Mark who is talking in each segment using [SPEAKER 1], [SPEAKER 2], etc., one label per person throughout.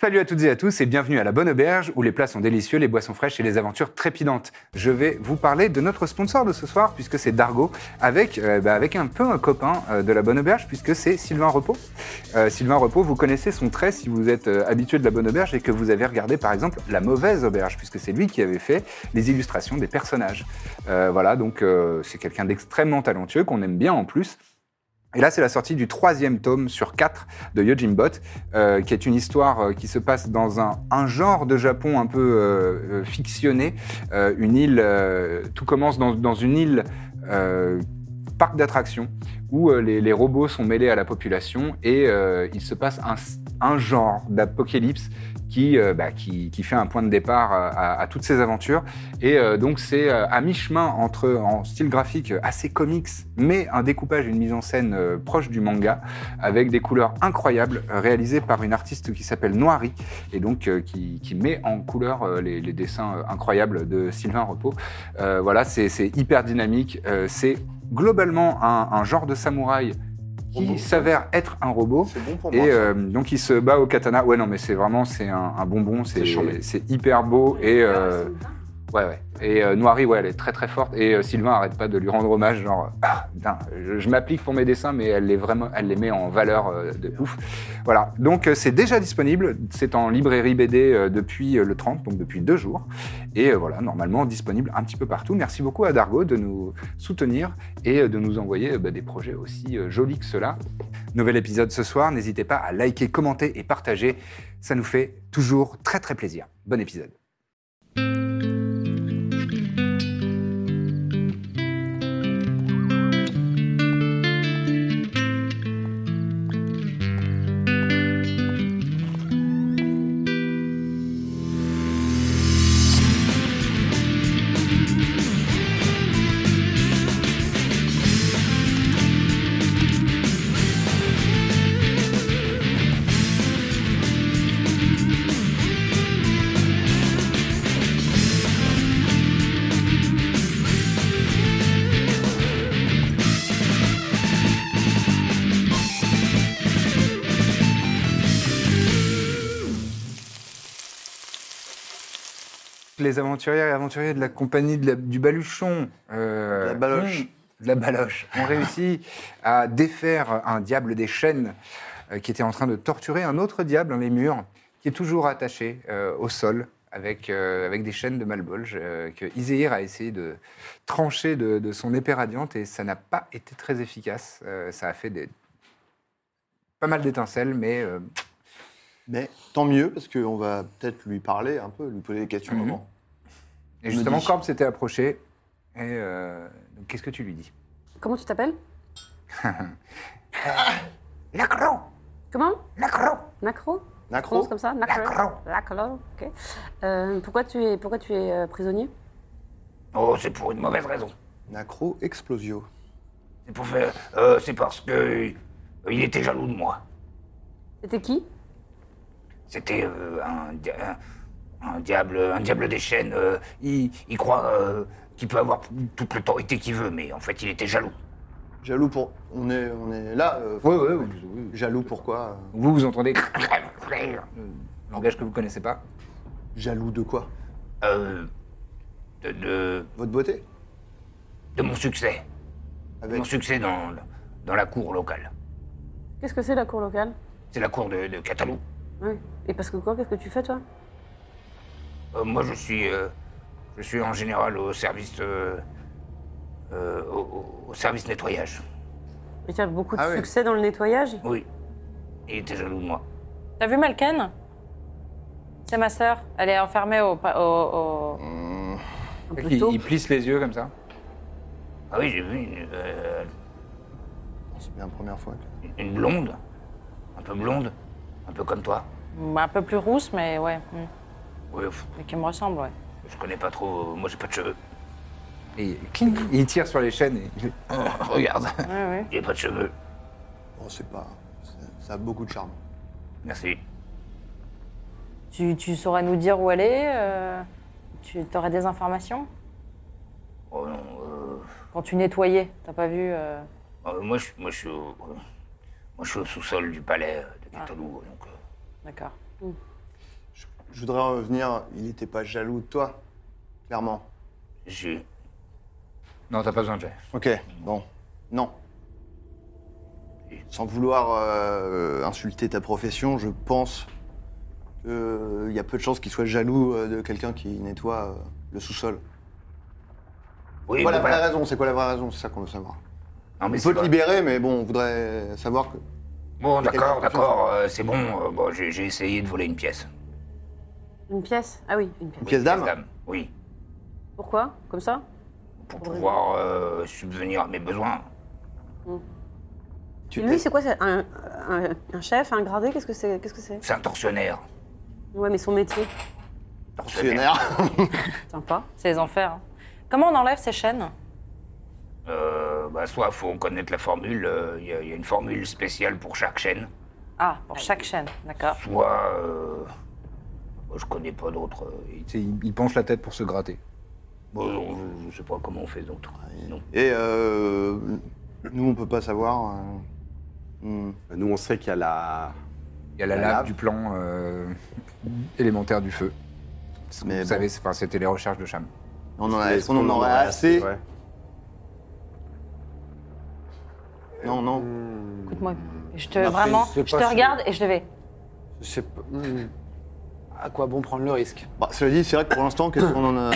[SPEAKER 1] Salut à toutes et à tous et bienvenue à la Bonne Auberge où les plats sont délicieux, les boissons fraîches et les aventures trépidantes. Je vais vous parler de notre sponsor de ce soir puisque c'est Dargo avec, euh, bah, avec un peu un copain euh, de la Bonne Auberge puisque c'est Sylvain Repos. Euh, Sylvain Repos, vous connaissez son trait si vous êtes euh, habitué de la Bonne Auberge et que vous avez regardé par exemple La Mauvaise Auberge puisque c'est lui qui avait fait les illustrations des personnages. Euh, voilà, donc euh, c'est quelqu'un d'extrêmement talentueux qu'on aime bien en plus. Et là, c'est la sortie du troisième tome sur quatre de Yojimbot, euh, qui est une histoire euh, qui se passe dans un, un genre de Japon un peu euh, euh, fictionné. Euh, une île, euh, tout commence dans, dans une île euh, parc d'attractions où euh, les, les robots sont mêlés à la population et euh, il se passe un, un genre d'apocalypse qui, euh, bah, qui, qui fait un point de départ euh, à, à toutes ces aventures. Et euh, donc c'est euh, à mi-chemin entre en style graphique assez comics, mais un découpage et une mise en scène euh, proche du manga, avec des couleurs incroyables, euh, réalisées par une artiste qui s'appelle Noiri, et donc euh, qui, qui met en couleur euh, les, les dessins euh, incroyables de Sylvain Repos. Euh, voilà, c'est c'est hyper dynamique, euh, c'est globalement un, un genre de samouraï
[SPEAKER 2] Robot, ouais.
[SPEAKER 1] qui s'avère être un robot.
[SPEAKER 2] C'est bon pour moi.
[SPEAKER 1] Et
[SPEAKER 2] ça.
[SPEAKER 1] euh, donc il se bat au katana. Ouais non mais c'est vraiment c'est un, un bonbon, c'est
[SPEAKER 2] C'est chambé.
[SPEAKER 1] c'est hyper beau et euh, ouais ouais. Et euh, Noiri ouais elle est très très forte et euh, Sylvain arrête pas de lui rendre hommage genre ah, putain, je, je m'applique pour mes dessins mais elle les vraiment elle les met en valeur euh, de ouf. Voilà donc euh, c'est déjà disponible, c'est en librairie BD euh, depuis euh, le 30 donc depuis deux jours et euh, voilà normalement disponible un petit peu partout. Merci beaucoup à Dargo de nous soutenir et euh, de nous envoyer euh, bah, des projets aussi euh, jolis que cela. Nouvel épisode ce soir, n'hésitez pas à liker, commenter et partager. Ça nous fait toujours très très plaisir. Bon épisode. Les aventurières et aventuriers de la compagnie de la- du Baluchon. euh,
[SPEAKER 2] De la baloche.
[SPEAKER 1] ont- de la baloche. ont réussi à défaire un diable des chaînes euh, qui était en train de torturer un autre diable dans les murs, qui est toujours attaché euh, au sol avec, euh, avec des chaînes de malbolge euh, que Iséir a essayé de trancher de, de son épée radiante et ça n'a pas été très efficace. Euh, ça a fait des, pas mal d'étincelles, mais euh,
[SPEAKER 2] Mais tant mieux, parce qu'on va peut-être lui parler un peu, lui poser des questions
[SPEAKER 1] Mhm.
[SPEAKER 2] avant.
[SPEAKER 1] Et justement,
[SPEAKER 2] Me dis.
[SPEAKER 1] Corbe s'était approché. Et euh, donc, qu'est-ce que tu lui dis
[SPEAKER 3] Comment tu t'appelles
[SPEAKER 1] Lacro
[SPEAKER 3] Comment
[SPEAKER 1] Lacro
[SPEAKER 3] Nacro
[SPEAKER 2] Nacro
[SPEAKER 3] Prononce comme ça
[SPEAKER 1] Nacro.
[SPEAKER 3] Nacro Nacro, ok. Euh, pourquoi tu es, pourquoi tu es euh, prisonnier
[SPEAKER 4] Oh, c'est pour une mauvaise raison.
[SPEAKER 2] Nacro Explosio.
[SPEAKER 4] C'est pour faire. euh, c'est parce que. euh, il était jaloux de moi.
[SPEAKER 3] C'était qui
[SPEAKER 4] C'était euh, un, di- un- un diable. Un diable des chaînes. euh, il, il croit euh, qu'il peut avoir toute l'autorité qu'il veut, mais en fait, il était jaloux.
[SPEAKER 2] Jaloux pour. On est, on est là. euh,
[SPEAKER 1] Oui, oui, oui.
[SPEAKER 2] Jaloux pourquoi euh,
[SPEAKER 1] Vous, vous entendez le langage que vous connaissez pas
[SPEAKER 2] Jaloux de quoi
[SPEAKER 4] Euh, de, de,
[SPEAKER 2] Votre beauté
[SPEAKER 4] de mon succès. De
[SPEAKER 2] Avec
[SPEAKER 4] mon succès dans, dans la cour locale.
[SPEAKER 3] Qu'est-ce que c'est la cour locale
[SPEAKER 4] C'est la cour de, de Catalou.
[SPEAKER 3] Oui. Et parce que quoi Qu'est-ce que tu fais toi
[SPEAKER 4] Euh, moi, je suis, euh, je suis en général au service, euh, euh, au, au- au service nettoyage.
[SPEAKER 3] Et tu as beaucoup de
[SPEAKER 2] Ah oui.
[SPEAKER 3] succès dans le nettoyage
[SPEAKER 4] Oui, il était jaloux de moi.
[SPEAKER 5] T'as vu Malken C'est ma sœur. Elle est enfermée au... pa- au- au-
[SPEAKER 3] Un peu
[SPEAKER 1] Il,
[SPEAKER 3] tôt.
[SPEAKER 1] il plisse les yeux comme ça.
[SPEAKER 4] Ah oui, j'ai vu une, euh,
[SPEAKER 2] C'est bien la première fois. que-
[SPEAKER 4] une blonde, un peu blonde, un peu comme toi.
[SPEAKER 5] Un peu plus rousse, mais ouais. mm.
[SPEAKER 4] Oui, pff,
[SPEAKER 5] Mais qui me ressemble, ouais.
[SPEAKER 4] je connais pas trop, moi j'ai pas de cheveux.
[SPEAKER 1] Et cling, il tire sur les chaînes. et-
[SPEAKER 4] Regarde,
[SPEAKER 5] Ouais, ouais.
[SPEAKER 4] j'ai pas de cheveux.
[SPEAKER 2] Oh, c'est pas. ça- Ça a beaucoup de charme.
[SPEAKER 4] Merci.
[SPEAKER 5] Tu, tu saurais nous dire où aller euh, Tu aurais des informations
[SPEAKER 4] Oh non, euh,
[SPEAKER 5] Quand tu nettoyais, t'as pas vu euh,
[SPEAKER 4] euh, moi, je, moi, je suis au, euh, moi je suis au sous-sol du palais euh, de Catalou, donc euh,
[SPEAKER 5] D'accord.
[SPEAKER 2] Je voudrais en revenir. Il n'était pas jaloux de toi, clairement.
[SPEAKER 4] j'ai...
[SPEAKER 1] Non, t'as pas besoin de jet.
[SPEAKER 2] Ok, bon. Non. Sans vouloir euh, insulter ta profession, je pense qu'il y a peu de chances qu'il soit jaloux euh, de quelqu'un qui nettoie euh, le sous-sol.
[SPEAKER 4] Oui,
[SPEAKER 2] Voilà
[SPEAKER 4] mais
[SPEAKER 2] la
[SPEAKER 4] voilà.
[SPEAKER 2] vraie raison, c'est quoi la vraie raison C'est ça qu'on veut savoir.
[SPEAKER 4] Non, mais
[SPEAKER 2] On
[SPEAKER 4] c'est
[SPEAKER 2] peut te
[SPEAKER 4] pas-
[SPEAKER 2] libérer, mais bon, on voudrait savoir que.
[SPEAKER 4] Bon, d'accord,
[SPEAKER 2] Quelqu'un-
[SPEAKER 4] d'accord, euh, c'est bon, euh, bon, j'ai j'ai essayé de voler une pièce.
[SPEAKER 3] Une pièce Ah oui, une pièce.
[SPEAKER 2] Une pièce d'âme
[SPEAKER 4] Madame, Oui,
[SPEAKER 3] Pourquoi Comme ça
[SPEAKER 4] pour pouvoir euh, subvenir à mes besoins.
[SPEAKER 2] Tu-
[SPEAKER 3] Et Lui, c'est quoi c'est un, un- un chef, un gradé Qu'est-ce que c'est Qu'est-ce que c'est
[SPEAKER 4] C'est un tortionnaire.
[SPEAKER 3] Ouais, mais son métier.
[SPEAKER 4] Tortionnaire.
[SPEAKER 2] Fonctionnaire.
[SPEAKER 3] Sympa.
[SPEAKER 5] C'est les enfers. hein. Comment on enlève ces chaînes
[SPEAKER 4] Euh, bah, soit faut connaître la formule, euh, il y, a- il y a une formule spéciale pour chaque chaîne.
[SPEAKER 5] Ah, pour chaque chaîne, d'accord.
[SPEAKER 4] Soit. euh, bah, je connais pas d'autres. euh, et-
[SPEAKER 1] Tu sais, Il, il penche la tête pour se gratter.
[SPEAKER 4] bon, non, je, je sais pas comment on fait d'autres. Non.
[SPEAKER 2] Et euh, nous, on peut pas savoir. euh, hmm.
[SPEAKER 6] Nous, on sait qu'il y a la.
[SPEAKER 1] Il y a la,
[SPEAKER 2] La
[SPEAKER 1] lave,
[SPEAKER 2] lave.
[SPEAKER 1] du plan euh, élémentaire du feu. Ce que
[SPEAKER 2] Mais
[SPEAKER 1] vous
[SPEAKER 2] bon.
[SPEAKER 1] savez, c'est- enfin, c'était les recherches de Cham.
[SPEAKER 2] On en a-
[SPEAKER 6] Est-ce
[SPEAKER 2] Est-ce qu'on en aurait assez
[SPEAKER 6] ouais.
[SPEAKER 2] Non, non.
[SPEAKER 5] Écoute-moi. Je te,
[SPEAKER 7] Après,
[SPEAKER 5] vraiment,
[SPEAKER 7] je
[SPEAKER 5] je
[SPEAKER 7] sais
[SPEAKER 5] te
[SPEAKER 7] pas si-
[SPEAKER 5] regarde et je te vais.
[SPEAKER 7] Je sais pas. hmm. À quoi bon prendre le risque
[SPEAKER 2] Bah, cela dit, c'est vrai que pour l'instant, qu'est-ce qu'on en a.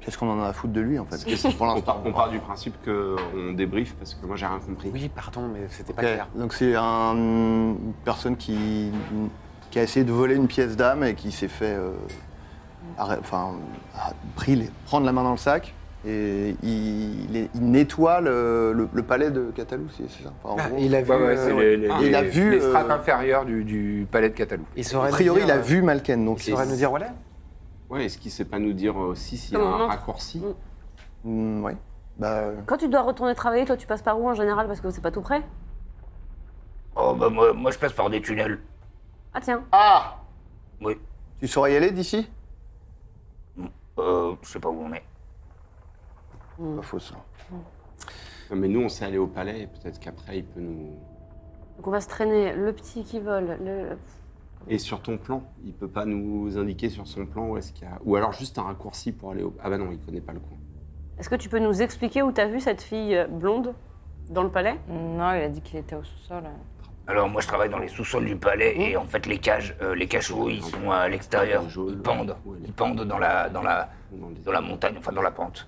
[SPEAKER 2] Qu'est-ce qu'on en a à foutre de lui, en fait Pour
[SPEAKER 6] On part,
[SPEAKER 2] l'instant.
[SPEAKER 6] on part du principe qu'on débriefe parce que moi, j'ai rien compris.
[SPEAKER 7] Oui, pardon, mais c'était pas
[SPEAKER 2] Ok,
[SPEAKER 7] clair.
[SPEAKER 2] Donc c'est un- une personne qui, qui a essayé de voler une pièce d'âme et qui s'est fait euh, arrê- enfin, a pris les- prendre la main dans le sac et il, il est- il nettoie le, le- le palais de Catalou, c'est c'est ça Enfin, en
[SPEAKER 7] Ah,
[SPEAKER 2] gros,
[SPEAKER 7] il a vu.
[SPEAKER 1] Ouais, ouais,
[SPEAKER 7] euh,
[SPEAKER 1] c'est
[SPEAKER 7] ouais.
[SPEAKER 1] les, les-
[SPEAKER 2] il
[SPEAKER 1] les-
[SPEAKER 2] a vu,
[SPEAKER 1] les strates
[SPEAKER 2] euh,
[SPEAKER 1] inférieures du, du palais de Catalou.
[SPEAKER 7] Il
[SPEAKER 2] a
[SPEAKER 7] saurait nous
[SPEAKER 2] priori,
[SPEAKER 7] dire,
[SPEAKER 2] il a
[SPEAKER 7] euh,
[SPEAKER 2] vu Malken, donc Hmm.
[SPEAKER 7] Il saurait nous dire voilà.
[SPEAKER 6] Ouais, est-ce qu'il sait pas nous dire aussi s'il y a
[SPEAKER 3] Comment
[SPEAKER 6] un
[SPEAKER 3] on entre
[SPEAKER 6] raccourci
[SPEAKER 3] Mm.
[SPEAKER 2] Mm, ouais. Bah, euh,
[SPEAKER 3] Quand tu dois retourner travailler, toi, tu passes par où en général Parce que c'est pas tout près.
[SPEAKER 4] Oh, bah, moi, moi, je passe par des tunnels.
[SPEAKER 3] Ah tiens.
[SPEAKER 2] Ah
[SPEAKER 4] Oui.
[SPEAKER 2] Tu saurais y aller d'ici
[SPEAKER 4] Euh, je sais pas où on est.
[SPEAKER 2] Pas faux ça.
[SPEAKER 6] Non, Mais nous, on sait aller au palais et peut-être qu'après, il peut nous.
[SPEAKER 3] Donc on va se traîner le petit qui vole. Le...
[SPEAKER 6] Et sur ton plan, il peut pas nous indiquer sur son plan où est-ce qu'il y a. Ou alors juste un raccourci pour aller au. Ah bah non, il connaît pas le coin.
[SPEAKER 3] Est-ce que tu peux nous expliquer où t'as vu cette fille euh, blonde dans le palais
[SPEAKER 5] Non, il a dit qu'il était au sous-sol. euh,
[SPEAKER 4] Alors moi je travaille dans les sous-sols du palais et en fait les cages, euh, les cachots ils sont à l'extérieur, ils pendent, ils pendent dans la, dans la,
[SPEAKER 6] Dans le désert.
[SPEAKER 4] dans la montagne, enfin dans la pente.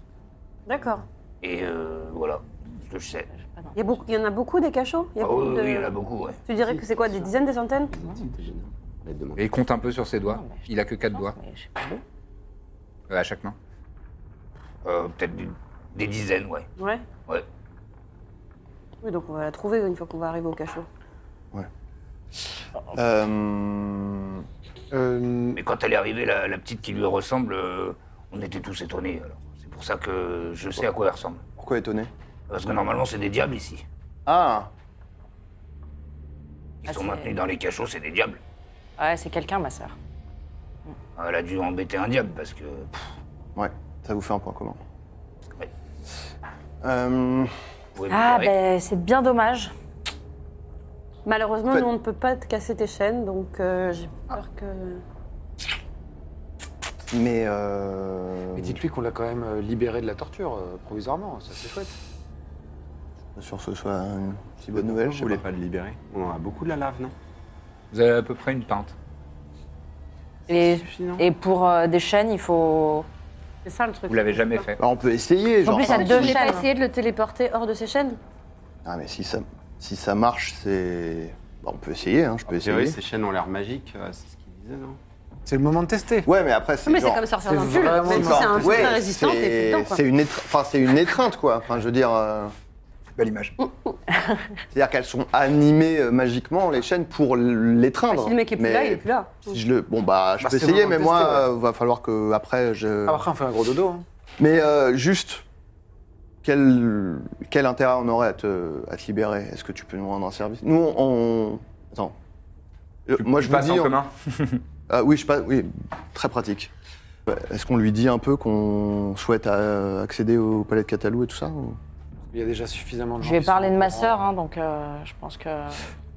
[SPEAKER 3] D'accord.
[SPEAKER 4] Et euh, voilà, ce que je sais.
[SPEAKER 5] Ah non.
[SPEAKER 3] Il y, a beaucoup- il y en a beaucoup des cachots Il y a
[SPEAKER 4] Ah oui,
[SPEAKER 3] beaucoup de-
[SPEAKER 4] oui,
[SPEAKER 5] euh,
[SPEAKER 4] il y en a beaucoup, ouais.
[SPEAKER 3] Tu dirais que c'est quoi Des dizaines, des centaines
[SPEAKER 6] Les entités générales. On les demande.
[SPEAKER 1] Et il compte un peu sur ses doigts. Il a que quatre doigts
[SPEAKER 5] Mais je sais pas.
[SPEAKER 1] euh, à chaque main.
[SPEAKER 4] Euh, Peut-être des, des dizaines, ouais.
[SPEAKER 3] Ouais.
[SPEAKER 4] ouais.
[SPEAKER 3] Oui, donc on va la trouver une fois qu'on va arriver au cachot.
[SPEAKER 2] Euh,
[SPEAKER 7] Euh,
[SPEAKER 4] Mais quand elle est arrivée, la, la petite qui lui ressemble, euh, on était tous étonnés. Alors c'est pour ça que je sais à quoi elle ressemble.
[SPEAKER 2] pourquoi étonné
[SPEAKER 4] Parce que normalement c'est des diables ici.
[SPEAKER 2] Ah
[SPEAKER 4] Ils
[SPEAKER 5] Ah,
[SPEAKER 4] sont
[SPEAKER 5] c'est-
[SPEAKER 4] maintenus dans les cachots, c'est des diables.
[SPEAKER 5] Ah Ouais, c'est quelqu'un, ma sœur.
[SPEAKER 4] Elle a dû embêter un diable parce que pff,
[SPEAKER 2] Ouais, ça vous fait un point commun.
[SPEAKER 4] Ouais.
[SPEAKER 2] Euh,
[SPEAKER 4] vous pouvez me
[SPEAKER 5] Ah,
[SPEAKER 4] libérer.
[SPEAKER 5] ben c'est bien dommage.
[SPEAKER 3] Malheureusement,
[SPEAKER 2] Fait-
[SPEAKER 3] nous, on ne peut pas te casser tes chaînes, donc euh, j'ai peur que...
[SPEAKER 2] mais euh,
[SPEAKER 7] mais dites-lui qu'on l'a quand même euh, libéré de la torture euh, provisoirement, ça c'est chouette.
[SPEAKER 2] sur ce soit une si bonne nouvelle, je
[SPEAKER 6] Vous
[SPEAKER 2] sais
[SPEAKER 6] voulez
[SPEAKER 2] pas.
[SPEAKER 6] pas le libérer On en a beaucoup de la lave, non
[SPEAKER 1] Vous avez à peu près une pinte.
[SPEAKER 5] Et,
[SPEAKER 6] suffit, non
[SPEAKER 5] et pour euh, des chaînes, il faut.
[SPEAKER 3] C'est ça, le truc.
[SPEAKER 1] Vous l'avez jamais fait.
[SPEAKER 2] Bah, on peut essayer, genre.
[SPEAKER 5] plus, ça
[SPEAKER 2] enfin,
[SPEAKER 5] te donne-
[SPEAKER 3] Tu voulais pas
[SPEAKER 5] chaînes.
[SPEAKER 3] essayer de le téléporter hors de ses chaînes
[SPEAKER 2] Ah mais si ça, si ça marche, c'est. bah, on peut essayer, hein, je peux
[SPEAKER 6] C'est vrai,
[SPEAKER 2] essayer.
[SPEAKER 6] ces chaînes ont l'air magiques, euh, c'est ce qu'il disait, non
[SPEAKER 7] C'est le moment de tester.
[SPEAKER 2] Ouais, mais après c'est.
[SPEAKER 3] Mais c'est
[SPEAKER 2] genre-
[SPEAKER 3] comme sortir d'un
[SPEAKER 7] c'est
[SPEAKER 3] pull.
[SPEAKER 7] vraiment
[SPEAKER 3] Même si c'est un pull
[SPEAKER 2] Ouais,
[SPEAKER 3] très résistant,
[SPEAKER 2] c'est-
[SPEAKER 3] t'es plus dedans, quoi.
[SPEAKER 2] C'est une, étre- enfin, c'est une étreinte, quoi. Enfin, je veux dire. euh,
[SPEAKER 1] Belle image.
[SPEAKER 2] C'est-à-dire qu'elles sont animées euh, magiquement, les chaînes, pour l-
[SPEAKER 3] Ah,
[SPEAKER 2] l'étreindre.
[SPEAKER 3] Si le mec est plus
[SPEAKER 2] Mais
[SPEAKER 3] là, il est plus là.
[SPEAKER 2] Si je le... Bon, bah, je
[SPEAKER 1] Bah,
[SPEAKER 2] peux
[SPEAKER 1] c'est
[SPEAKER 2] essayer,
[SPEAKER 1] vraiment
[SPEAKER 2] mais
[SPEAKER 1] testé,
[SPEAKER 2] moi,
[SPEAKER 1] ouais.
[SPEAKER 2] euh, va falloir que Ah, après je.
[SPEAKER 7] Après, on fait un gros dodo. hein.
[SPEAKER 2] Mais euh, juste, quel, quel intérêt on aurait à te, à te libérer Est-ce que tu peux nous rendre un service Nous, on. Attends. Euh, Moi, je vous
[SPEAKER 1] passe
[SPEAKER 2] dis.
[SPEAKER 1] en
[SPEAKER 2] on-
[SPEAKER 1] commun.
[SPEAKER 2] Ah oui, je passe. Oui, très pratique. Euh, Est-ce qu'on lui dit un peu qu'on souhaite euh, accéder au palais de Catalou et tout ça ou-
[SPEAKER 7] Il y a déjà suffisamment de gens.
[SPEAKER 5] Je vais
[SPEAKER 7] qui sont
[SPEAKER 5] parler de
[SPEAKER 7] au
[SPEAKER 5] ma
[SPEAKER 7] courant.
[SPEAKER 5] sœur, hein, donc euh, je pense que.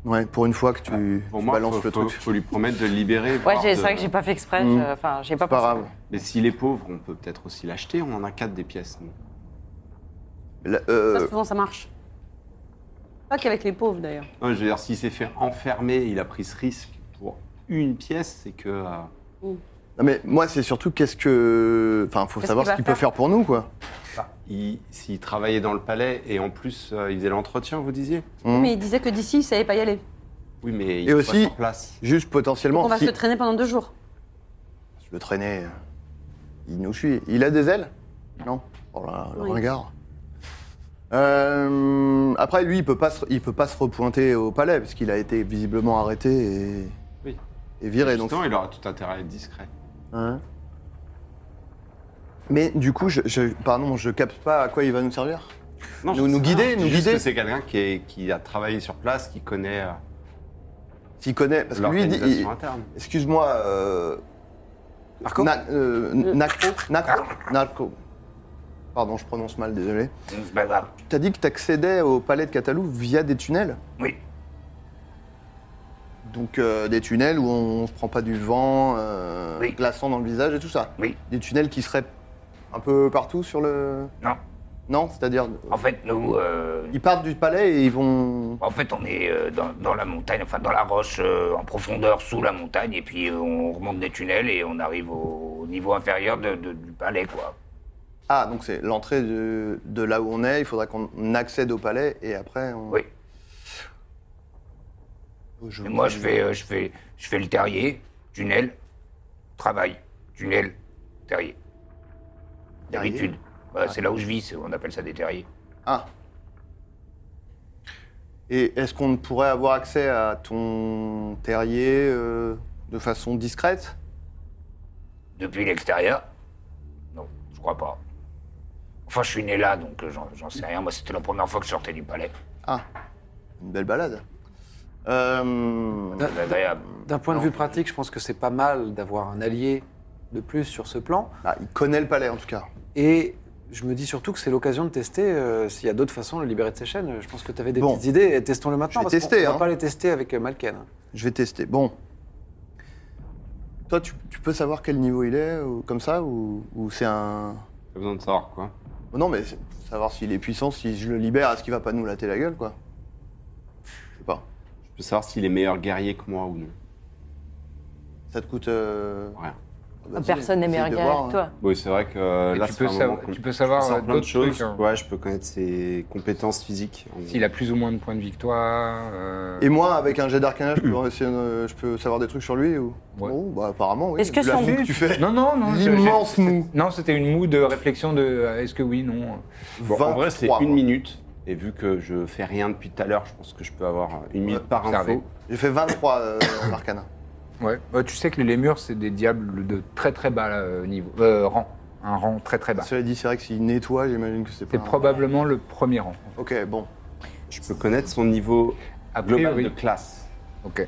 [SPEAKER 2] Ouais, pour une fois que tu,
[SPEAKER 6] Ah, Pour
[SPEAKER 2] tu
[SPEAKER 6] moi,
[SPEAKER 2] balances
[SPEAKER 6] faut,
[SPEAKER 2] le
[SPEAKER 6] faut-
[SPEAKER 2] truc.
[SPEAKER 6] faut lui promettre de le libérer.
[SPEAKER 5] Ouais,
[SPEAKER 6] voire
[SPEAKER 5] j'ai-
[SPEAKER 6] de-
[SPEAKER 5] c'est vrai que j'ai pas fait exprès.
[SPEAKER 2] Mm.
[SPEAKER 5] je- Enfin, j'ai pas
[SPEAKER 2] C'est
[SPEAKER 5] pensé.
[SPEAKER 2] pas grave.
[SPEAKER 6] Mais s'il est pauvre, on peut peut-être aussi l'acheter. On en a quatre des pièces. nous.
[SPEAKER 2] Là,
[SPEAKER 3] Ça,
[SPEAKER 2] euh,
[SPEAKER 3] souvent, ça marche. Pas qu'avec les pauvres, d'ailleurs.
[SPEAKER 6] Non, je veux dire, s'il s'est fait enfermer, il a pris ce risque pour une pièce, c'est que. euh,
[SPEAKER 2] non, mais moi, c'est surtout qu'est-ce que. Enfin, faut
[SPEAKER 5] Qu'est-ce
[SPEAKER 2] savoir
[SPEAKER 5] qu'il
[SPEAKER 2] ce
[SPEAKER 5] va
[SPEAKER 2] qu'il peut
[SPEAKER 5] faire
[SPEAKER 2] faire pour nous, quoi. Ah.
[SPEAKER 6] il- S'il travaillait dans le palais et en plus euh, il faisait l'entretien, vous disiez
[SPEAKER 2] Hmm.
[SPEAKER 3] Mais il disait que d'ici, il savait pas y aller.
[SPEAKER 6] Oui, mais il
[SPEAKER 2] Et
[SPEAKER 6] est
[SPEAKER 2] aussi-
[SPEAKER 6] pas sur place.
[SPEAKER 2] Juste potentiellement.
[SPEAKER 3] On va
[SPEAKER 2] si-
[SPEAKER 3] se traîner pendant deux jours.
[SPEAKER 2] Le traîner, euh, il nous suit. Il a des ailes Non Oh là, le
[SPEAKER 3] Oui.
[SPEAKER 2] ringard. Euh, après, lui, il peut pas se, il peut pas se repointer au palais parce qu'il a été visiblement arrêté et,
[SPEAKER 6] Oui.
[SPEAKER 2] et viré. Donc,
[SPEAKER 6] Justement, il aura tout intérêt à être discret.
[SPEAKER 2] Hein. Mais du coup, je, je- pardon, je capte pas à quoi il va nous servir.
[SPEAKER 6] Non,
[SPEAKER 2] Nous-
[SPEAKER 6] je
[SPEAKER 2] nous
[SPEAKER 6] sais
[SPEAKER 2] guider,
[SPEAKER 6] pas.
[SPEAKER 2] nous
[SPEAKER 6] Juste que
[SPEAKER 2] guider.
[SPEAKER 6] C'est quelqu'un qui, est- qui a travaillé sur place, qui connaît euh,
[SPEAKER 2] S'il connaît, parce que lui, il dit,
[SPEAKER 6] l'organisation
[SPEAKER 2] il-
[SPEAKER 6] interne.
[SPEAKER 2] excuse-moi, euh,
[SPEAKER 1] Marco
[SPEAKER 2] Na- euh, Nacro, Nacro, Nacro. Pardon, je prononce mal, désolé.
[SPEAKER 4] C'est pas grave.
[SPEAKER 2] T'as dit que t'accédais au palais de Catalou via des tunnels
[SPEAKER 4] Oui.
[SPEAKER 2] Donc euh, des tunnels où on, se prend pas du vent euh,
[SPEAKER 4] Oui.
[SPEAKER 2] glaçant dans le visage et tout ça.
[SPEAKER 4] Oui.
[SPEAKER 2] Des tunnels qui seraient un peu partout sur le.
[SPEAKER 4] Non.
[SPEAKER 2] Non, c'est-à-dire
[SPEAKER 4] En fait, nous, euh,
[SPEAKER 2] ils partent du palais et ils vont.
[SPEAKER 4] en fait, on est euh, dans, dans la montagne, enfin dans la roche, euh, en profondeur sous la montagne, et puis euh, on remonte des tunnels et on arrive au niveau inférieur de- de- du palais, quoi.
[SPEAKER 2] Ah donc c'est l'entrée de, de là où on est. Il faudra qu'on accède au palais et après. On...
[SPEAKER 4] Oui.
[SPEAKER 2] Je-
[SPEAKER 4] Et moi, je fais, euh, je fais, je fais le terrier, tunnel, travail, tunnel, terrier. D'habitude, Ouais, c'est là où je vis, c'est- on appelle ça des terriers.
[SPEAKER 2] Ah. Et est-ce qu'on pourrait avoir accès à ton terrier euh, de façon discrète
[SPEAKER 4] Depuis l'extérieur Non, je crois pas. Enfin, je suis né là, donc euh, j'en j'en sais rien. Moi, c'était la première fois que je sortais du palais.
[SPEAKER 2] Ah, une belle balade. Euh,
[SPEAKER 5] Ah.
[SPEAKER 7] D'un-
[SPEAKER 4] C'est agréable.
[SPEAKER 7] D'un point de vue pratique, je pense que c'est pas mal d'avoir un allié de plus sur ce plan.
[SPEAKER 2] ah, il connaît le palais en tout cas.
[SPEAKER 7] Et je me dis surtout que c'est l'occasion de tester euh, s'il y a d'autres façons de le libérer de ses chaînes. Je pense que tu avais des
[SPEAKER 2] Bon.
[SPEAKER 7] petites idées. et Testons-le maintenant.
[SPEAKER 2] Je vais
[SPEAKER 7] parce qu'on-
[SPEAKER 2] tester,
[SPEAKER 7] On va
[SPEAKER 2] hein.
[SPEAKER 7] pas les tester avec euh, Malken.
[SPEAKER 2] Je vais tester. Bon. Toi, tu, tu peux savoir quel niveau il est, ou, comme ça, ou, ou c'est un.
[SPEAKER 6] Pas besoin de savoir quoi.
[SPEAKER 2] Oh non, mais c'est- savoir s'il est puissant, si je le libère, est-ce qu'il va pas nous latter la gueule, quoi Je sais pas.
[SPEAKER 6] Je peux savoir s'il est meilleur guerrier que moi ou non.
[SPEAKER 2] Ça te coûte. euh,
[SPEAKER 6] Rien.
[SPEAKER 2] vas-y,
[SPEAKER 5] Ah, Personne n'est
[SPEAKER 2] essaye
[SPEAKER 5] meilleur
[SPEAKER 2] de
[SPEAKER 5] guerrier
[SPEAKER 2] voir,
[SPEAKER 5] que
[SPEAKER 2] hein.
[SPEAKER 5] toi.
[SPEAKER 6] Oui, c'est vrai que euh,
[SPEAKER 1] Et
[SPEAKER 6] là,
[SPEAKER 1] tu,
[SPEAKER 6] c'est
[SPEAKER 1] peux
[SPEAKER 6] un moment
[SPEAKER 1] savoir,
[SPEAKER 6] qu'on-
[SPEAKER 1] tu peux savoir
[SPEAKER 6] je peux
[SPEAKER 1] euh,
[SPEAKER 6] plein de
[SPEAKER 1] d'autres
[SPEAKER 6] choses.
[SPEAKER 1] trucs. hein.
[SPEAKER 6] Ouais, je peux connaître ses compétences physiques. hein. en gros.
[SPEAKER 1] S'il a plus ou moins de points de victoire. euh,
[SPEAKER 2] Et moi, avec un jet d'arcana, je, peux essayer de- je peux savoir des trucs sur lui ou...
[SPEAKER 1] Ouais.
[SPEAKER 2] Oh, bah apparemment, oui.
[SPEAKER 5] Est-ce que
[SPEAKER 2] Vu la
[SPEAKER 5] son-
[SPEAKER 2] fougue tu fais
[SPEAKER 1] Non, non, non. j'ai-
[SPEAKER 2] L'immense
[SPEAKER 1] j'ai-
[SPEAKER 2] mou.
[SPEAKER 1] c'est- Non, c'était une moue de réflexion de euh, est-ce que oui, non.
[SPEAKER 6] Bon, en vrai, c'est
[SPEAKER 2] 23,
[SPEAKER 6] une
[SPEAKER 2] moi.
[SPEAKER 6] minute. Et vu que je fais rien depuis tout à l'heure, je pense que je peux avoir euh, une minute
[SPEAKER 2] Ouais,
[SPEAKER 6] par
[SPEAKER 1] observez.
[SPEAKER 6] info.
[SPEAKER 2] J'ai fait 23 euh, en arcana.
[SPEAKER 1] Ouais. Bah, tu sais que les lémurs, c'est des diables de très très bas euh, niveau. euh, rang. Un rang très très bas.
[SPEAKER 2] Cela dit, c'est vrai que s'il nettoie, j'imagine que c'est pas.
[SPEAKER 1] C'est
[SPEAKER 2] un-
[SPEAKER 1] probablement le premier rang.
[SPEAKER 2] Ok, bon.
[SPEAKER 6] Je peux connaître son niveau
[SPEAKER 1] A
[SPEAKER 6] global
[SPEAKER 1] priori.
[SPEAKER 6] de classe.
[SPEAKER 1] Ok.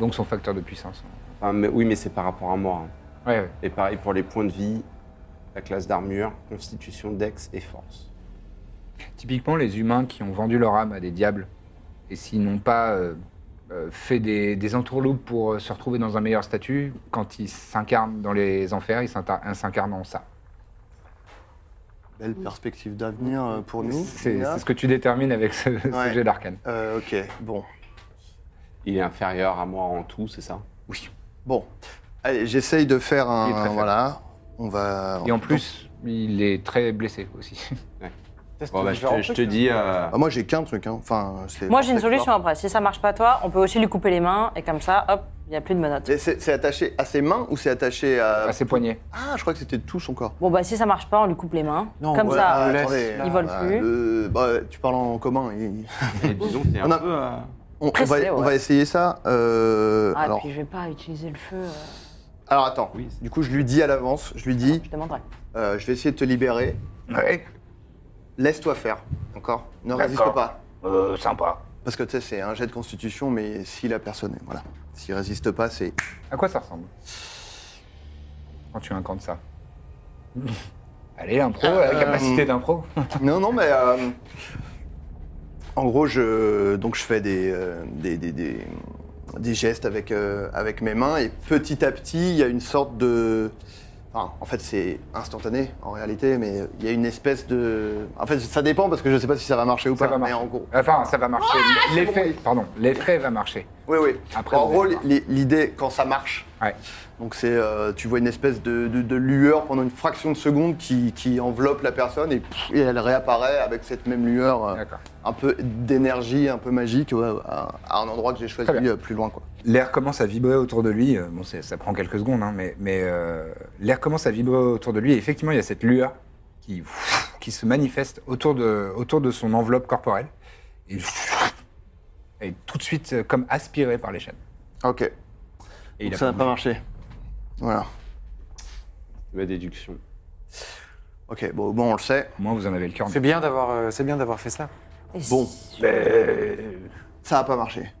[SPEAKER 1] Donc son facteur de puissance.
[SPEAKER 6] Enfin, mais- oui, mais c'est par rapport à moi. hein.
[SPEAKER 1] Ouais, ouais.
[SPEAKER 6] Et pareil pour les points de vie, la classe d'armure, constitution, dex et force.
[SPEAKER 1] Typiquement, les humains qui ont vendu leur âme à des diables, et s'ils n'ont pas euh, euh, fait des, des entourloupes pour euh, se retrouver dans un meilleur statut, quand ils s'incarnent dans les enfers, ils s'inta- ils s'incarnent en ça.
[SPEAKER 2] Belle perspective d'avenir euh, pour nous.
[SPEAKER 1] C'est
[SPEAKER 2] Nina.
[SPEAKER 1] c'est ce que tu détermines avec ce, ce
[SPEAKER 2] Ouais.
[SPEAKER 1] jet d'arcane.
[SPEAKER 2] Euh, ok, bon.
[SPEAKER 6] Il est inférieur à moi en tout, c'est ça
[SPEAKER 2] Bon. Allez, j'essaye de faire
[SPEAKER 1] Il est très
[SPEAKER 2] un.
[SPEAKER 1] faible.
[SPEAKER 2] Voilà. On va.
[SPEAKER 1] Et en plus, il est très blessé aussi.
[SPEAKER 6] Bon, bah, je, te, je te dis. euh,
[SPEAKER 2] Ah, moi, j'ai qu'un truc. Hein. Enfin, c'est.
[SPEAKER 5] Moi, j'ai une
[SPEAKER 2] c'est clair.
[SPEAKER 5] solution après. Si ça marche pas, toi, on peut aussi lui couper les mains et comme ça, hop, Il n'y a plus de menottes.
[SPEAKER 2] Et C'est c'est attaché à ses mains ou c'est attaché à.
[SPEAKER 1] à ses poignets.
[SPEAKER 2] Ah, je crois que c'était tout son corps.
[SPEAKER 5] Bon, bah si ça marche pas, on lui coupe les mains.
[SPEAKER 7] Non,
[SPEAKER 5] Comme
[SPEAKER 7] voilà,
[SPEAKER 5] ça.
[SPEAKER 7] on laisse,
[SPEAKER 2] attendez,
[SPEAKER 7] là.
[SPEAKER 5] Ils volent
[SPEAKER 2] Ah,
[SPEAKER 5] plus.
[SPEAKER 2] euh, bah, tu parles en commun. il-
[SPEAKER 6] Et disons, t'es un
[SPEAKER 2] On a-
[SPEAKER 6] peu. euh, à-
[SPEAKER 2] On, on va,
[SPEAKER 5] Pressé, ouais.
[SPEAKER 2] on va essayer ça. euh,
[SPEAKER 5] Ah,
[SPEAKER 2] alors,
[SPEAKER 5] puis je vais pas utiliser le feu. euh,
[SPEAKER 2] alors, attends.
[SPEAKER 6] Oui, c'est-
[SPEAKER 2] Du coup, je lui dis à l'avance, je lui dis,
[SPEAKER 5] je demanderai.
[SPEAKER 2] euh, je vais essayer de te libérer.
[SPEAKER 4] Ouais,
[SPEAKER 2] Laisse-toi faire, d'accord Ne
[SPEAKER 4] D'accord.
[SPEAKER 2] résiste pas.
[SPEAKER 4] euh, sympa.
[SPEAKER 2] Parce que tu sais, c'est un jet de constitution, mais si la personne, est- voilà, s'il résiste pas, c'est
[SPEAKER 1] À quoi ça ressemble Quand tu incantes ça Allez, impro, la capacité d'impro.
[SPEAKER 2] Non, non, mais euh, en gros, je donc je fais des euh, des, des- des- des gestes avec euh, avec mes mains et petit à petit, il y a une sorte de enfin, en fait, c'est instantané en réalité, mais il y a une espèce de en fait, ça dépend parce que je sais pas si ça va marcher ou
[SPEAKER 1] Ça
[SPEAKER 2] pas,
[SPEAKER 1] va
[SPEAKER 2] mais
[SPEAKER 1] marcher.
[SPEAKER 2] en gros.
[SPEAKER 1] Enfin, ça va marcher. L'effet, pardon, l'effet va marcher.
[SPEAKER 2] Oui, oui.
[SPEAKER 1] Après,
[SPEAKER 2] en
[SPEAKER 1] vous
[SPEAKER 2] gros,
[SPEAKER 1] allez voir.
[SPEAKER 2] l'i- l'idée quand ça marche,
[SPEAKER 1] Ouais.
[SPEAKER 2] donc c'est euh, tu vois une espèce de, de- de lueur pendant une fraction de seconde qui, qui enveloppe la personne et, pff, et elle réapparaît avec cette même lueur. euh,
[SPEAKER 1] D'accord.
[SPEAKER 2] un peu d'énergie, un peu magique ouais, à, à un endroit que j'ai choisi
[SPEAKER 1] Très bien.
[SPEAKER 2] euh, plus loin. Quoi.
[SPEAKER 1] L'air commence à vibrer autour de lui. Euh, Bon, c'est- ça prend quelques secondes, hein, mais, mais, euh, l'air commence à vibrer autour de lui. Et effectivement, il y a cette lueur qui, qui se manifeste autour de, autour de son enveloppe corporelle. Et elle est tout de suite euh, comme aspirée par les chaînes.
[SPEAKER 2] Ok,
[SPEAKER 1] Et il a
[SPEAKER 2] ça n'a
[SPEAKER 1] pas
[SPEAKER 2] pas marché. Voilà.
[SPEAKER 6] Ma déduction.
[SPEAKER 2] Ok, bon, bon, on le sait.
[SPEAKER 1] Au moins, vous en avez le cœur.
[SPEAKER 7] C'est bien d'avoir euh, c'est bien d'avoir fait ça.
[SPEAKER 5] Et
[SPEAKER 2] Bon.
[SPEAKER 5] Si,
[SPEAKER 4] Euh,
[SPEAKER 2] Ça n'a pas marché.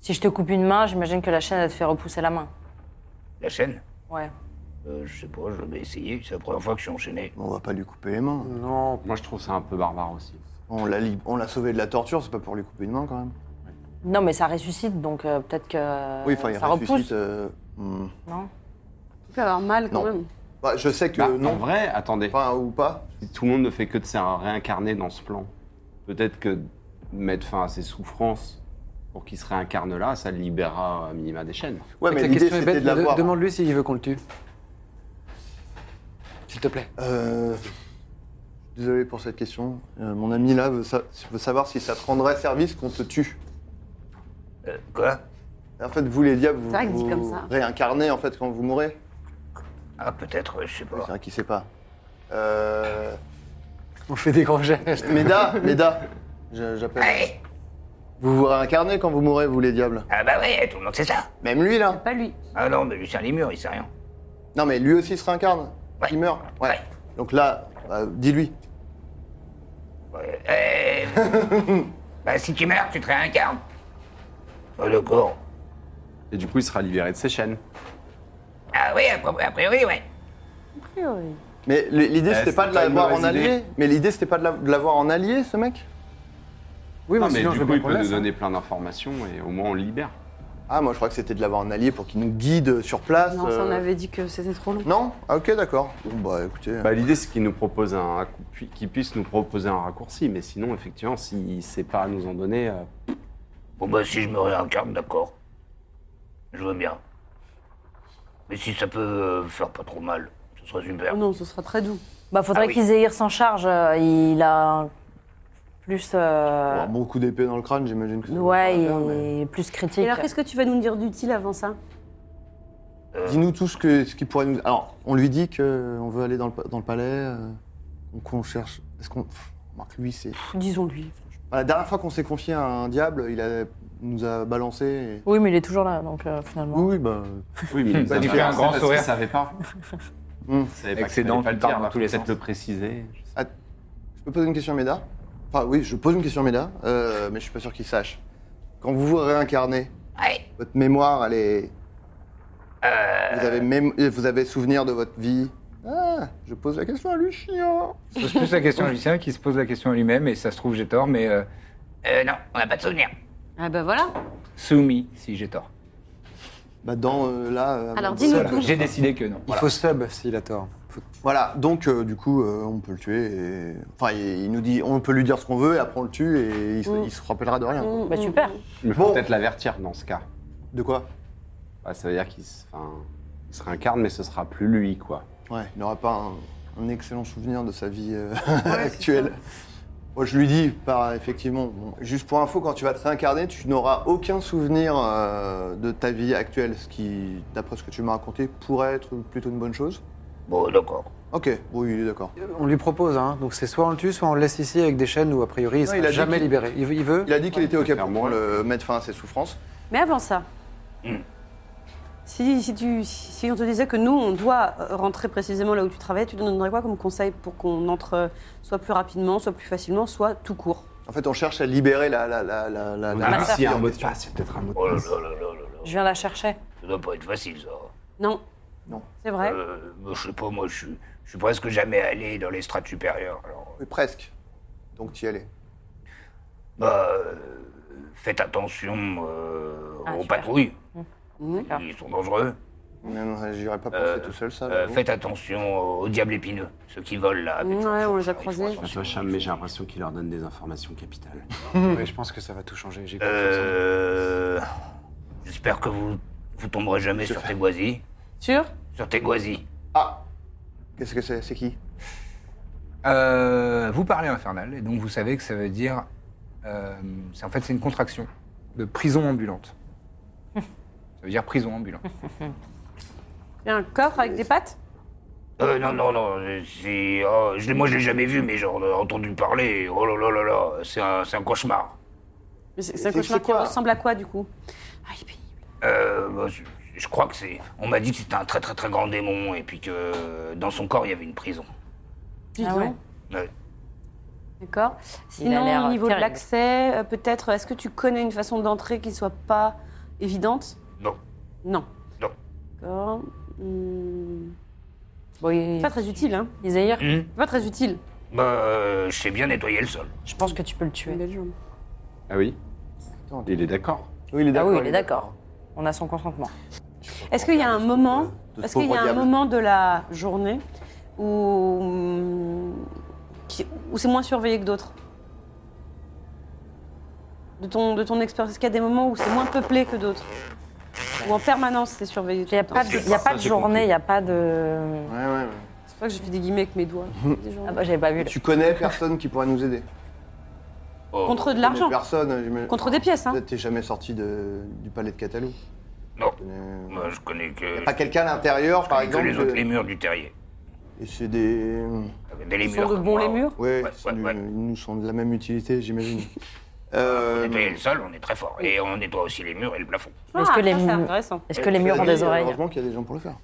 [SPEAKER 5] si je te coupe une main, j'imagine que la chaîne, elle te fait repousser la main.
[SPEAKER 4] la chaîne
[SPEAKER 5] Ouais.
[SPEAKER 4] euh, Je sais pas, je vais essayer. C'est la première fois que je suis enchaîné.
[SPEAKER 2] On va pas lui couper les mains.
[SPEAKER 7] Non.
[SPEAKER 6] Moi, je trouve ça un peu barbare aussi.
[SPEAKER 2] On l'a, lib- on l'a sauvé de la torture, c'est pas pour lui couper une main quand même.
[SPEAKER 5] Non, mais ça ressuscite, donc euh, peut-être que
[SPEAKER 2] oui, enfin, il
[SPEAKER 5] ça
[SPEAKER 2] ressuscite.
[SPEAKER 5] repousse.
[SPEAKER 2] euh, hmm.
[SPEAKER 5] Non
[SPEAKER 3] Il peut avoir mal quand
[SPEAKER 2] Non.
[SPEAKER 3] même.
[SPEAKER 2] Bah, je sais que
[SPEAKER 6] Bah, En
[SPEAKER 2] non,
[SPEAKER 6] vrai, attendez.
[SPEAKER 2] enfin, ou pas.
[SPEAKER 6] Si tout le monde ne fait que de se réincarner dans ce plan, peut-être que mettre fin à ses souffrances pour qu'il se réincarne là, ça le libérera à minima des chaînes.
[SPEAKER 2] Ouais, mais
[SPEAKER 7] la
[SPEAKER 2] l'idée
[SPEAKER 7] question est
[SPEAKER 2] c'était
[SPEAKER 7] bête.
[SPEAKER 2] de l'avoir.
[SPEAKER 7] de- Demande-lui s'il veut qu'on le tue. S'il te plaît.
[SPEAKER 2] Euh, Désolé pour cette question. Euh, mon ami là veut, sa- veut savoir si ça te rendrait service qu'on te tue.
[SPEAKER 4] Euh, quoi
[SPEAKER 2] En fait, vous les diables, vous,
[SPEAKER 3] C'est vrai que dit
[SPEAKER 2] vous
[SPEAKER 3] comme ça.
[SPEAKER 2] réincarnez en fait quand vous mourrez.
[SPEAKER 4] Ah, peut-être, je sais
[SPEAKER 2] Oui, C'est
[SPEAKER 4] pas.
[SPEAKER 2] vrai qu'il sait pas. Euh...
[SPEAKER 7] On fait des grands gestes.
[SPEAKER 2] Méda, Méda, je- j'appelle.
[SPEAKER 4] Ouais.
[SPEAKER 2] Vous vous réincarnez quand vous mourrez, vous les diables.
[SPEAKER 4] Eh, Ah bah ouais, tout le monde sait ça.
[SPEAKER 2] Même lui là.
[SPEAKER 3] Pas lui.
[SPEAKER 4] Ah non, mais Lucien Limur, il sait rien.
[SPEAKER 2] Non mais lui aussi se réincarne.
[SPEAKER 4] Ouais.
[SPEAKER 2] Il meurt. Ouais.
[SPEAKER 4] Ouais.
[SPEAKER 2] Donc là, bah, dis-lui.
[SPEAKER 4] Ouais. Eh, bah si tu meurs, tu te réincarnes. Oh, le corps.
[SPEAKER 6] Et du coup, il sera libéré de ses chaînes.
[SPEAKER 4] Ah oui, a a priori, ouais.
[SPEAKER 2] Mais l- l'idée
[SPEAKER 6] Eh,
[SPEAKER 2] c'était
[SPEAKER 6] c'est
[SPEAKER 2] pas de
[SPEAKER 6] pas une
[SPEAKER 2] l'avoir en
[SPEAKER 6] mauvaise idée.
[SPEAKER 2] allié. Mais l'idée c'était pas de la- de l'avoir en allié, ce mec.
[SPEAKER 7] Oui,
[SPEAKER 6] Non,
[SPEAKER 7] mais
[SPEAKER 6] mais
[SPEAKER 7] sinon je
[SPEAKER 6] du
[SPEAKER 7] veux
[SPEAKER 6] coup,
[SPEAKER 7] bien
[SPEAKER 6] il
[SPEAKER 7] qu'on
[SPEAKER 6] peut
[SPEAKER 7] le
[SPEAKER 6] nous
[SPEAKER 7] laisse. hein.
[SPEAKER 6] donner plein d'informations et au moins on le libère.
[SPEAKER 2] Ah moi je crois que c'était de l'avoir en allié pour qu'il nous guide sur place.
[SPEAKER 3] Ah Non, ça
[SPEAKER 2] euh.
[SPEAKER 3] on avait dit que c'était trop long.
[SPEAKER 2] Non Ah, ok d'accord. Bon bah écoutez.
[SPEAKER 6] Bah, L'idée, c'est qu'il nous propose un racou- puis- qu'il puisse nous proposer un raccourci, mais sinon, effectivement, s'il ne sait pas nous en donner, euh,
[SPEAKER 4] Bon bah si je me réincarne, d'accord. Je veux bien. Mais si ça peut euh, faire pas trop mal, ce serait super.
[SPEAKER 3] Oh non, ce sera très doux.
[SPEAKER 5] Bah, faudrait
[SPEAKER 4] Ah oui.
[SPEAKER 5] qu'Iséir s'en charge. euh, Il a un- plus. euh,
[SPEAKER 2] Un bon coup d'épée dans le crâne, j'imagine que ça doit
[SPEAKER 5] Ouais,
[SPEAKER 2] faire
[SPEAKER 5] il
[SPEAKER 2] la peine, mais-
[SPEAKER 5] est plus critique.
[SPEAKER 3] Et alors, qu'est-ce que tu vas nous dire d'utile avant ça
[SPEAKER 2] Dis-nous tout ce, que, ce qui pourrait nous. Alors, on lui dit qu'on veut aller dans le, pa- dans le palais, euh, qu'on cherche. Est-ce qu'on. Pff, Marc, lui, c'est.
[SPEAKER 3] Pff, Disons-lui.
[SPEAKER 2] Bah, la dernière fois qu'on s'est confié à un diable, il a- nous a balancé. et-
[SPEAKER 5] Oui, mais il est toujours là, donc euh, finalement.
[SPEAKER 2] Oui, oui, bah.
[SPEAKER 6] Oui, mais
[SPEAKER 1] Bah, tu fais un grand sourire.
[SPEAKER 6] Il savait pas.
[SPEAKER 2] Hmm.
[SPEAKER 6] Il savait pas qu'il
[SPEAKER 1] Excellent,
[SPEAKER 6] fallait pas le
[SPEAKER 1] tu parles
[SPEAKER 6] dire,
[SPEAKER 1] dans tous les
[SPEAKER 6] peut-être
[SPEAKER 1] sens.
[SPEAKER 6] le préciser.
[SPEAKER 2] Je peux poser une question à Méda Enfin, oui, je pose une question à Méda, euh, mais je suis pas sûr qu'il sache. Quand vous vous réincarnez,
[SPEAKER 4] Ouais.
[SPEAKER 2] votre mémoire, elle est.
[SPEAKER 4] Euh,
[SPEAKER 2] Vous avez, mém- vous avez souvenir de votre vie Ah, je pose la question à Lucien
[SPEAKER 1] Je pose plus la question à Lucien qui se pose la question à lui-même, et ça se trouve, j'ai tort, mais euh,
[SPEAKER 4] euh, non, on n'a pas de souvenir.
[SPEAKER 3] Ah bah voilà.
[SPEAKER 1] soumis si j'ai tort.
[SPEAKER 2] Bah, dans euh, là. euh,
[SPEAKER 3] Alors,
[SPEAKER 2] dans-
[SPEAKER 3] dis-nous
[SPEAKER 1] Voilà,
[SPEAKER 3] tout.
[SPEAKER 1] J'ai décidé que non.
[SPEAKER 7] Il faut sub s'il a tort. Faut-
[SPEAKER 2] Voilà, donc euh, du coup, euh, on peut le tuer. Et... Enfin, il, il nous dit, on peut lui dire ce qu'on veut, et après on le tue, et il, se-
[SPEAKER 3] Mm.
[SPEAKER 2] il se rappellera de rien. quoi.
[SPEAKER 3] Mm,
[SPEAKER 5] Bah,
[SPEAKER 3] mm,
[SPEAKER 5] super.
[SPEAKER 3] mm.
[SPEAKER 6] Il faut
[SPEAKER 2] Bon.
[SPEAKER 6] peut-être l'avertir dans ce cas.
[SPEAKER 2] De quoi
[SPEAKER 6] Bah, ça veut dire qu'il se, enfin, il se réincarne, mais ce sera plus lui, quoi.
[SPEAKER 2] Ouais, il n'aura pas un, un excellent souvenir de sa vie euh, actuelle. Moi, je lui dis, par, effectivement, bon, juste pour info, quand tu vas te réincarner, tu n'auras aucun souvenir euh, de ta vie actuelle, ce qui, d'après ce que tu m'as raconté, pourrait être plutôt une bonne chose.
[SPEAKER 4] Bon, d'accord.
[SPEAKER 2] Ok, bon, il est d'accord.
[SPEAKER 7] On lui propose, hein. donc c'est soit on le tue, soit on le laisse ici avec des chaînes où a priori il
[SPEAKER 2] Non,
[SPEAKER 7] sera
[SPEAKER 2] il a dit
[SPEAKER 7] jamais
[SPEAKER 2] qu'il-
[SPEAKER 7] libéré. Il, veut- il veut
[SPEAKER 2] Il a dit qu'il était ok pour
[SPEAKER 6] Clairement.
[SPEAKER 2] le mettre fin à ses souffrances.
[SPEAKER 3] Mais avant ça,
[SPEAKER 4] Hmm.
[SPEAKER 3] si, si, tu- si- si on te disait que nous, on doit euh, rentrer précisément là où tu travailles, tu nous donnerais quoi comme conseil pour qu'on entre euh, soit plus rapidement, soit plus facilement, soit tout court
[SPEAKER 2] En fait, on cherche à libérer la. la, la, la, la-
[SPEAKER 6] On
[SPEAKER 2] la-
[SPEAKER 6] a
[SPEAKER 5] sœur.
[SPEAKER 6] s'il
[SPEAKER 1] hein,
[SPEAKER 6] y a un mot de passe, c'est peut-être un mot de
[SPEAKER 4] Oh là
[SPEAKER 6] passe.
[SPEAKER 4] là là là là là.
[SPEAKER 5] Je viens la chercher.
[SPEAKER 4] Ça doit pas être facile, ça.
[SPEAKER 3] Non.
[SPEAKER 2] Non.
[SPEAKER 3] C'est vrai.
[SPEAKER 4] Euh, je sais pas, moi, je suis, je suis presque jamais allé dans les strates supérieures. Alors,
[SPEAKER 2] Oui, presque. Donc, tu y allais.
[SPEAKER 4] bah, euh, faites attention euh,
[SPEAKER 5] Ah,
[SPEAKER 4] aux
[SPEAKER 5] super.
[SPEAKER 4] patrouilles.
[SPEAKER 3] D'accord.
[SPEAKER 4] Ils sont dangereux.
[SPEAKER 2] Mais non, J'aurais pas pensé
[SPEAKER 4] Euh,
[SPEAKER 2] tout seul, ça.
[SPEAKER 4] Euh,
[SPEAKER 2] j'avoue.
[SPEAKER 4] faites attention aux diables épineux, ceux qui volent là. avec
[SPEAKER 3] Mm, Ouais,
[SPEAKER 4] leurs
[SPEAKER 3] on
[SPEAKER 4] fourches,
[SPEAKER 3] les a
[SPEAKER 4] là, il faut
[SPEAKER 3] croisés.
[SPEAKER 4] attention.
[SPEAKER 6] Toi, Cham, mais j'ai l'impression qu'il leur donne des informations capitales.
[SPEAKER 7] Ouais, je pense que ça va tout changer. J'ai confiance en lui.
[SPEAKER 4] Euh, J'espère que vous vous tomberez jamais sur tes boisies.
[SPEAKER 5] Sûr
[SPEAKER 4] Sur tes goisies.
[SPEAKER 2] Ah Qu'est-ce que c'est C'est qui
[SPEAKER 1] Euh, vous parlez infernal, et donc vous savez que ça veut dire. euh, c'est- en fait, c'est une contraction de prison ambulante. Ça veut dire prison ambulante.
[SPEAKER 3] Il y a un coffre avec des pattes
[SPEAKER 4] Euh, non, non, non, euh, c'est. oh, je l'ai- moi, je l'ai jamais vu, mais j'en ai entendu parler. Oh là là là là, c'est un, c'est un cauchemar.
[SPEAKER 3] Mais C'est c'est un
[SPEAKER 2] C'est-
[SPEAKER 3] cauchemar
[SPEAKER 2] c'est
[SPEAKER 3] qui
[SPEAKER 2] quoi
[SPEAKER 3] ressemble à quoi du coup Ah, il est pénible.
[SPEAKER 4] Euh, bah, je, je crois que c'est. On m'a dit que c'était un très très très grand démon et puis que euh, dans son corps il y avait une prison.
[SPEAKER 3] Dis
[SPEAKER 5] Ah
[SPEAKER 3] donc.
[SPEAKER 5] ouais.
[SPEAKER 4] Ouais.
[SPEAKER 3] D'accord.
[SPEAKER 5] Il a
[SPEAKER 3] Sinon,
[SPEAKER 5] l'air
[SPEAKER 3] au niveau
[SPEAKER 5] terrible.
[SPEAKER 3] de l'accès, euh, peut-être, est-ce que tu connais une façon d'entrer qui soit pas évidente
[SPEAKER 4] Non.
[SPEAKER 3] Non.
[SPEAKER 4] Non.
[SPEAKER 3] D'accord. Hmm.
[SPEAKER 5] Bon, il-
[SPEAKER 3] C'est pas très utile, hein
[SPEAKER 5] Isaïr,
[SPEAKER 4] Hmm
[SPEAKER 3] C'est Pas très utile.
[SPEAKER 4] Bah, euh, je sais bien nettoyer le sol.
[SPEAKER 5] je pense que tu peux le tuer.
[SPEAKER 6] Ah oui Il est d'accord.
[SPEAKER 2] Oui, il est
[SPEAKER 5] Ah
[SPEAKER 2] d'accord.
[SPEAKER 5] oui, il est d'accord. On a son consentement.
[SPEAKER 3] Est-ce qu'il y a un moment,
[SPEAKER 2] de ce
[SPEAKER 3] est-ce qu'il y a
[SPEAKER 2] pauvre
[SPEAKER 3] un
[SPEAKER 2] diable.
[SPEAKER 3] moment de la journée où, hmm, qui- où c'est moins surveillé que d'autres de ton, de ton expérience, est-ce qu'il y a des moments où c'est moins peuplé que d'autres Ou en permanence c'est surveillé tout
[SPEAKER 5] Il n'y a
[SPEAKER 3] le temps
[SPEAKER 5] pas de, il y a pas de
[SPEAKER 6] c'est
[SPEAKER 5] journée,
[SPEAKER 6] compliqué.
[SPEAKER 5] il n'y a pas de.
[SPEAKER 2] Ouais, ouais, ouais.
[SPEAKER 3] C'est pour ça que j'ai fait des guillemets avec mes doigts. Des gens-
[SPEAKER 5] Ah bah, j'avais pas vu. le-
[SPEAKER 2] Tu connais personne qui pourrait nous aider
[SPEAKER 4] Oh,
[SPEAKER 3] Contre de
[SPEAKER 2] Tu
[SPEAKER 3] l'argent
[SPEAKER 2] connais Personne. j'imagine-
[SPEAKER 3] Contre des pièces, hein.
[SPEAKER 2] Peut-être T'es jamais sorti de- du palais de Catalou.
[SPEAKER 4] Non.
[SPEAKER 2] Euh,
[SPEAKER 4] Moi, je connais que.
[SPEAKER 2] Pas quelqu'un à l'intérieur, par
[SPEAKER 4] que
[SPEAKER 2] exemple. euh,
[SPEAKER 4] les autres, les
[SPEAKER 2] que-
[SPEAKER 4] murs du terrier.
[SPEAKER 2] Et c'est des. euh,
[SPEAKER 4] Avec Des les
[SPEAKER 5] Ils sont
[SPEAKER 4] murs.
[SPEAKER 5] de
[SPEAKER 4] comme
[SPEAKER 5] bons
[SPEAKER 4] moi.
[SPEAKER 5] les murs
[SPEAKER 2] Ouais,
[SPEAKER 4] Ouais,
[SPEAKER 2] ils sont
[SPEAKER 4] ouais,
[SPEAKER 2] du-
[SPEAKER 4] ouais. Ah,
[SPEAKER 2] ils nous sont de la même utilité, j'imagine.
[SPEAKER 4] Pour
[SPEAKER 2] Euh,
[SPEAKER 4] Nettoyer le sol, on est très fort. Et on nettoie aussi les murs et le plafond.
[SPEAKER 3] Ah,
[SPEAKER 5] Est-ce que les
[SPEAKER 3] ça, c'est
[SPEAKER 5] murs-
[SPEAKER 3] intéressant.
[SPEAKER 5] Est-ce que les murs ont des oreilles
[SPEAKER 2] Heureusement qu'il y a des gens pour le faire.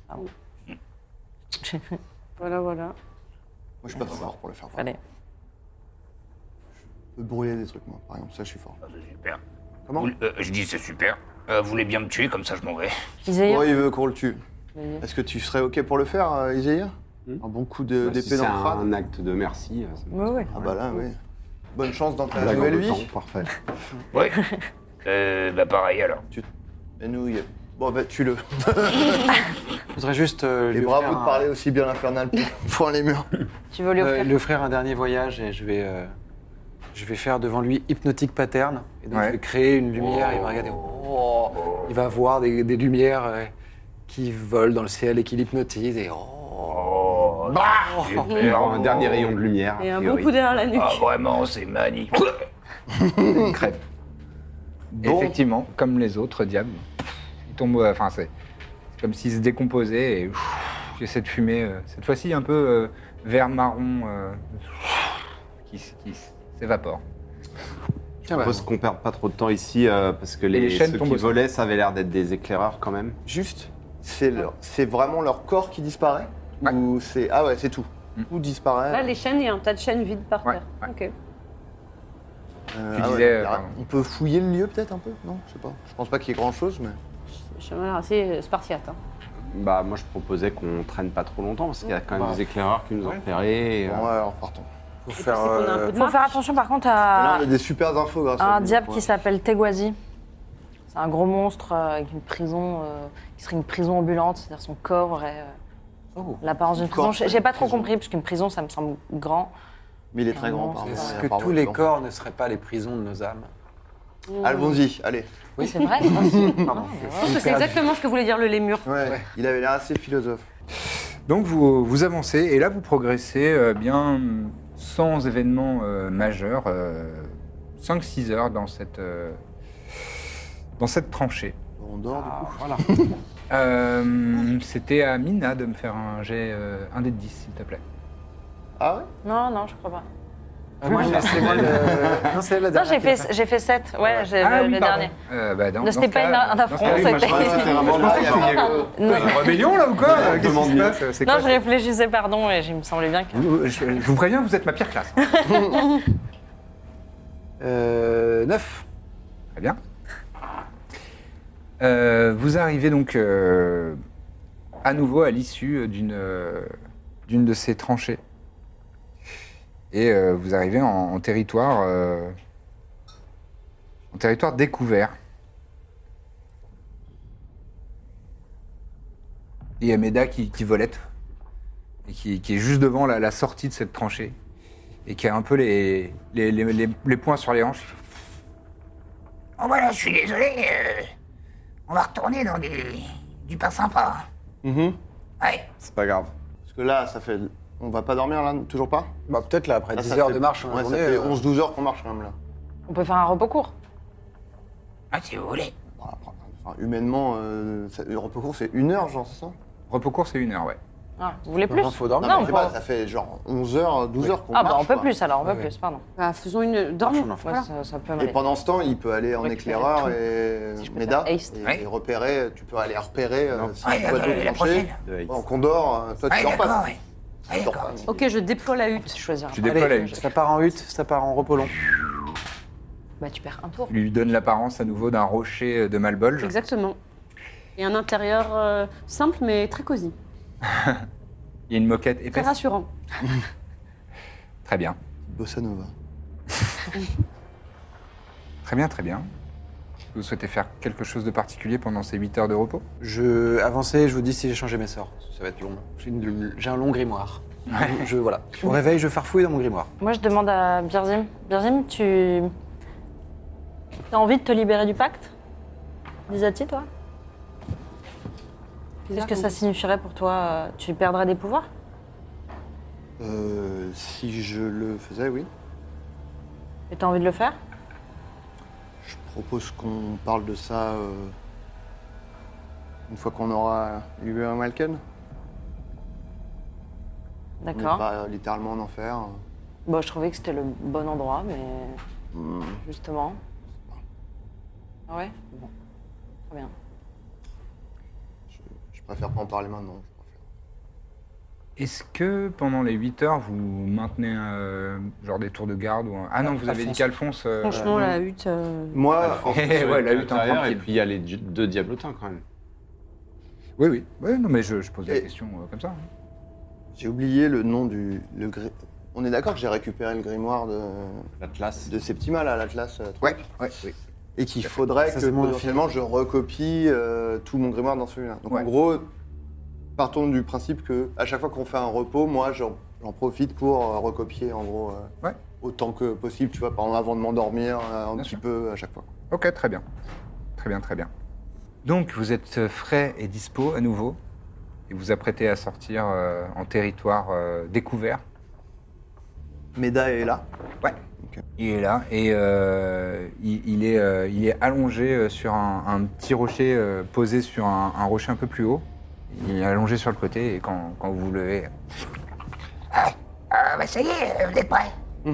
[SPEAKER 3] Voilà, voilà.
[SPEAKER 2] Moi, je suis pas très fort pour le faire. par
[SPEAKER 5] Allez.
[SPEAKER 2] exemple. Je peux brûler des trucs, moi, par exemple. Ça, je suis fort.
[SPEAKER 4] Ah, c'est super.
[SPEAKER 2] Comment
[SPEAKER 4] Vous- euh, Je dis c'est super. Euh, vous voulez bien me tuer, comme ça je m'en vais.
[SPEAKER 5] Isaïr,
[SPEAKER 2] Bon, il veut qu'on le tue. Est-ce que tu serais OK pour le faire, euh, Isaïr Un bon coup de-
[SPEAKER 6] Bah,
[SPEAKER 2] d'épée
[SPEAKER 6] si c'est
[SPEAKER 2] dans le
[SPEAKER 6] un,
[SPEAKER 2] crâne
[SPEAKER 6] un acte de merci. euh, ça me-
[SPEAKER 5] Oui, oui.
[SPEAKER 2] Ah bah là, oui. Bonne chance dans ta
[SPEAKER 6] Blague en
[SPEAKER 2] nouvelle
[SPEAKER 6] deux
[SPEAKER 2] vie.
[SPEAKER 6] temps, Parfait.
[SPEAKER 4] Ouais. euh, bah, pareil alors.
[SPEAKER 2] Et nous, il- Bon, bah, tue-le.
[SPEAKER 7] Je voudrais juste euh,
[SPEAKER 2] Et
[SPEAKER 7] lui, offrir
[SPEAKER 2] bravo de
[SPEAKER 7] un,
[SPEAKER 2] parler aussi bien l'infernal pour, pour les murs.
[SPEAKER 5] tu veux lui
[SPEAKER 7] euh,
[SPEAKER 5] offrir
[SPEAKER 7] lui offrir un dernier voyage et je vais, euh, je vais faire devant lui hypnotique pattern. Et donc
[SPEAKER 1] Ouais.
[SPEAKER 7] je vais créer une lumière. Il va regarder. Oh il va voir des, des lumières euh, qui volent dans le ciel et qui l'hypnotisent. Et oh.
[SPEAKER 4] Oh,
[SPEAKER 6] Il y
[SPEAKER 4] super.
[SPEAKER 6] aura un dernier rayon de lumière.
[SPEAKER 3] Et
[SPEAKER 6] a
[SPEAKER 3] un bon
[SPEAKER 6] priori.
[SPEAKER 3] coup derrière la nuque.
[SPEAKER 4] Ah, vraiment, c'est magnifique.
[SPEAKER 2] Bon.
[SPEAKER 1] Effectivement, comme les autres diables, ils tombent. euh, Enfin, c'est c'est comme s'ils se décomposaient et pff, il y a cette fumée, euh, cette fois-ci un peu euh, vert marron, euh, qui, s- qui s- s'évapore.
[SPEAKER 7] Tiens, bah,
[SPEAKER 6] Je propose qu'on perde pas trop de temps ici euh, parce que les,
[SPEAKER 1] les chaînes
[SPEAKER 6] ceux
[SPEAKER 1] tombent
[SPEAKER 6] qui
[SPEAKER 1] aussi.
[SPEAKER 6] volaient, ça avait l'air d'être des éclaireurs quand même.
[SPEAKER 2] Juste, c'est leur- c'est vraiment leur corps qui disparaît
[SPEAKER 1] Ouais.
[SPEAKER 2] Ou c'est... Ah ouais, c'est tout.
[SPEAKER 1] Mm.
[SPEAKER 2] Tout disparaît.
[SPEAKER 3] Là, les chaînes, il y a un tas de chaînes vides par
[SPEAKER 1] Ouais,
[SPEAKER 3] terre.
[SPEAKER 1] ouais.
[SPEAKER 3] Ok.
[SPEAKER 2] Euh,
[SPEAKER 1] Tu
[SPEAKER 2] ah ouais,
[SPEAKER 1] disais, euh,
[SPEAKER 2] y a-
[SPEAKER 1] pardon.
[SPEAKER 2] on peut fouiller le lieu peut-être un peu Non, je sais pas. Je pense pas qu'il y ait grand-chose, mais...
[SPEAKER 3] J'ai l'air assez euh, spartiate. hein.
[SPEAKER 6] Bah moi je proposais qu'on traîne pas trop longtemps parce qu'il y a quand même
[SPEAKER 7] Bah,
[SPEAKER 6] des éclaireurs qui nous ont
[SPEAKER 7] ouais.
[SPEAKER 6] repérés. et, euh,
[SPEAKER 2] Bon, ouais, alors partons.
[SPEAKER 7] faut
[SPEAKER 3] Et puis,
[SPEAKER 7] faire,
[SPEAKER 3] c'est qu'on a un peu
[SPEAKER 7] euh,
[SPEAKER 3] de
[SPEAKER 5] Faut
[SPEAKER 3] marge.
[SPEAKER 5] faire attention par contre
[SPEAKER 2] Et Là,
[SPEAKER 5] à
[SPEAKER 2] on a des super infos grâce à
[SPEAKER 5] Ah. un
[SPEAKER 2] lui,
[SPEAKER 5] diable
[SPEAKER 2] ouais.
[SPEAKER 5] qui s'appelle Teguazi. C'est un gros monstre euh, avec une prison, euh, qui serait une prison ambulante, c'est-à-dire son corps aurait euh,
[SPEAKER 7] Oh.
[SPEAKER 5] l'apparence d'une
[SPEAKER 2] Corps
[SPEAKER 5] prison. J'ai
[SPEAKER 2] serait
[SPEAKER 5] j'ai
[SPEAKER 2] une
[SPEAKER 5] pas trop
[SPEAKER 2] prison.
[SPEAKER 5] compris, parce qu'une prison, ça me semble grand.
[SPEAKER 2] Mais il est très grand, pardon.
[SPEAKER 7] Est-ce
[SPEAKER 2] Il y a
[SPEAKER 7] que
[SPEAKER 2] pas
[SPEAKER 7] tous les
[SPEAKER 2] dedans.
[SPEAKER 7] corps ne seraient pas les prisons de nos âmes
[SPEAKER 2] Allons-y, allez.
[SPEAKER 5] Oui, c'est vrai. non, c'est-
[SPEAKER 7] Pardon.
[SPEAKER 5] Ah,
[SPEAKER 7] je-
[SPEAKER 5] ouais.
[SPEAKER 3] Je pense que c'est
[SPEAKER 7] Perdu.
[SPEAKER 3] exactement ce que voulait dire le lémur.
[SPEAKER 2] Ouais, il avait l'air assez philosophe.
[SPEAKER 1] Donc vous, vous avancez et là vous progressez euh, bien sans événement euh, majeur, 5-6 heures dans cette, euh, dans cette tranchée.
[SPEAKER 2] On dort du coup.
[SPEAKER 1] Voilà. Euh, C'était à Mina de me faire un jet, euh, un dé de 10, s'il te plaît.
[SPEAKER 2] Ah ouais
[SPEAKER 5] Non, non, je crois pas.
[SPEAKER 7] Moi, c'est moi le- Non, c'est elle la
[SPEAKER 5] Non,
[SPEAKER 7] dernière.
[SPEAKER 5] j'ai
[SPEAKER 7] qui a
[SPEAKER 5] fait, j'ai fait 7, ouais, j'ai-
[SPEAKER 1] Ah
[SPEAKER 5] le,
[SPEAKER 1] oui,
[SPEAKER 5] le
[SPEAKER 1] pardon.
[SPEAKER 5] dernier.
[SPEAKER 1] Euh, bah, dans-
[SPEAKER 5] Non,
[SPEAKER 1] dans
[SPEAKER 5] c'était
[SPEAKER 1] ce
[SPEAKER 5] pas
[SPEAKER 1] cas-
[SPEAKER 5] une
[SPEAKER 1] dans ce
[SPEAKER 5] affront,
[SPEAKER 1] cas-là, oui, moi, je
[SPEAKER 5] c'était-
[SPEAKER 1] pensais-
[SPEAKER 2] C'était vraiment là, bah, il y avait-
[SPEAKER 1] Il y a une rébellion là ou quoi Qu'est-ce qui se passe C'est
[SPEAKER 5] Non,
[SPEAKER 1] quoi
[SPEAKER 5] je réfléchissais, pardon, et il me semblait bien que.
[SPEAKER 1] Vous- je, je vous préviens, vous êtes ma pire classe.
[SPEAKER 7] Euh, 9.
[SPEAKER 1] Très bien. Euh, vous arrivez donc euh, à nouveau à l'issue d'une euh, d'une de ces tranchées. Et euh, vous arrivez en, en territoire euh, en territoire découvert. Il y a Meda qui, qui volette et qui, qui est juste devant la, la sortie de cette tranchée et qui a un peu les, les, les, les- les poings sur les hanches.
[SPEAKER 4] Oh voilà, je suis désolé. euh, on va retourner dans du, du pain sympa. hein.
[SPEAKER 2] Mhm.
[SPEAKER 4] Ouais.
[SPEAKER 6] C'est pas grave.
[SPEAKER 2] Parce que là, ça fait. On va pas dormir là Toujours pas
[SPEAKER 7] Bah, peut-être là, après
[SPEAKER 2] Là,
[SPEAKER 7] 10
[SPEAKER 2] Ah, ça
[SPEAKER 7] heures
[SPEAKER 2] fait-
[SPEAKER 7] de marche, on
[SPEAKER 2] Ouais, ça
[SPEAKER 7] journée,
[SPEAKER 2] fait
[SPEAKER 7] euh,
[SPEAKER 2] 11-12 heures qu'on marche quand même là.
[SPEAKER 5] On peut faire un repos court.
[SPEAKER 4] Ah, si vous voulez.
[SPEAKER 2] Bon, après, enfin, humainement, euh, ça- le repos court, c'est une heure, genre, c'est ça
[SPEAKER 1] Repos court, c'est une heure, ouais.
[SPEAKER 5] Ah, vous voulez plus
[SPEAKER 7] non, faut dormir.
[SPEAKER 2] mais
[SPEAKER 5] Non,
[SPEAKER 2] je sais
[SPEAKER 5] on
[SPEAKER 2] pas,
[SPEAKER 5] peut-
[SPEAKER 2] ça fait genre 11 heures, 12 heures qu'on
[SPEAKER 5] Ah,
[SPEAKER 2] marche.
[SPEAKER 5] bah on peut
[SPEAKER 2] quoi.
[SPEAKER 5] plus alors, on peut
[SPEAKER 7] Ouais,
[SPEAKER 5] plus, pardon.
[SPEAKER 3] Bah, faisons une. Dormons.
[SPEAKER 7] Marchons, on en
[SPEAKER 5] Ouais,
[SPEAKER 3] voilà.
[SPEAKER 5] ça, ça peut
[SPEAKER 2] Et
[SPEAKER 5] m'aller.
[SPEAKER 2] pendant ce temps, il peut aller en
[SPEAKER 5] Récupérer
[SPEAKER 2] éclaireur
[SPEAKER 5] tout.
[SPEAKER 2] et
[SPEAKER 5] Si je peux
[SPEAKER 2] Méda
[SPEAKER 5] faire haste.
[SPEAKER 2] et,
[SPEAKER 4] Ouais.
[SPEAKER 2] et repérer. Tu peux aller repérer euh, si
[SPEAKER 4] Ouais,
[SPEAKER 2] tu
[SPEAKER 4] la-
[SPEAKER 2] vois
[SPEAKER 4] la-
[SPEAKER 2] d'autres
[SPEAKER 4] la
[SPEAKER 2] tranchées.
[SPEAKER 4] prochaine.
[SPEAKER 6] De X.
[SPEAKER 2] Bon, qu'on dort, euh, toi tu
[SPEAKER 4] Ouais,
[SPEAKER 2] dors
[SPEAKER 4] d'accord,
[SPEAKER 2] pas.
[SPEAKER 4] ouais. Ouais,
[SPEAKER 2] Tu dors pas.
[SPEAKER 4] d'accord.
[SPEAKER 3] Ok, je déploie la hutte.
[SPEAKER 5] Choisir.
[SPEAKER 1] Tu
[SPEAKER 5] un-
[SPEAKER 1] déploies la
[SPEAKER 7] Allez,
[SPEAKER 1] hutte.
[SPEAKER 7] ça part en hutte, ça part en repos long.
[SPEAKER 5] Bah, tu perds un tour.
[SPEAKER 1] Il lui donne l'apparence à nouveau d'un rocher euh, de Malbolge.
[SPEAKER 3] Exactement. Et un intérieur euh, simple mais très cosy,
[SPEAKER 1] Il y a une moquette
[SPEAKER 3] très
[SPEAKER 1] épaisse.
[SPEAKER 3] rassurant.
[SPEAKER 1] Très bien.
[SPEAKER 2] Bossa Nova.
[SPEAKER 1] Très bien, très bien. Vous souhaitez faire quelque chose de particulier pendant ces 8 heures de repos
[SPEAKER 7] Je avançais, je vous dis si j'ai changé mes sorts. Ça va être long. J'ai une- j'ai un long grimoire. Je, voilà. Au réveil, je farfouille dans mon grimoire.
[SPEAKER 5] Moi, je demande à Birzim. Birzim, tu. T'as envie de te libérer du pacte Disati, toi Qu'est-ce que ça signifierait pour toi euh, Tu perdrais des pouvoirs
[SPEAKER 2] Euh, si je le faisais, oui.
[SPEAKER 5] Et t'as envie de le faire
[SPEAKER 2] Je propose qu'on parle de ça euh, une fois qu'on aura eu un Malken. On n'est
[SPEAKER 5] D'accord.
[SPEAKER 2] pas euh, littéralement en enfer.
[SPEAKER 5] Bon, je trouvais que c'était le bon endroit, mais
[SPEAKER 1] Hmm.
[SPEAKER 5] justement. Ah ouais Bon. Très bien.
[SPEAKER 2] Je, je préfère pas en parler maintenant. je préfère.
[SPEAKER 1] Est-ce que pendant les 8 heures, vous maintenez euh, genre des tours de garde ou un- Ah non, vous avez dit qu'Alphonse... euh,
[SPEAKER 3] Franchement, la hutte. euh,
[SPEAKER 2] Moi, en-
[SPEAKER 1] Eh ouais, la hutte en
[SPEAKER 6] Intérieur, Et
[SPEAKER 1] tranquille.
[SPEAKER 6] puis il y a les di- deux diablotins quand même.
[SPEAKER 1] Oui, oui. Ouais, non, mais je, je pose la
[SPEAKER 2] Et-
[SPEAKER 1] question euh, comme ça.
[SPEAKER 2] j'ai oublié le nom du. le gri- On est d'accord que j'ai récupéré le grimoire de,
[SPEAKER 6] L'Atlas.
[SPEAKER 2] de Septima, là, l'Atlas. euh, truc.
[SPEAKER 1] Ouais, oui.
[SPEAKER 2] Et qu'il faudrait
[SPEAKER 7] Ça,
[SPEAKER 2] que
[SPEAKER 7] c'est mon
[SPEAKER 2] potentiellement je recopie euh, tout mon grimoire dans celui-là. Donc
[SPEAKER 1] Ouais.
[SPEAKER 2] en gros, partons du principe que à chaque fois qu'on fait un repos, moi j'en j'en profite pour euh, recopier en gros euh,
[SPEAKER 1] Ouais.
[SPEAKER 2] autant que possible, tu vois, par exemple avant de m'endormir, euh, un
[SPEAKER 1] Bien
[SPEAKER 2] petit
[SPEAKER 1] sûr.
[SPEAKER 2] peu à chaque fois.
[SPEAKER 1] Ok, très bien. Très bien, très bien. Donc, vous êtes euh, frais et dispo à nouveau, et vous apprêtez à sortir euh, en territoire euh, découvert.
[SPEAKER 2] Méda est là.
[SPEAKER 1] Ouais.
[SPEAKER 2] Ok.
[SPEAKER 1] Il est là et euh, il, il est, euh, il est allongé euh, sur un, un petit rocher euh, posé sur un, un rocher un peu plus haut. Il est allongé sur le côté et quand, quand vous vous levez,
[SPEAKER 4] Ah, bah ça y est, euh, vous êtes prêts Eh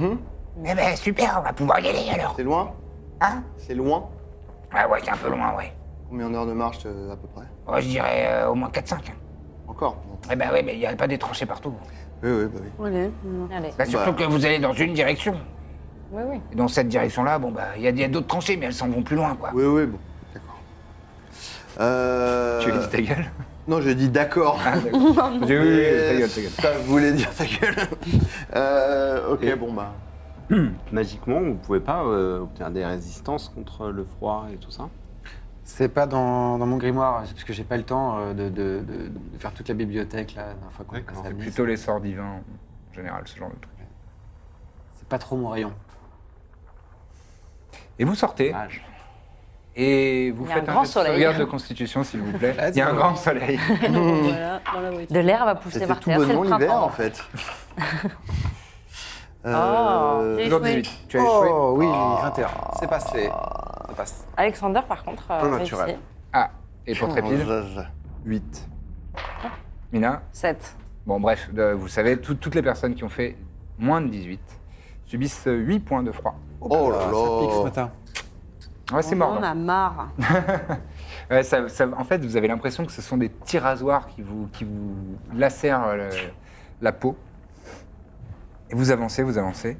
[SPEAKER 4] ben super, on va pouvoir y aller alors.
[SPEAKER 2] C'est loin
[SPEAKER 4] Hein
[SPEAKER 2] C'est loin
[SPEAKER 4] Ah ouais, c'est un peu loin, ouais.
[SPEAKER 2] Combien d'heures de marche euh, à peu près
[SPEAKER 4] Oh, je dirais euh, au moins 4-5. hein.
[SPEAKER 2] Encore non.
[SPEAKER 4] Eh ben ouais, mais il n'y a pas des tranchées partout.
[SPEAKER 2] Oui, oui, bah oui.
[SPEAKER 3] Allez. euh,
[SPEAKER 5] Allez.
[SPEAKER 4] Bah, surtout
[SPEAKER 2] Bah.
[SPEAKER 4] que vous allez dans une direction.
[SPEAKER 5] Oui, oui.
[SPEAKER 4] Et dans cette direction-là, bon bah, il y a, il y a d'autres tranchées, mais elles s'en vont plus loin, quoi.
[SPEAKER 2] Oui, oui, bon, d'accord. Euh...
[SPEAKER 1] tu lui dis ta gueule.
[SPEAKER 2] Non, je dis d'accord.
[SPEAKER 1] Je dis, oui, oui, oui, ta
[SPEAKER 2] Mais
[SPEAKER 1] gueule, ta gueule.
[SPEAKER 2] Ça voulait dire ta gueule. Euh, ok, bon bah.
[SPEAKER 6] Magiquement, vous pouvez pas euh, obtenir des résistances contre le froid et tout
[SPEAKER 1] Euh,
[SPEAKER 6] ça
[SPEAKER 7] C'est pas dans, dans mon grimoire, c'est parce que j'ai pas le temps euh, de, de- de- de faire toute la bibliothèque là, la dernière fois qu'on est
[SPEAKER 6] D'accord.
[SPEAKER 7] passé à
[SPEAKER 1] C'est
[SPEAKER 7] Nice.
[SPEAKER 1] plutôt les sorts divins en général, ce genre de truc.
[SPEAKER 7] C'est pas trop mon rayon.
[SPEAKER 1] Et vous sortez
[SPEAKER 6] Dommage.
[SPEAKER 1] et vous
[SPEAKER 5] Il y a
[SPEAKER 1] faites
[SPEAKER 5] un grand
[SPEAKER 1] jet de
[SPEAKER 5] soleil.
[SPEAKER 1] sauvegarde de constitution, s'il vous plaît.
[SPEAKER 7] Let's
[SPEAKER 1] Il y a un
[SPEAKER 7] go.
[SPEAKER 1] grand soleil.
[SPEAKER 3] donc voilà, dans la hutte.
[SPEAKER 5] De l'air va pousser
[SPEAKER 2] C'était
[SPEAKER 5] par
[SPEAKER 2] tout
[SPEAKER 5] terre, c'est le
[SPEAKER 2] bonnement l'hiver
[SPEAKER 5] printemps.
[SPEAKER 2] en fait.
[SPEAKER 5] Oh.
[SPEAKER 2] Euh,
[SPEAKER 1] Toujours
[SPEAKER 3] échoué.
[SPEAKER 1] 18. Tu as échoué.
[SPEAKER 7] Oh oui, 21. C'est passé. Ça passe.
[SPEAKER 5] Alexander, par contre, euh,
[SPEAKER 7] Peu naturel.
[SPEAKER 5] réussi.
[SPEAKER 1] Ah, et pour Trépide,
[SPEAKER 2] Oh, zaz.
[SPEAKER 1] 8. Mina
[SPEAKER 5] 7.
[SPEAKER 1] Bon, bref, euh, vous savez, tout- toutes les personnes qui ont fait moins de 18 subissent 8 points de froid.
[SPEAKER 2] Oh
[SPEAKER 1] bah,
[SPEAKER 2] là
[SPEAKER 7] Ça pique ce
[SPEAKER 2] là
[SPEAKER 7] matin.
[SPEAKER 1] Ouais, c'est
[SPEAKER 3] On
[SPEAKER 1] mort.
[SPEAKER 3] en a marre.
[SPEAKER 1] Ouais, ça- ça- en fait, vous avez l'impression que ce sont des petits rasoirs qui vous, qui vous lacèrent euh, le- la peau. Et vous avancez, vous avancez.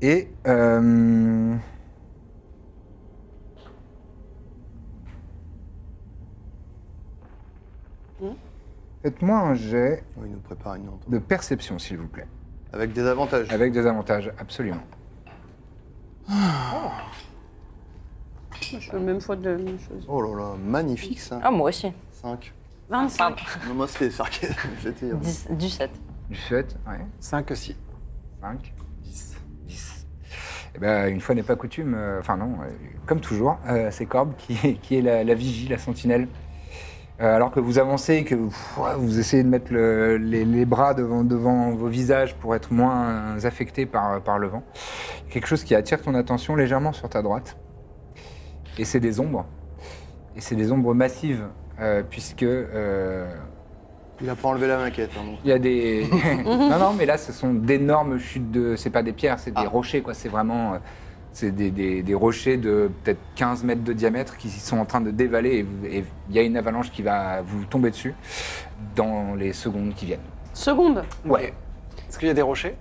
[SPEAKER 1] Et. euh, Faites-moi un jet
[SPEAKER 2] Oh, Il nous prépare une honte.
[SPEAKER 1] de perception, s'il vous plaît.
[SPEAKER 2] Avec des avantages.
[SPEAKER 1] Avec des avantages, absolument.
[SPEAKER 3] Je fais le même choix de la même chose.
[SPEAKER 2] Oh là là, magnifique ça.
[SPEAKER 5] Ah, moi aussi.
[SPEAKER 2] 5.
[SPEAKER 3] 25.
[SPEAKER 2] Non, moi c'était sarcasme. J'étais. euh,
[SPEAKER 5] 10, du 7.
[SPEAKER 1] Du fait, ouais.
[SPEAKER 7] 5 aussi.
[SPEAKER 1] 5, 10, 10. Eh ben, une fois n'est pas coutume, euh, enfin non, euh, comme toujours, euh, c'est Corbe qui, qui est la, la vigie, la sentinelle. Euh, alors que vous avancez et que vous, vous essayez de mettre le- les, les bras devant, devant vos visages pour être moins affectés par, par le vent, quelque chose qui attire ton attention légèrement sur ta droite. Et c'est des ombres. Et c'est des ombres massives, euh, puisque euh,
[SPEAKER 2] Il a pas enlevé la maquette. hein, donc.
[SPEAKER 1] il y a des. non, non, mais là, ce sont d'énormes chutes de. C'est pas des pierres, c'est des
[SPEAKER 2] Ah.
[SPEAKER 1] rochers, quoi. C'est vraiment. euh, C'est des, des- des rochers de peut-être 15 mètres de diamètre qui sont en train de dévaler et vous- et il y a une avalanche qui va vous tomber dessus dans les secondes qui viennent.
[SPEAKER 3] Seconde.
[SPEAKER 1] Ouais.
[SPEAKER 7] Est-ce qu'il y a des rochers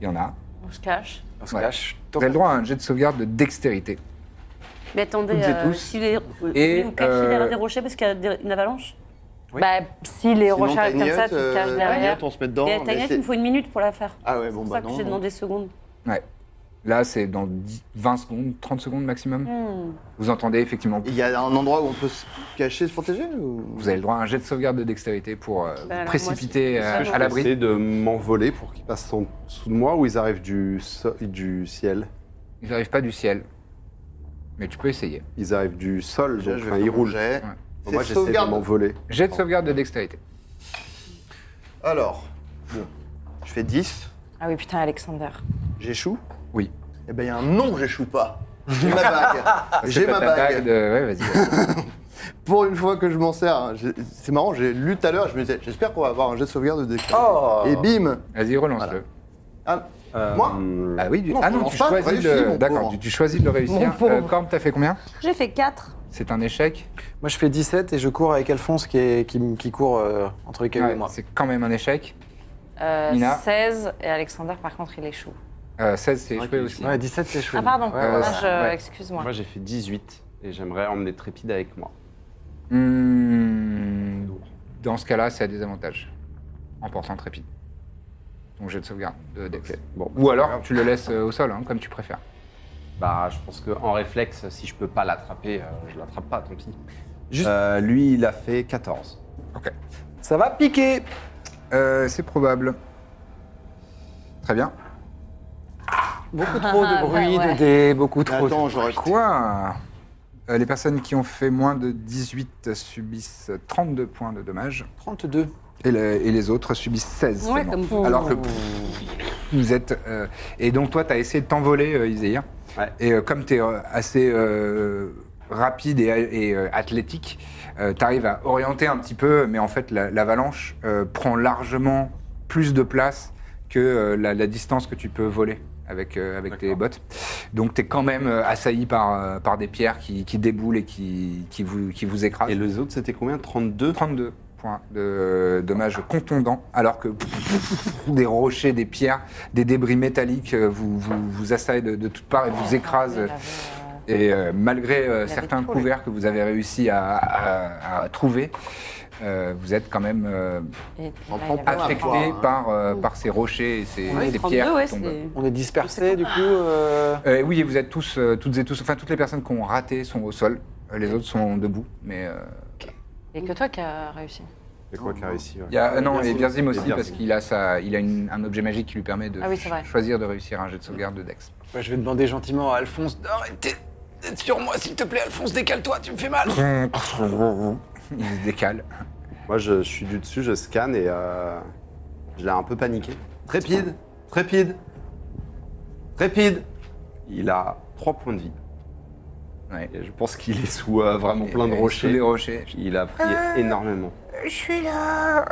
[SPEAKER 1] Il y en a.
[SPEAKER 5] On se cache.
[SPEAKER 7] On se
[SPEAKER 1] Ouais.
[SPEAKER 7] cache.
[SPEAKER 1] Vous avez le droit à un jet de sauvegarde de dextérité.
[SPEAKER 3] Mais attendez,
[SPEAKER 1] Toutes et
[SPEAKER 3] euh,
[SPEAKER 1] tous.
[SPEAKER 3] si les,
[SPEAKER 1] Et,
[SPEAKER 3] et, vous cachez
[SPEAKER 1] euh,
[SPEAKER 3] derrière des rochers parce qu'il y a des- une avalanche
[SPEAKER 7] Oui.
[SPEAKER 5] Bah, si les
[SPEAKER 2] Sinon,
[SPEAKER 5] rochers arrivent comme ça,
[SPEAKER 2] Tagnotte,
[SPEAKER 5] tu te
[SPEAKER 2] euh,
[SPEAKER 5] caches derrière.
[SPEAKER 2] Tagnotte, on se met dedans.
[SPEAKER 3] Et à
[SPEAKER 2] mais
[SPEAKER 3] Tagnette,
[SPEAKER 2] c'est-
[SPEAKER 3] il me faut une minute pour la faire.
[SPEAKER 2] Ah ouais,
[SPEAKER 3] C'est
[SPEAKER 2] bon,
[SPEAKER 3] pour
[SPEAKER 2] bah
[SPEAKER 3] ça que
[SPEAKER 2] non.
[SPEAKER 3] j'ai demandé seconde.
[SPEAKER 1] Là, c'est dans 10 20 secondes, 30 secondes maximum.
[SPEAKER 3] Hmm.
[SPEAKER 1] Vous entendez effectivement.
[SPEAKER 2] Il y a un endroit où on peut se cacher, se protéger ou...
[SPEAKER 1] Vous avez le droit à un jet de sauvegarde de dextérité pour euh, vous
[SPEAKER 3] Bah, alors, moi,
[SPEAKER 1] précipiter
[SPEAKER 3] c'est-
[SPEAKER 1] euh,
[SPEAKER 3] Est-ce que je
[SPEAKER 1] à l'abri.
[SPEAKER 6] J'essaie de m'envoler pour qu'ils passent en dessous de moi ou ils arrivent du, so- du ciel.
[SPEAKER 1] Ils n'arrivent pas du ciel. Mais tu peux essayer.
[SPEAKER 6] Ils arrivent du sol,
[SPEAKER 2] Déjà,
[SPEAKER 6] donc
[SPEAKER 2] je vais
[SPEAKER 6] enfin,
[SPEAKER 2] faire
[SPEAKER 6] ils
[SPEAKER 2] mon
[SPEAKER 6] roulent.
[SPEAKER 2] jet.
[SPEAKER 1] Ouais.
[SPEAKER 2] C'est
[SPEAKER 6] Moi, j'essaie de
[SPEAKER 2] sauvegarde.
[SPEAKER 6] m'envoler.
[SPEAKER 1] Jet
[SPEAKER 2] Oh.
[SPEAKER 1] de sauvegarde de dextérité.
[SPEAKER 2] Alors, bon, je fais 10,
[SPEAKER 5] Ah oui, putain, Alexander.
[SPEAKER 2] j'échoue.
[SPEAKER 1] Oui.
[SPEAKER 2] Eh ben, il y a un non, j'échoue pas. J'ai ma bague. Ah, J'ai
[SPEAKER 1] T'as
[SPEAKER 2] ma
[SPEAKER 1] ta
[SPEAKER 2] bague.
[SPEAKER 1] de- Ouais, vas-y.
[SPEAKER 2] Pour une fois que je m'en sers, hein, j'ai- c'est marrant, j'ai lu tout à l'heure, je me disais, j'espère qu'on va avoir un jet de sauvegarde de dextérité.
[SPEAKER 7] Oh
[SPEAKER 2] Et bim
[SPEAKER 1] Vas-y, relance-le.
[SPEAKER 2] Ah, Moi
[SPEAKER 6] Hum,
[SPEAKER 1] Ah oui, du-
[SPEAKER 2] Non,
[SPEAKER 1] ah
[SPEAKER 2] on
[SPEAKER 1] non,
[SPEAKER 2] lance
[SPEAKER 1] tu
[SPEAKER 2] pas,
[SPEAKER 1] choisis,
[SPEAKER 2] réussis,
[SPEAKER 1] de...
[SPEAKER 2] mon
[SPEAKER 1] D'accord,
[SPEAKER 2] pauvre.
[SPEAKER 1] tu, tu choisis de le réussir.
[SPEAKER 5] Mon pauvre.
[SPEAKER 1] Euh, Corbe, t'as fait combien
[SPEAKER 3] J'ai fait 4.
[SPEAKER 1] C'est un échec.
[SPEAKER 7] Moi, je fais 17 et je cours avec Alphonse qui, est- qui, m- qui court euh, entre les cailloux
[SPEAKER 1] Ouais,
[SPEAKER 7] et moi.
[SPEAKER 1] c'est quand même un échec.
[SPEAKER 5] Euh,
[SPEAKER 1] Mina.
[SPEAKER 5] 16 et Alexander, par contre, il échoue.
[SPEAKER 1] Euh, 16, c'est
[SPEAKER 2] Ouais,
[SPEAKER 1] échoué
[SPEAKER 2] tu-
[SPEAKER 1] aussi.
[SPEAKER 7] Ouais, 17, c'est chouette.
[SPEAKER 5] Ah, pardon.
[SPEAKER 7] Ouais,
[SPEAKER 1] Euh,
[SPEAKER 7] ouais.
[SPEAKER 5] Ah, je-
[SPEAKER 1] ouais.
[SPEAKER 5] Excuse-moi.
[SPEAKER 6] Moi, j'ai fait 18 et j'aimerais emmener Trépide avec moi.
[SPEAKER 1] Hmm, Dans ce cas-là, c'est à désavantage. En portant trépide. Donc jet de sauvegarde de dex.
[SPEAKER 6] Bon,
[SPEAKER 1] Ou alors, tu le laisses euh, au sol, hein, comme tu préfères.
[SPEAKER 6] Bah, je pense qu'en réflexe, si je peux pas l'attraper, euh, je l'attrape pas, tant pis. Euh, lui, il a fait 14.
[SPEAKER 7] Ça va piquer
[SPEAKER 1] Euh, c'est probable. Très bien.
[SPEAKER 7] Beaucoup trop de
[SPEAKER 5] Ah,
[SPEAKER 7] bruit,
[SPEAKER 5] bah ouais.
[SPEAKER 7] de dés, beaucoup
[SPEAKER 2] mais
[SPEAKER 7] trop. de-
[SPEAKER 2] attends, j'aurais quoi
[SPEAKER 1] Quoi Euh, Les personnes qui ont fait moins de 18 subissent 32 points de dommages
[SPEAKER 7] 32.
[SPEAKER 1] et, le- et les autres subissent 16.
[SPEAKER 3] Ouais,
[SPEAKER 1] seulement.
[SPEAKER 3] comme vous. Oh.
[SPEAKER 1] Alors que vous êtes. euh, et donc, toi, tu as essayé de t'envoler, euh, Izehir.
[SPEAKER 6] Ouais.
[SPEAKER 1] Et euh, comme tu es assez euh, rapide et, et, euh, athlétique, tu arrives à orienter un petit peu, mais en fait, la- l'avalanche euh, prend largement plus de place que euh, la, la distance que tu peux voler avec, euh, avec tes bottes. Donc, tu es quand même euh, assailli par, euh, par des pierres qui, qui déboulent et qui, qui, vous, qui vous écrasent.
[SPEAKER 6] Et les autres, c'était combien 32
[SPEAKER 1] 32 points de dommages contondants, alors que des rochers, des pierres, des débris métalliques euh, vous, vous, vous assaillent de, de toutes parts et vous
[SPEAKER 5] Il
[SPEAKER 1] écrasent.
[SPEAKER 5] avait, euh,
[SPEAKER 1] Et euh, malgré euh, certains
[SPEAKER 5] tout,
[SPEAKER 1] couverts que vous avez réussi à, à- à trouver, euh, vous êtes quand même euh,
[SPEAKER 5] il-
[SPEAKER 2] On
[SPEAKER 5] là, il
[SPEAKER 2] prend
[SPEAKER 5] avait-
[SPEAKER 2] pas la
[SPEAKER 1] affecté
[SPEAKER 2] voir, hein.
[SPEAKER 1] par, euh, par ces rochers et ces,
[SPEAKER 3] Ouais,
[SPEAKER 1] ces
[SPEAKER 3] 32,
[SPEAKER 1] pierres. qui
[SPEAKER 3] ouais,
[SPEAKER 1] tombent.
[SPEAKER 3] c'est-
[SPEAKER 7] On est dispersés, du coup. euh,
[SPEAKER 1] Euh, oui, et vous êtes tous, euh, toutes et tous, enfin toutes les personnes qui ont raté sont au sol, Euh, les autres sont debout, mais... euh,
[SPEAKER 5] Il y a que toi qui as réussi.
[SPEAKER 6] C'est quoi qui a réussi ouais.
[SPEAKER 1] Il y a, euh,
[SPEAKER 6] Ouais,
[SPEAKER 1] non, et
[SPEAKER 6] Birzim.
[SPEAKER 1] Birzim
[SPEAKER 6] Et
[SPEAKER 1] aussi,
[SPEAKER 6] Birzim.
[SPEAKER 1] parce qu'il a, sa, il a une- un objet magique qui lui permet de
[SPEAKER 5] Ah oui, c'est vrai.
[SPEAKER 1] choisir de réussir un jet de sauvegarde de Dex.
[SPEAKER 7] bah, je vais demander gentiment à Alphonse d'arrêter d'être sur moi, s'il te plaît, Alphonse, décale-toi, tu me fais mal.
[SPEAKER 1] Il se décale.
[SPEAKER 6] Moi, je, je suis du dessus, je scanne et euh, je l'ai un peu paniqué. Trépide Trépide Trépide Il a 3 points de vie.
[SPEAKER 1] Ouais.
[SPEAKER 6] Et je pense qu'il est sous euh, vraiment plein de
[SPEAKER 1] Et- et sous
[SPEAKER 6] rochers.
[SPEAKER 1] les rochers.
[SPEAKER 6] Il a pris énormément.
[SPEAKER 4] Je suis là.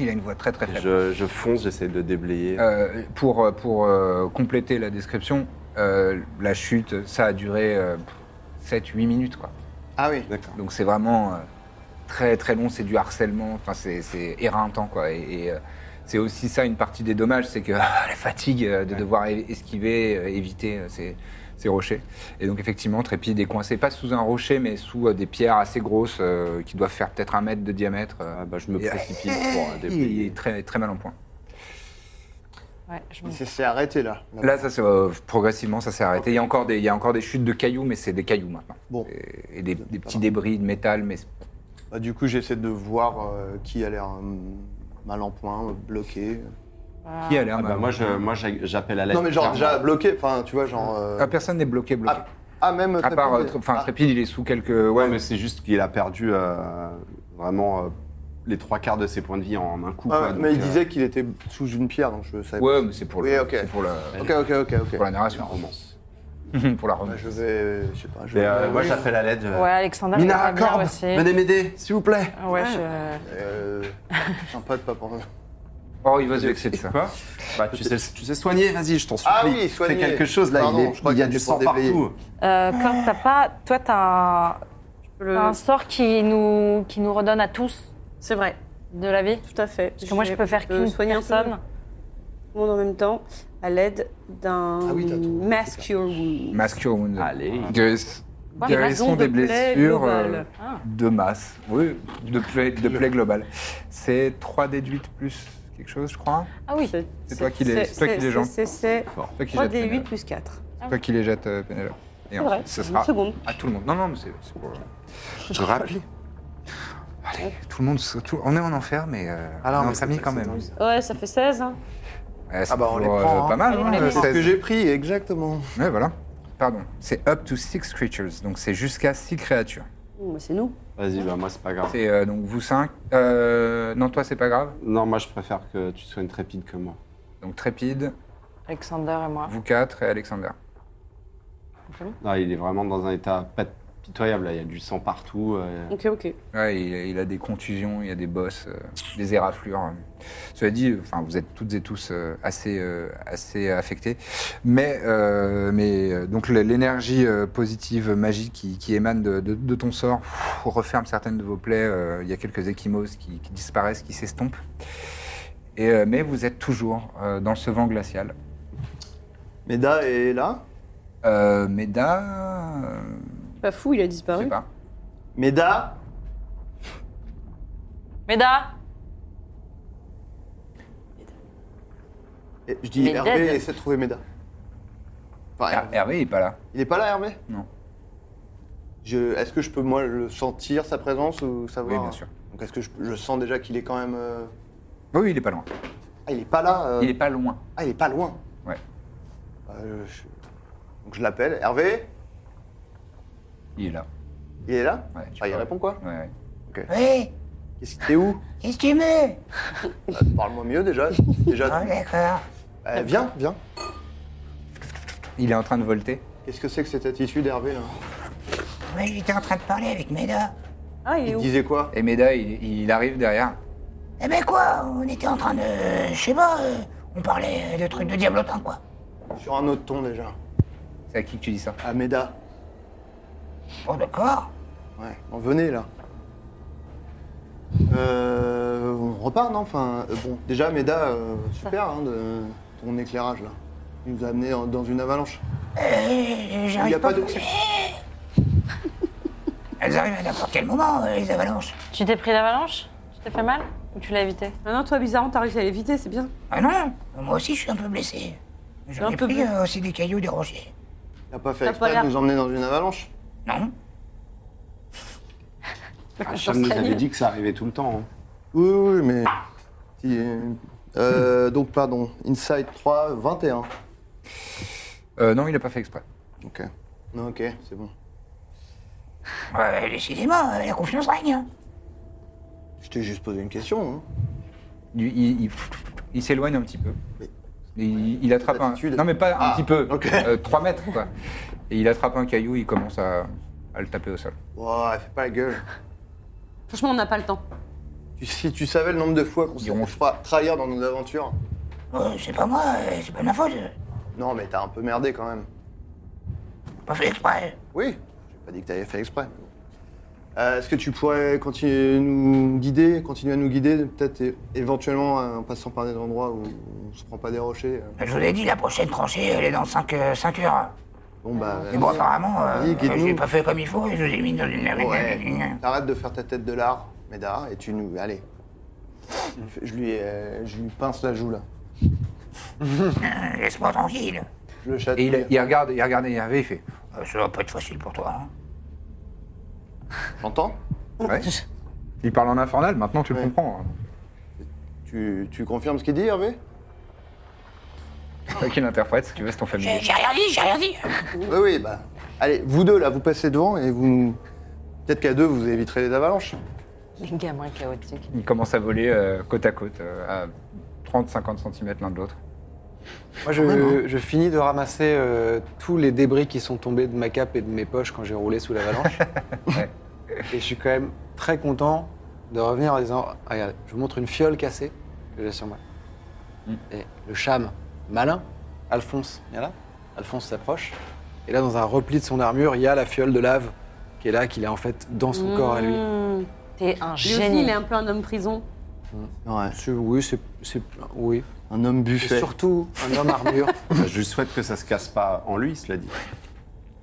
[SPEAKER 1] Il a une voix très très faible.
[SPEAKER 6] Je, je fonce, j'essaie de le déblayer.
[SPEAKER 1] Euh, pour pour euh, compléter la description, euh, la chute, ça a duré 7-8 minutes. quoi.
[SPEAKER 2] Ah oui.
[SPEAKER 6] D'accord.
[SPEAKER 1] Donc c'est vraiment euh, très très long, c'est du harcèlement, enfin c'est- c'est éreintant. Quoi. Et, et, euh, c'est aussi ça une partie des dommages, c'est que ah, la fatigue euh, de devoir é- esquiver, euh, éviter euh, ces, ces rochers. Et donc effectivement, Trépide est coincé, pas sous un rocher, mais sous euh, des pierres assez grosses euh, qui doivent faire peut-être un mètre de diamètre. euh.
[SPEAKER 6] Ah, bah, je me
[SPEAKER 1] Et-
[SPEAKER 6] précipite pour euh,
[SPEAKER 1] il
[SPEAKER 6] déblayer.
[SPEAKER 1] est très, très mal en point.
[SPEAKER 5] Ouais, je me
[SPEAKER 2] Il s'est- s'est arrêté là.
[SPEAKER 6] Ah.
[SPEAKER 1] Là, ça, s'est- euh, progressivement, ça s'est arrêté. Il y, a encore des, il y a encore des chutes de cailloux, mais c'est des cailloux maintenant.
[SPEAKER 2] Bon.
[SPEAKER 1] Et, et des, des
[SPEAKER 6] Ah.
[SPEAKER 1] petits débris de métal, mais c'est-
[SPEAKER 2] Bah, du coup, j'essaie de voir euh, qui a l'air hum, mal en point, euh, bloqué.
[SPEAKER 1] qui a l'air
[SPEAKER 6] Ah, bah,
[SPEAKER 1] mal.
[SPEAKER 6] moi, je- moi, j'a- j'appelle à l'aide.
[SPEAKER 2] Non, mais genre déjà
[SPEAKER 6] clairement.
[SPEAKER 2] bloqué, enfin, tu vois, genre. euh,
[SPEAKER 1] Ah, personne n'est bloqué, bloqué.
[SPEAKER 2] ah, ah, même.
[SPEAKER 1] à part, euh,
[SPEAKER 2] Trépide.
[SPEAKER 1] Tré- enfin,
[SPEAKER 2] Ah,
[SPEAKER 1] Trépide, il est sous quelques. Ouais,
[SPEAKER 6] Ouais, mais c'est juste qu'il a perdu euh, vraiment euh, les trois quarts de ses points de vie en un coup.
[SPEAKER 2] ah,
[SPEAKER 6] quoi,
[SPEAKER 2] mais
[SPEAKER 6] donc,
[SPEAKER 2] il
[SPEAKER 6] euh,
[SPEAKER 2] disait qu'il était sous une pierre, donc je savais.
[SPEAKER 1] ouais, mais c'est pour, le-
[SPEAKER 2] Oui, ok.
[SPEAKER 1] c'est pour, la,
[SPEAKER 2] Ok, ok, ok, ok.
[SPEAKER 1] pour la narration. hein.
[SPEAKER 6] la euh, romance.
[SPEAKER 1] pour la
[SPEAKER 2] Bah,
[SPEAKER 1] romance.
[SPEAKER 2] je vais, je sais pas, je
[SPEAKER 6] Et,
[SPEAKER 2] vais-
[SPEAKER 6] euh, moi, j'appelle à l'aide. euh,
[SPEAKER 5] Ouais, Alexandre, il
[SPEAKER 6] Mina,
[SPEAKER 5] va bien
[SPEAKER 6] Corbe,
[SPEAKER 5] aussi.
[SPEAKER 6] venez m'aider, s'il vous plaît.
[SPEAKER 5] Ouais, je...
[SPEAKER 2] euh, sympa de pas penser.
[SPEAKER 1] Oh, il va se vexer de ça.
[SPEAKER 6] Bah, tu, sais, tu sais soigner, vas-y, je t'en supplie.
[SPEAKER 2] Ah oui, soigner.
[SPEAKER 6] Fais quelque chose, là,
[SPEAKER 2] Pardon,
[SPEAKER 6] il, est-
[SPEAKER 2] je crois
[SPEAKER 6] il y a
[SPEAKER 2] qu'il
[SPEAKER 6] du
[SPEAKER 2] est
[SPEAKER 6] sang
[SPEAKER 2] pour déblayer.
[SPEAKER 6] partout.
[SPEAKER 5] Euh, Corbe, t'as pas... Toi, t'as un...
[SPEAKER 3] Le-
[SPEAKER 5] t'as un sort qui nous... qui nous redonne à tous
[SPEAKER 3] C'est vrai,
[SPEAKER 5] de la vie.
[SPEAKER 3] tout à fait.
[SPEAKER 5] Parce que moi, je peux faire qu'une
[SPEAKER 3] soigner un peu
[SPEAKER 5] personne.
[SPEAKER 3] tout le monde en même temps à l'aide d'un
[SPEAKER 2] Ah oui, t'as tout.
[SPEAKER 3] Mask Your Wound.
[SPEAKER 1] Masque your wound.
[SPEAKER 6] Allez.
[SPEAKER 1] Guérisse-
[SPEAKER 5] Ouais,
[SPEAKER 1] Guérison
[SPEAKER 3] raison
[SPEAKER 1] des
[SPEAKER 3] de plaie
[SPEAKER 1] blessures
[SPEAKER 3] globale.
[SPEAKER 1] euh,
[SPEAKER 5] Ah.
[SPEAKER 1] de masse. Oui, de plaie, de plaie globale. C'est 3 déduites plus quelque chose, je crois.
[SPEAKER 5] ah oui.
[SPEAKER 1] C'est toi qui les- c'est toi qui les gens.
[SPEAKER 3] C'est c'est
[SPEAKER 6] Fort.
[SPEAKER 1] Toi qui
[SPEAKER 3] 3
[SPEAKER 1] jettes,
[SPEAKER 3] d 8
[SPEAKER 1] Pénélope.
[SPEAKER 3] plus 4.
[SPEAKER 1] Toi qui les jettes, euh, Pénélope. Et
[SPEAKER 3] C'est vrai,
[SPEAKER 1] ensuite, ce
[SPEAKER 3] une
[SPEAKER 1] sera
[SPEAKER 3] seconde.
[SPEAKER 1] à tout le monde. Non, non, mais c'est c'est pour. Je rappelle. Allez, tout le monde. se- tout- on est en enfer, mais. euh,
[SPEAKER 2] Ah
[SPEAKER 1] on est en famille quand même.
[SPEAKER 3] Ouais, ça fait 16. hein.
[SPEAKER 1] Ouais, c'est
[SPEAKER 2] Ah bah, on les
[SPEAKER 1] pour,
[SPEAKER 2] prend, hein.
[SPEAKER 1] Pas mal,
[SPEAKER 3] Allez,
[SPEAKER 1] hein,
[SPEAKER 3] allez,
[SPEAKER 1] le
[SPEAKER 3] allez.
[SPEAKER 2] C'est ce que
[SPEAKER 1] 16.
[SPEAKER 2] j'ai pris, exactement.
[SPEAKER 1] Ouais, voilà. Pardon. C'est up to six creatures, donc c'est jusqu'à six créatures.
[SPEAKER 3] Bon, bah, c'est nous.
[SPEAKER 6] Vas-y, bah, moi, c'est pas grave.
[SPEAKER 1] C'est euh, donc vous cinq. Euh, non, toi, c'est pas grave.
[SPEAKER 6] Non, moi, je préfère que tu sois une trépide que moi.
[SPEAKER 1] Donc Trépide,
[SPEAKER 5] Alexander et moi.
[SPEAKER 1] vous quatre et Alexander.
[SPEAKER 6] Non, il est vraiment dans un état pas pitoyable, là. il y a du sang partout. euh,
[SPEAKER 3] Ok, ok.
[SPEAKER 1] Ouais, il, il a des contusions, il y a des bosses, euh, des éraflures. hein. Cela dit, enfin, vous êtes toutes et tous euh, assez, euh, assez affectés. Mais, euh, mais euh, donc le- l'énergie euh, positive magique qui, qui émane de, de- de ton sort pff, referme certaines de vos plaies. euh, il y a quelques échymoses qui, qui disparaissent, qui s'estompent. Et, euh, mais vous êtes toujours euh, dans ce vent glacial.
[SPEAKER 2] Meda est là.
[SPEAKER 1] Euh, Meda, euh,
[SPEAKER 3] Pas fou, il a
[SPEAKER 1] je sais
[SPEAKER 3] disparu.
[SPEAKER 1] pas.
[SPEAKER 2] Meda,
[SPEAKER 5] Méda
[SPEAKER 2] Et je dis
[SPEAKER 5] Mais
[SPEAKER 2] Hervé,
[SPEAKER 5] dead.
[SPEAKER 2] essaie de trouver Meda. Enfin,
[SPEAKER 1] Her- Hervé est pas là.
[SPEAKER 2] Il est pas là, Hervé
[SPEAKER 1] Ah, Non.
[SPEAKER 2] Je- Est-ce que je peux, moi, le sentir, sa présence, ou savoir
[SPEAKER 1] Oui, bien sûr.
[SPEAKER 2] Donc, est-ce que je, je sens déjà qu'il est quand même... euh,
[SPEAKER 1] Oui, il est pas loin.
[SPEAKER 2] Ah, il est pas là euh,
[SPEAKER 1] Il est pas loin.
[SPEAKER 2] Ah, il est pas loin
[SPEAKER 1] Ouais.
[SPEAKER 2] Euh, je- Donc, je l'appelle. Hervé,
[SPEAKER 1] Il est là.
[SPEAKER 2] il est là
[SPEAKER 1] Ouais, tu
[SPEAKER 2] Ah, il
[SPEAKER 1] peux-
[SPEAKER 2] répond, quoi
[SPEAKER 1] Ouais, ouais.
[SPEAKER 4] Oui,
[SPEAKER 2] Qu'est-ce que t'es où
[SPEAKER 4] qu'est-ce que tu veux
[SPEAKER 2] Bah, Parle-moi mieux, déjà. déjà
[SPEAKER 4] Oh, d'accord.
[SPEAKER 2] Euh, viens, viens.
[SPEAKER 1] Il est en train de volter.
[SPEAKER 2] Qu'est-ce que c'est que cette attitude, Hervé, là
[SPEAKER 4] Mais j'étais en train de parler avec Meda.
[SPEAKER 3] Ah, il est
[SPEAKER 2] Il
[SPEAKER 3] où
[SPEAKER 2] disait quoi
[SPEAKER 1] Et Meda, il, il arrive derrière.
[SPEAKER 4] Eh ben quoi, on était en train de. Je sais pas, euh, on parlait euh, de trucs de diablotin, quoi.
[SPEAKER 2] Sur un autre ton, déjà.
[SPEAKER 1] C'est à qui que tu dis ça
[SPEAKER 2] À Meda.
[SPEAKER 4] Oh, d'accord.
[SPEAKER 2] Ouais, bon, venez là. Euh, on repart, non Enfin, euh, bon, déjà, Meda, euh, super hein, de ton éclairage là. Il nous a amené en- dans une avalanche.
[SPEAKER 4] Euh,
[SPEAKER 2] Il n'y
[SPEAKER 4] J'arrive
[SPEAKER 2] a
[SPEAKER 4] pas.
[SPEAKER 2] pas de.
[SPEAKER 4] Elles arrivent à n'importe quel moment, euh, les avalanches.
[SPEAKER 5] Tu t'es pris l'avalanche Tu t'es fait mal Ou tu l'as évité
[SPEAKER 3] Ah non, toi, bizarrement, t'as réussi à l'éviter, c'est bien.
[SPEAKER 4] Ah non, moi aussi je suis un peu blessé. J'en
[SPEAKER 3] Un
[SPEAKER 4] ai
[SPEAKER 3] peu
[SPEAKER 4] pris
[SPEAKER 3] blessé.
[SPEAKER 4] euh, aussi des cailloux, des rochers.
[SPEAKER 2] Il n'a pas fait
[SPEAKER 3] T'as pas
[SPEAKER 2] exprès
[SPEAKER 3] l'air-
[SPEAKER 2] de nous emmener dans une avalanche.
[SPEAKER 4] Non
[SPEAKER 6] Ah, Cham nous avait dit que ça arrivait tout le temps. hein.
[SPEAKER 2] Oui, oui, mais. si, euh, euh, donc, pardon, Inside 3, 21.
[SPEAKER 1] Euh, Non, il n'a pas fait exprès.
[SPEAKER 2] Ok. Non, ok, c'est bon.
[SPEAKER 4] Ouais, décidément, euh, la confiance règne. hein.
[SPEAKER 2] Je t'ai juste posé une question. hein.
[SPEAKER 1] Il, il- il- il s'éloigne un petit peu. Il, il attrape un.
[SPEAKER 2] D'altitude.
[SPEAKER 1] Non, mais pas un
[SPEAKER 2] Ah,
[SPEAKER 1] petit peu.
[SPEAKER 2] ok.
[SPEAKER 1] 3 mètres, quoi. Et il attrape un caillou, il commence à, à le taper au sol.
[SPEAKER 2] Ouah, elle fait pas la gueule.
[SPEAKER 3] Franchement, on n'a pas le temps.
[SPEAKER 2] Tu- Si tu savais le nombre de fois qu'on s'est
[SPEAKER 1] ronge.
[SPEAKER 2] fait tra- trahir dans nos aventures.
[SPEAKER 4] Euh, c'est pas moi, euh, c'est pas de ma faute.
[SPEAKER 2] Non, mais t'as un peu merdé quand même.
[SPEAKER 4] Pas fait exprès.
[SPEAKER 2] Oui, j'ai pas dit que t'avais fait exprès. mais bon. Euh, Est-ce que tu pourrais continuer à nous guider, continuer à nous guider, peut-être é- éventuellement en passant par des endroits où on se prend pas des rochers euh.
[SPEAKER 4] Je vous l'ai dit, la prochaine tranchée, elle est dans 5, heures.
[SPEAKER 2] Bon bah.
[SPEAKER 4] Mais bon,
[SPEAKER 2] vas-y.
[SPEAKER 4] apparemment, euh,
[SPEAKER 2] Vas-y, guide-nous.
[SPEAKER 4] j'ai pas fait comme il faut et je vous ai mis dans une
[SPEAKER 2] Ouais. T'arrêtes de faire ta tête de lard, Médard, et tu nous. Allez. Je lui, euh, je lui pince la joue là.
[SPEAKER 4] Euh, Laisse-moi tranquille.
[SPEAKER 2] Je le chatte.
[SPEAKER 1] Et il, il regarde, il regarde énervé, il fait.
[SPEAKER 4] Euh, ça va pas être facile pour toi. hein.
[SPEAKER 2] J'entends
[SPEAKER 1] Ouais. Il parle en infernal, maintenant tu le
[SPEAKER 2] Ouais.
[SPEAKER 1] comprends. hein.
[SPEAKER 2] tu, tu confirmes ce qu'il dit, Hervé
[SPEAKER 1] C'est toi qui l'interprète, si tu veux, c'est ton familier.
[SPEAKER 4] J'ai j'ai rien dit, j'ai rien dit.
[SPEAKER 2] Oui, oui, bah. Allez, vous deux là, vous passez devant et vous. Peut-être qu'à deux, vous éviterez les avalanches.
[SPEAKER 5] Les gamins chaotiques.
[SPEAKER 1] Ils commencent à voler euh, côte à côte, euh, à 30-50 cm l'un de l'autre.
[SPEAKER 7] Moi, je, je finis de ramasser euh, tous les débris qui sont tombés de ma cape et de mes poches quand j'ai roulé sous l'avalanche.
[SPEAKER 1] Ouais.
[SPEAKER 7] Et je suis quand même très content de revenir en disant ah, Regardez, je vous montre une fiole cassée que j'ai sur moi. Et le cham, malin, Alphonse, il y a là. Alphonse s'approche. Et là, dans un repli de son armure, il y a la fiole de lave qui est là, qu'il a en fait dans son corps à lui.
[SPEAKER 3] Mmh.
[SPEAKER 5] T'es un
[SPEAKER 3] Lui aussi,
[SPEAKER 5] génie.
[SPEAKER 3] il est un peu un homme prison.
[SPEAKER 2] Ouais.
[SPEAKER 7] C'est- Oui, c'est. c'est- Oui.
[SPEAKER 2] Un homme
[SPEAKER 7] Et
[SPEAKER 2] buffet.
[SPEAKER 7] surtout, un homme armure.
[SPEAKER 6] Bah, je lui souhaite que ça se casse pas en lui, cela dit.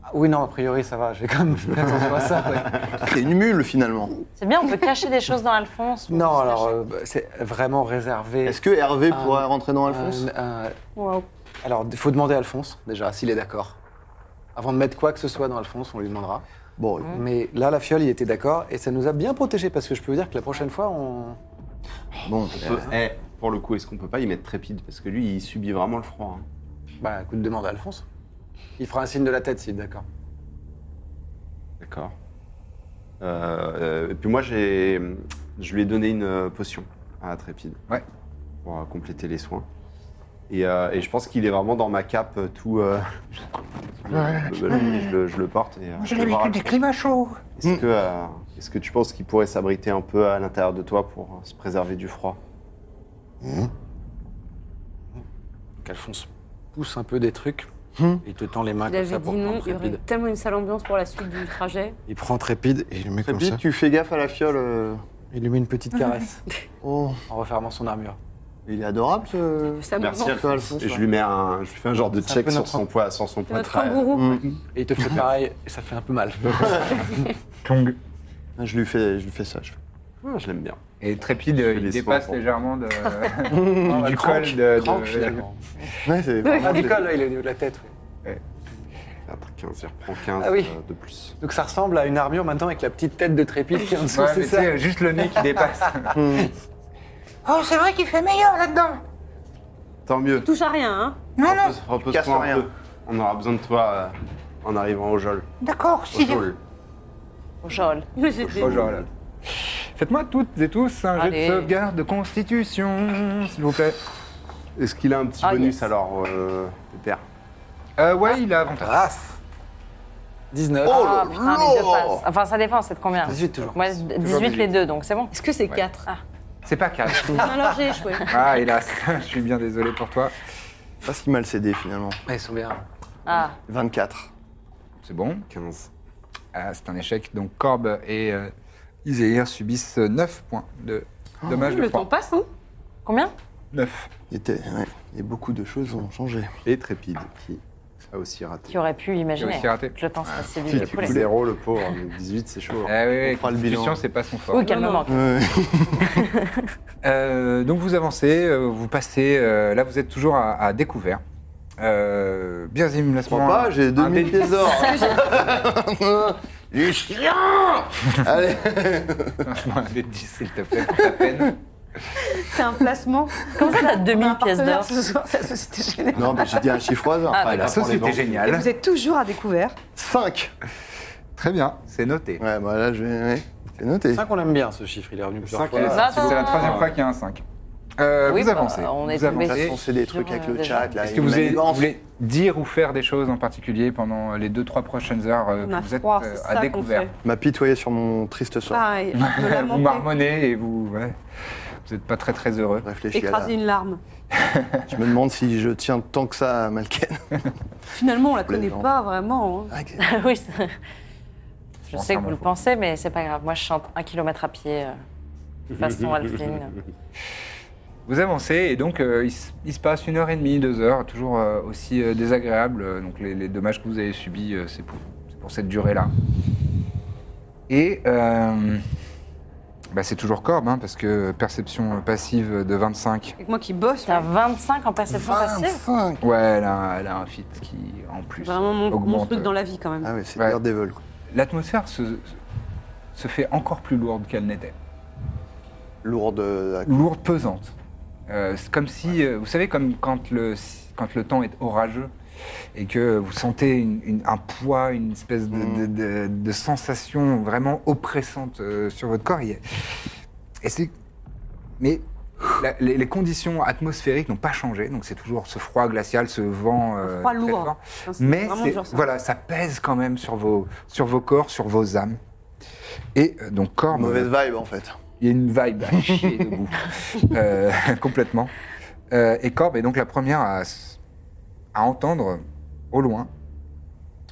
[SPEAKER 7] Ah, oui, non, a priori, ça va. J'ai quand même fait attention à ça. ouais.
[SPEAKER 2] C'est une mule finalement.
[SPEAKER 5] C'est bien, on peut cacher des choses dans Alphonse. on
[SPEAKER 7] Non,
[SPEAKER 5] peut se
[SPEAKER 7] alors
[SPEAKER 5] cacher.
[SPEAKER 7] euh, bah, c'est vraiment réservé.
[SPEAKER 2] Est-ce que Hervé
[SPEAKER 7] Ah,
[SPEAKER 2] pourrait rentrer dans Alphonse
[SPEAKER 7] Un- un-
[SPEAKER 3] Waouh.
[SPEAKER 7] Alors, il faut demander à Alphonse, déjà, s'il est d'accord. Avant de mettre quoi que ce soit dans Alphonse, on lui demandera.
[SPEAKER 2] Bon,
[SPEAKER 3] Mmh.
[SPEAKER 7] Mais là, la fiole, il était d'accord et ça nous a bien protégés parce que je peux vous dire que la prochaine fois, on.
[SPEAKER 2] bon.
[SPEAKER 6] On peut- eh, pour le coup, est-ce qu'on peut pas y mettre trépide Parce que lui, il subit vraiment le froid. hein.
[SPEAKER 7] Bah, écoute, demande à Alphonse. Il fera un signe de la tête s'il est d'accord.
[SPEAKER 6] D'accord. Euh, euh, et puis moi, j'ai, je lui ai donné une euh, potion à Trépide.
[SPEAKER 1] Ouais.
[SPEAKER 6] Pour euh, compléter les soins. Et, euh, et je pense qu'il est vraiment dans ma cape euh, tout. euh, je, le- je le, je le porte. Et, euh,
[SPEAKER 4] J'ai
[SPEAKER 6] je vais voir
[SPEAKER 4] l'habitude des
[SPEAKER 6] Alphonse.
[SPEAKER 4] climats chauds.
[SPEAKER 6] Est-ce que, euh, est-ce que tu penses qu'il pourrait s'abriter un peu à l'intérieur de toi pour euh, se préserver du froid
[SPEAKER 7] Qu'Alphonse pousse un peu des trucs.
[SPEAKER 2] Mmh.
[SPEAKER 7] Il te tend les mains
[SPEAKER 3] Il
[SPEAKER 7] comme
[SPEAKER 3] avait
[SPEAKER 7] ça pour
[SPEAKER 3] dit non,
[SPEAKER 7] prendre
[SPEAKER 3] il y aurait
[SPEAKER 7] Trépide.
[SPEAKER 3] tellement une sale ambiance pour la suite du trajet.
[SPEAKER 7] Il prend Trépide et il le met comme
[SPEAKER 2] Trépide,
[SPEAKER 7] ça.
[SPEAKER 2] tu fais gaffe à la fiole. euh.
[SPEAKER 7] Il lui met une petite caresse
[SPEAKER 2] Oh,
[SPEAKER 7] en refermant son armure.
[SPEAKER 2] il est
[SPEAKER 6] Ah,
[SPEAKER 2] adorable ce.
[SPEAKER 3] Ça me
[SPEAKER 6] Merci
[SPEAKER 3] manque.
[SPEAKER 2] Toi, Alphonse.
[SPEAKER 6] Et je lui mets un, je lui fais un genre de
[SPEAKER 7] C'est un
[SPEAKER 6] check
[SPEAKER 7] peu
[SPEAKER 6] sur
[SPEAKER 7] notre-
[SPEAKER 6] son poids, sur son
[SPEAKER 3] C'est
[SPEAKER 6] poids
[SPEAKER 3] notre
[SPEAKER 6] très-
[SPEAKER 3] kangourou.
[SPEAKER 2] Mm.
[SPEAKER 7] Et il te fait pareil et ça fait un peu mal.
[SPEAKER 1] Tong.
[SPEAKER 2] Ah, Je lui fais, je lui fais ça. je fais-
[SPEAKER 6] Ah, je l'aime bien.
[SPEAKER 1] Et Trépide,
[SPEAKER 6] fais
[SPEAKER 1] il
[SPEAKER 6] les
[SPEAKER 1] dépasse
[SPEAKER 6] soins pour-
[SPEAKER 1] légèrement de, du
[SPEAKER 7] Crank,
[SPEAKER 1] col de. de-
[SPEAKER 7] crank, finalement.
[SPEAKER 2] Ouais, c'est vraiment-
[SPEAKER 7] Ah, du col, là, il est au niveau de la tête. oui.
[SPEAKER 6] Après 15, il reprend 15
[SPEAKER 7] Ah oui.
[SPEAKER 6] euh, de plus.
[SPEAKER 7] Donc ça ressemble à une armure maintenant avec la petite tête de trépide qui est en dessous,
[SPEAKER 1] Ouais, mais
[SPEAKER 7] c'est
[SPEAKER 1] tu
[SPEAKER 7] ça
[SPEAKER 1] sais, juste le nez qui dépasse.
[SPEAKER 4] Oh, c'est vrai qu'il fait meilleur là-dedans.
[SPEAKER 6] Tant mieux.
[SPEAKER 3] Touche à rien, hein.
[SPEAKER 4] Non, non,
[SPEAKER 6] Repose- Repose-toi
[SPEAKER 2] Casse
[SPEAKER 6] un
[SPEAKER 2] rien.
[SPEAKER 6] peu. On aura besoin de toi euh, en arrivant au Jol.
[SPEAKER 4] d'accord.
[SPEAKER 6] Au
[SPEAKER 4] Si
[SPEAKER 6] Jol.
[SPEAKER 5] Au jol.
[SPEAKER 3] J'ai
[SPEAKER 1] Oh, genre, là. Faites-moi toutes et tous un jeu de
[SPEAKER 5] Allez.
[SPEAKER 1] sauvegarde de constitution, s'il vous plaît.
[SPEAKER 6] Est-ce qu'il a un petit
[SPEAKER 5] Ah,
[SPEAKER 6] bonus
[SPEAKER 5] yes.
[SPEAKER 6] alors, euh, Pépère
[SPEAKER 1] Euh, ouais, il a avantage.
[SPEAKER 7] Raf 19.
[SPEAKER 1] Oh,
[SPEAKER 5] Ah putain, les deux passes. Enfin, ça dépend, c'est de combien
[SPEAKER 7] 18 toujours.
[SPEAKER 5] Moi, 18 les deux, donc c'est bon.
[SPEAKER 3] Est-ce que c'est 4
[SPEAKER 1] C'est pas carré.
[SPEAKER 3] Alors j'ai échoué.
[SPEAKER 1] Ah, hélas, je suis bien désolé pour toi.
[SPEAKER 2] pas si mal cédé finalement.
[SPEAKER 7] Ah, Ils sont bien.
[SPEAKER 5] Ah,
[SPEAKER 2] 24.
[SPEAKER 1] C'est bon.
[SPEAKER 6] 15.
[SPEAKER 1] Ah, c'est un échec. Donc Corbe et euh, Iséir subissent 9 points de dommage de
[SPEAKER 3] Le temps
[SPEAKER 1] froid.
[SPEAKER 3] passe, hein
[SPEAKER 5] combien
[SPEAKER 1] 9.
[SPEAKER 2] Il était, ouais. Et beaucoup de choses ont changé.
[SPEAKER 6] Et Trépide, qui a aussi raté.
[SPEAKER 5] Qui aurait pu
[SPEAKER 1] J'ai
[SPEAKER 5] imaginer
[SPEAKER 1] aussi raté.
[SPEAKER 5] Je pense que c'est
[SPEAKER 6] Petit
[SPEAKER 5] du poulet.
[SPEAKER 6] zéro, Oh, le pauvre. 18, c'est chaud.
[SPEAKER 1] Eh
[SPEAKER 6] hein.
[SPEAKER 1] oui, oui,
[SPEAKER 2] fera le bilan.
[SPEAKER 1] constitution, c'est pas son fort.
[SPEAKER 5] Oui, qu'elle me manque.
[SPEAKER 2] Ouais.
[SPEAKER 1] Euh, donc vous avancez, euh, vous passez. euh, là, vous êtes toujours à, à découvert. Euh, bien évidemment,
[SPEAKER 2] Je crois pas, j'ai 2000 pièces d'or. Les chiens Allez,
[SPEAKER 1] un dé de 10, s'il te plaît, pour ta
[SPEAKER 2] Ah,
[SPEAKER 1] peine.
[SPEAKER 3] C'est un placement.
[SPEAKER 5] Comment ça, t'as 2000 pièces
[SPEAKER 3] Partenaire
[SPEAKER 5] d'or
[SPEAKER 3] ce soir, c'est la Société Générale.
[SPEAKER 2] Non, mais j'ai dit un chiffre au hasard.
[SPEAKER 5] Ah,
[SPEAKER 1] La société
[SPEAKER 3] Et
[SPEAKER 1] géniale.
[SPEAKER 3] vous êtes toujours à découvert.
[SPEAKER 2] 5
[SPEAKER 1] Très bien, c'est noté.
[SPEAKER 2] Ouais, bah là, je vais. ouais. C'est noté.
[SPEAKER 7] 5, on aime bien ce chiffre, il est revenu plusieurs
[SPEAKER 6] Cinq,
[SPEAKER 7] fois.
[SPEAKER 6] et-
[SPEAKER 1] Euh, C'est la
[SPEAKER 5] Attends.
[SPEAKER 1] troisième fois qu'il y a un 5. Euh,
[SPEAKER 5] Oui,
[SPEAKER 1] vous
[SPEAKER 5] bah,
[SPEAKER 1] avancez.
[SPEAKER 5] on est
[SPEAKER 1] vous avancez.
[SPEAKER 5] tombé-
[SPEAKER 2] Là, on fait des trucs avec le
[SPEAKER 5] Déjà.
[SPEAKER 2] chat. là,
[SPEAKER 1] Est-ce
[SPEAKER 2] il
[SPEAKER 1] que vous, avez-
[SPEAKER 2] manigance.
[SPEAKER 1] vous voulez dire ou faire des choses en particulier pendant les deux, trois prochaines heures euh,
[SPEAKER 3] On
[SPEAKER 1] que
[SPEAKER 3] a
[SPEAKER 1] vous êtes
[SPEAKER 3] froid,
[SPEAKER 1] euh,
[SPEAKER 3] c'est
[SPEAKER 1] à
[SPEAKER 3] ça qu'on
[SPEAKER 1] découvert
[SPEAKER 3] fait.
[SPEAKER 2] M'apitoyer sur mon triste sort.
[SPEAKER 3] Pareil, me
[SPEAKER 1] Vous
[SPEAKER 3] lamenter,
[SPEAKER 1] marmonnez et vous ouais, vous n'êtes pas très très heureux.
[SPEAKER 2] Réfléchis à la-
[SPEAKER 3] écraser une larme.
[SPEAKER 2] Je me demande si je tiens tant que ça à Malken.
[SPEAKER 3] Finalement, on la connaît
[SPEAKER 2] gens.
[SPEAKER 3] pas vraiment. hein.
[SPEAKER 2] Ok.
[SPEAKER 5] Ah oui, ça- Je
[SPEAKER 1] Bon,
[SPEAKER 5] sais
[SPEAKER 1] ça
[SPEAKER 5] que vous
[SPEAKER 1] va,
[SPEAKER 5] le
[SPEAKER 1] faut-
[SPEAKER 5] pensez, mais c'est pas grave. Moi, je chante un kilomètre à pied, euh, de façon alpine.
[SPEAKER 1] Vous avancez et donc euh, il, se- il se passe une heure et demie, deux heures, toujours euh, aussi euh, désagréable. Euh, Donc les, les dommages que vous avez subis, euh, c'est pour, c'est pour cette durée-là. Et euh, bah, c'est toujours Corbe, hein, parce que perception euh, passive de 25.
[SPEAKER 3] Avec moi qui bosse,
[SPEAKER 5] T'as 25 en perception passive
[SPEAKER 1] Ouais, elle a, elle a un fit qui, en plus,
[SPEAKER 3] vraiment mon, mon
[SPEAKER 1] augmente. euh,
[SPEAKER 3] truc dans la vie quand même.
[SPEAKER 2] Ah oui, c'est
[SPEAKER 1] Ouais.
[SPEAKER 2] Daredevil. quoi.
[SPEAKER 1] L'atmosphère se, se fait encore plus lourde qu'elle n'était.
[SPEAKER 2] Lourde. euh,
[SPEAKER 1] lourde, pesante. Euh, c'est comme si, euh, vous savez, comme quand le, quand le temps est orageux et que vous sentez une- une- un poids, une espèce de, de- de- de sensation vraiment oppressante euh, sur votre corps. Il y a- Et c'est- Mais la- les, les conditions atmosphériques n'ont pas changé, donc c'est toujours ce froid glacial, ce vent euh,
[SPEAKER 3] froid
[SPEAKER 1] très
[SPEAKER 3] lourd.
[SPEAKER 1] fort.
[SPEAKER 3] Enfin, c'est
[SPEAKER 1] Mais
[SPEAKER 3] vraiment
[SPEAKER 1] c'est-
[SPEAKER 3] dur, ça.
[SPEAKER 1] voilà, ça pèse quand même sur vos, sur vos corps, sur vos âmes. Et euh, donc corps,
[SPEAKER 2] Mauvaise vibe en fait.
[SPEAKER 1] il y a une vibe à chier debout, Euh, complètement. Euh, et Corbe est donc la première à, s- à entendre au loin,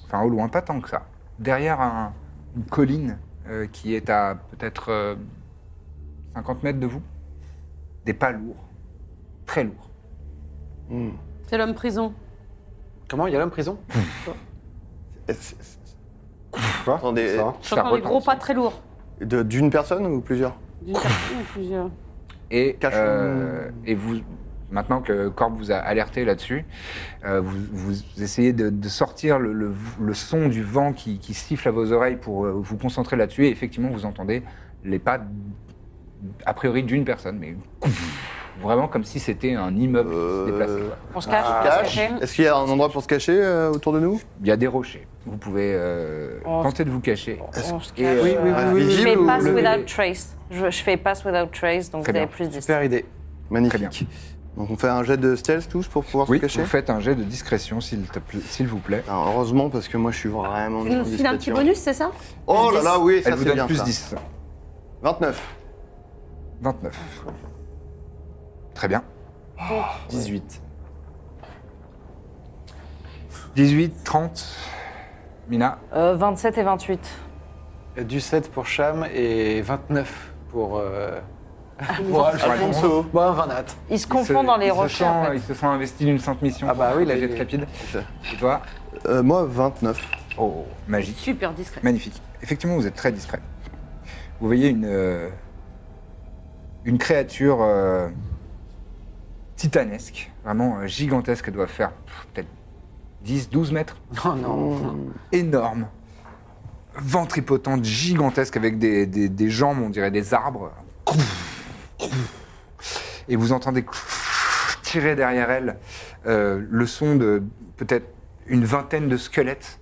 [SPEAKER 1] enfin au loin, pas tant que ça, derrière un- une colline euh, qui est à peut-être euh, 50 mètres de vous, des pas lourds, très lourds.
[SPEAKER 3] C'est l'homme prison.
[SPEAKER 7] Comment Il y a l'homme prison
[SPEAKER 2] Et c'est- c'est-
[SPEAKER 6] Quoi
[SPEAKER 2] Attendez, euh,
[SPEAKER 6] Ça
[SPEAKER 3] J'entends des gros pas très lourds.
[SPEAKER 2] de- D'une personne ou plusieurs
[SPEAKER 3] D'une personne ou plusieurs.
[SPEAKER 1] Et,
[SPEAKER 2] Cachons.
[SPEAKER 1] euh, et vous, maintenant que Corbe vous a alerté là-dessus, euh, vous, vous essayez de, de sortir le, le- le son du vent qui, qui siffle à vos oreilles pour euh, vous concentrer là-dessus. Et effectivement, vous entendez les pas, a priori, d'une personne, mais vraiment comme si c'était un immeuble qui se
[SPEAKER 2] Euh,
[SPEAKER 1] déplaçait. quoi.
[SPEAKER 5] On se cache,
[SPEAKER 1] Ah,
[SPEAKER 2] On se
[SPEAKER 5] on se
[SPEAKER 2] cache.
[SPEAKER 5] cache.
[SPEAKER 2] Est-ce qu'il y a un endroit pour se cacher euh, autour de nous
[SPEAKER 1] Il y a des rochers. Vous pouvez euh,
[SPEAKER 5] On-
[SPEAKER 1] tenter de vous cacher.
[SPEAKER 5] On se
[SPEAKER 1] Et,
[SPEAKER 5] cache.
[SPEAKER 1] euh,
[SPEAKER 2] oui, oui,
[SPEAKER 5] Je fais
[SPEAKER 2] Visible ou
[SPEAKER 5] pass
[SPEAKER 2] levé
[SPEAKER 5] without trace. Je, je fais pass without trace, donc
[SPEAKER 1] Très
[SPEAKER 5] vous avez
[SPEAKER 1] bien.
[SPEAKER 5] plus 10.
[SPEAKER 7] Super idée.
[SPEAKER 2] Magnifique. Donc on fait un jet de stealth tous pour pouvoir
[SPEAKER 1] oui,
[SPEAKER 2] se cacher
[SPEAKER 1] vous faites un jet de discrétion, s'il te pla- s'il vous plaît.
[SPEAKER 2] Alors, Heureusement parce que moi je suis vraiment.
[SPEAKER 3] Tu nous files un petit
[SPEAKER 2] discrétion.
[SPEAKER 3] bonus, c'est ça
[SPEAKER 2] Oh là là, oui,
[SPEAKER 1] Elle
[SPEAKER 2] ça
[SPEAKER 1] vous
[SPEAKER 2] c'est
[SPEAKER 1] donne
[SPEAKER 2] bien.
[SPEAKER 1] plus
[SPEAKER 2] ça.
[SPEAKER 1] 10.
[SPEAKER 2] 29.
[SPEAKER 1] 29. Très bien.
[SPEAKER 6] 18.
[SPEAKER 1] 18, 30. Mina,
[SPEAKER 5] Euh, 27 et 28.
[SPEAKER 7] Du 7 pour Cham et 29 pour. Euh... pour
[SPEAKER 2] Alfonso.
[SPEAKER 7] Bon, un 20 nattes.
[SPEAKER 5] Ils se
[SPEAKER 1] il se-
[SPEAKER 5] confondent dans les
[SPEAKER 1] il se
[SPEAKER 5] rochers,
[SPEAKER 1] sent-
[SPEAKER 5] en fait.
[SPEAKER 1] Il se sent investi d'une sainte mission.
[SPEAKER 7] Ah bah oui,
[SPEAKER 1] la
[SPEAKER 7] là,
[SPEAKER 1] jette
[SPEAKER 7] il-
[SPEAKER 1] rapide.
[SPEAKER 2] ça.
[SPEAKER 1] Et toi
[SPEAKER 2] Euh, moi 29.
[SPEAKER 1] Oh, magique.
[SPEAKER 3] Super discret.
[SPEAKER 1] Magnifique. Effectivement, vous êtes très discret. Vous voyez une, euh, une créature euh, titanesque, vraiment euh, gigantesque. Elle doit faire pff, peut-être 10, 12 mètres.
[SPEAKER 7] Oh non.
[SPEAKER 2] Mm.
[SPEAKER 1] énorme, ventripotente, gigantesque, avec des, des- des jambes, on dirait des arbres. Et vous entendez tirer derrière elle euh, le son de peut-être une vingtaine de squelettes,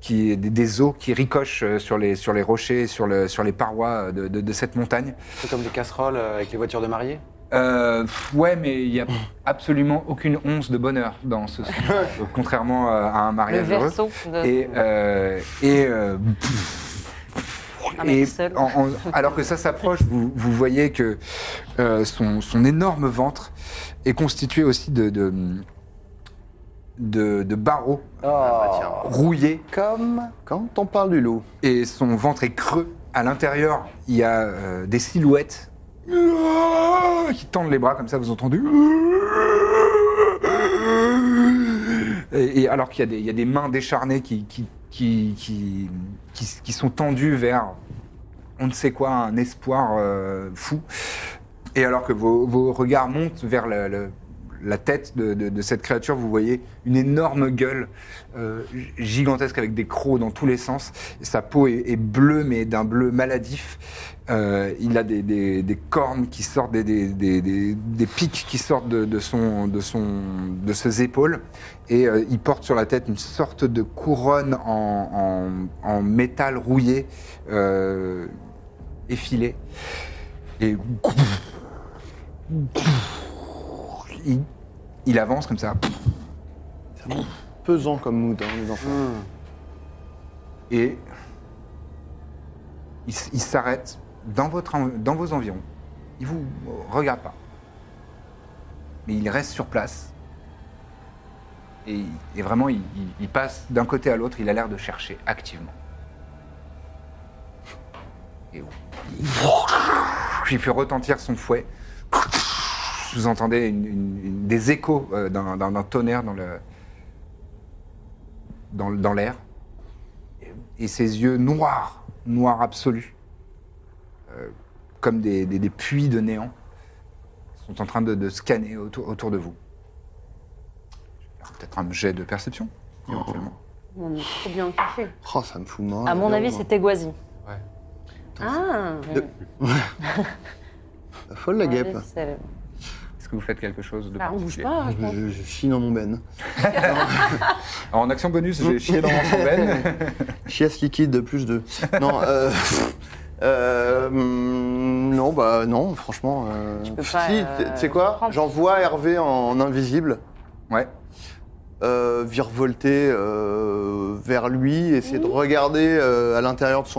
[SPEAKER 1] qui, des, des os qui ricochent euh, sur les, sur les rochers, sur, le- sur les parois euh, de- de- de cette montagne.
[SPEAKER 7] C'est comme des casseroles euh, avec les voitures de mariée.
[SPEAKER 1] Euh, pff, ouais, mais il n'y a absolument aucune once de bonheur dans ce son, contrairement euh, à un
[SPEAKER 5] Le
[SPEAKER 1] mariage heureux.
[SPEAKER 5] verso de...
[SPEAKER 1] Et, euh, et, euh,
[SPEAKER 5] Un
[SPEAKER 1] et
[SPEAKER 5] mec seul.
[SPEAKER 1] en- en- alors que ça s'approche, vous, vous voyez que euh, son, son énorme ventre est constitué aussi de, de, de- de barreaux euh,
[SPEAKER 2] Ah, bah, tiens.
[SPEAKER 1] rouillés
[SPEAKER 2] Comme quand on parle du loup.
[SPEAKER 1] et son ventre est creux. À l'intérieur, il y a euh, des silhouettes Ah, qui tendent les bras comme ça, vous entendez et, et alors qu'il y a des- il y, a des mains décharnées qui, qui, qui, qui, qui- qui sont tendues vers on ne sait quoi, un espoir euh, fou. Et alors que vos, vos regards montent vers le- le- la tête de, de- de cette créature, vous voyez une énorme gueule euh, gi- gigantesque avec des crocs dans tous les sens. Sa peau est, est bleue, mais d'un bleu maladif. Euh, il a des, des- des cornes qui sortent, des, des- des- des- des pics qui sortent de, de son, de, son, de ses épaules. Et euh, il porte sur la tête une sorte de couronne en, en- en métal rouillé, euh, effilé. Et Il, il avance comme ça.
[SPEAKER 2] Pesant comme mood, hein, les enfants.
[SPEAKER 1] Hmm. et il, s- il s'arrête dans, votre en- dans vos environs. Il vous regarde pas. Mais il reste sur place. Et, il- et vraiment, il, il- il passe d'un côté à l'autre, il a l'air de chercher activement. Et vous... Il fait retentir son fouet. Vous entendez une- une- une- des échos euh, d'un d'un- d'un tonnerre dans le- dans le- dans l'air et ses yeux noirs, noirs absolus, euh, comme des, des- des puits de néant, sont en train de, de scanner autour, autour de vous. Je vais faire Peut-être un jet de perception, éventuellement.
[SPEAKER 5] On est trop bien cachés.
[SPEAKER 2] Oh, ça me fout mort.
[SPEAKER 5] À mon
[SPEAKER 2] là,
[SPEAKER 5] avis,
[SPEAKER 2] moi.
[SPEAKER 5] c'était Guazi.
[SPEAKER 7] Ouais.
[SPEAKER 5] Ah
[SPEAKER 2] De- La folle la guêpe.
[SPEAKER 5] C'est-
[SPEAKER 1] Est-ce que vous faites quelque chose de
[SPEAKER 5] Ah, on bouge
[SPEAKER 1] particulier
[SPEAKER 5] pas, je pense.
[SPEAKER 2] Je, je chie dans mon ben.
[SPEAKER 1] Alors, En action bonus, j'ai chié dans mon ben.
[SPEAKER 2] Chiasse liquide de plus de. Non, euh. euh, hum, non, bah non, franchement. euh,
[SPEAKER 5] peux pas,
[SPEAKER 2] si,
[SPEAKER 5] euh,
[SPEAKER 2] tu sais quoi
[SPEAKER 5] comprendre.
[SPEAKER 2] J'envoie Hervé en, en invisible,
[SPEAKER 1] Ouais.
[SPEAKER 2] euh, virevolter euh, vers lui, essayer
[SPEAKER 5] Mmh.
[SPEAKER 2] de regarder euh, à l'intérieur de son.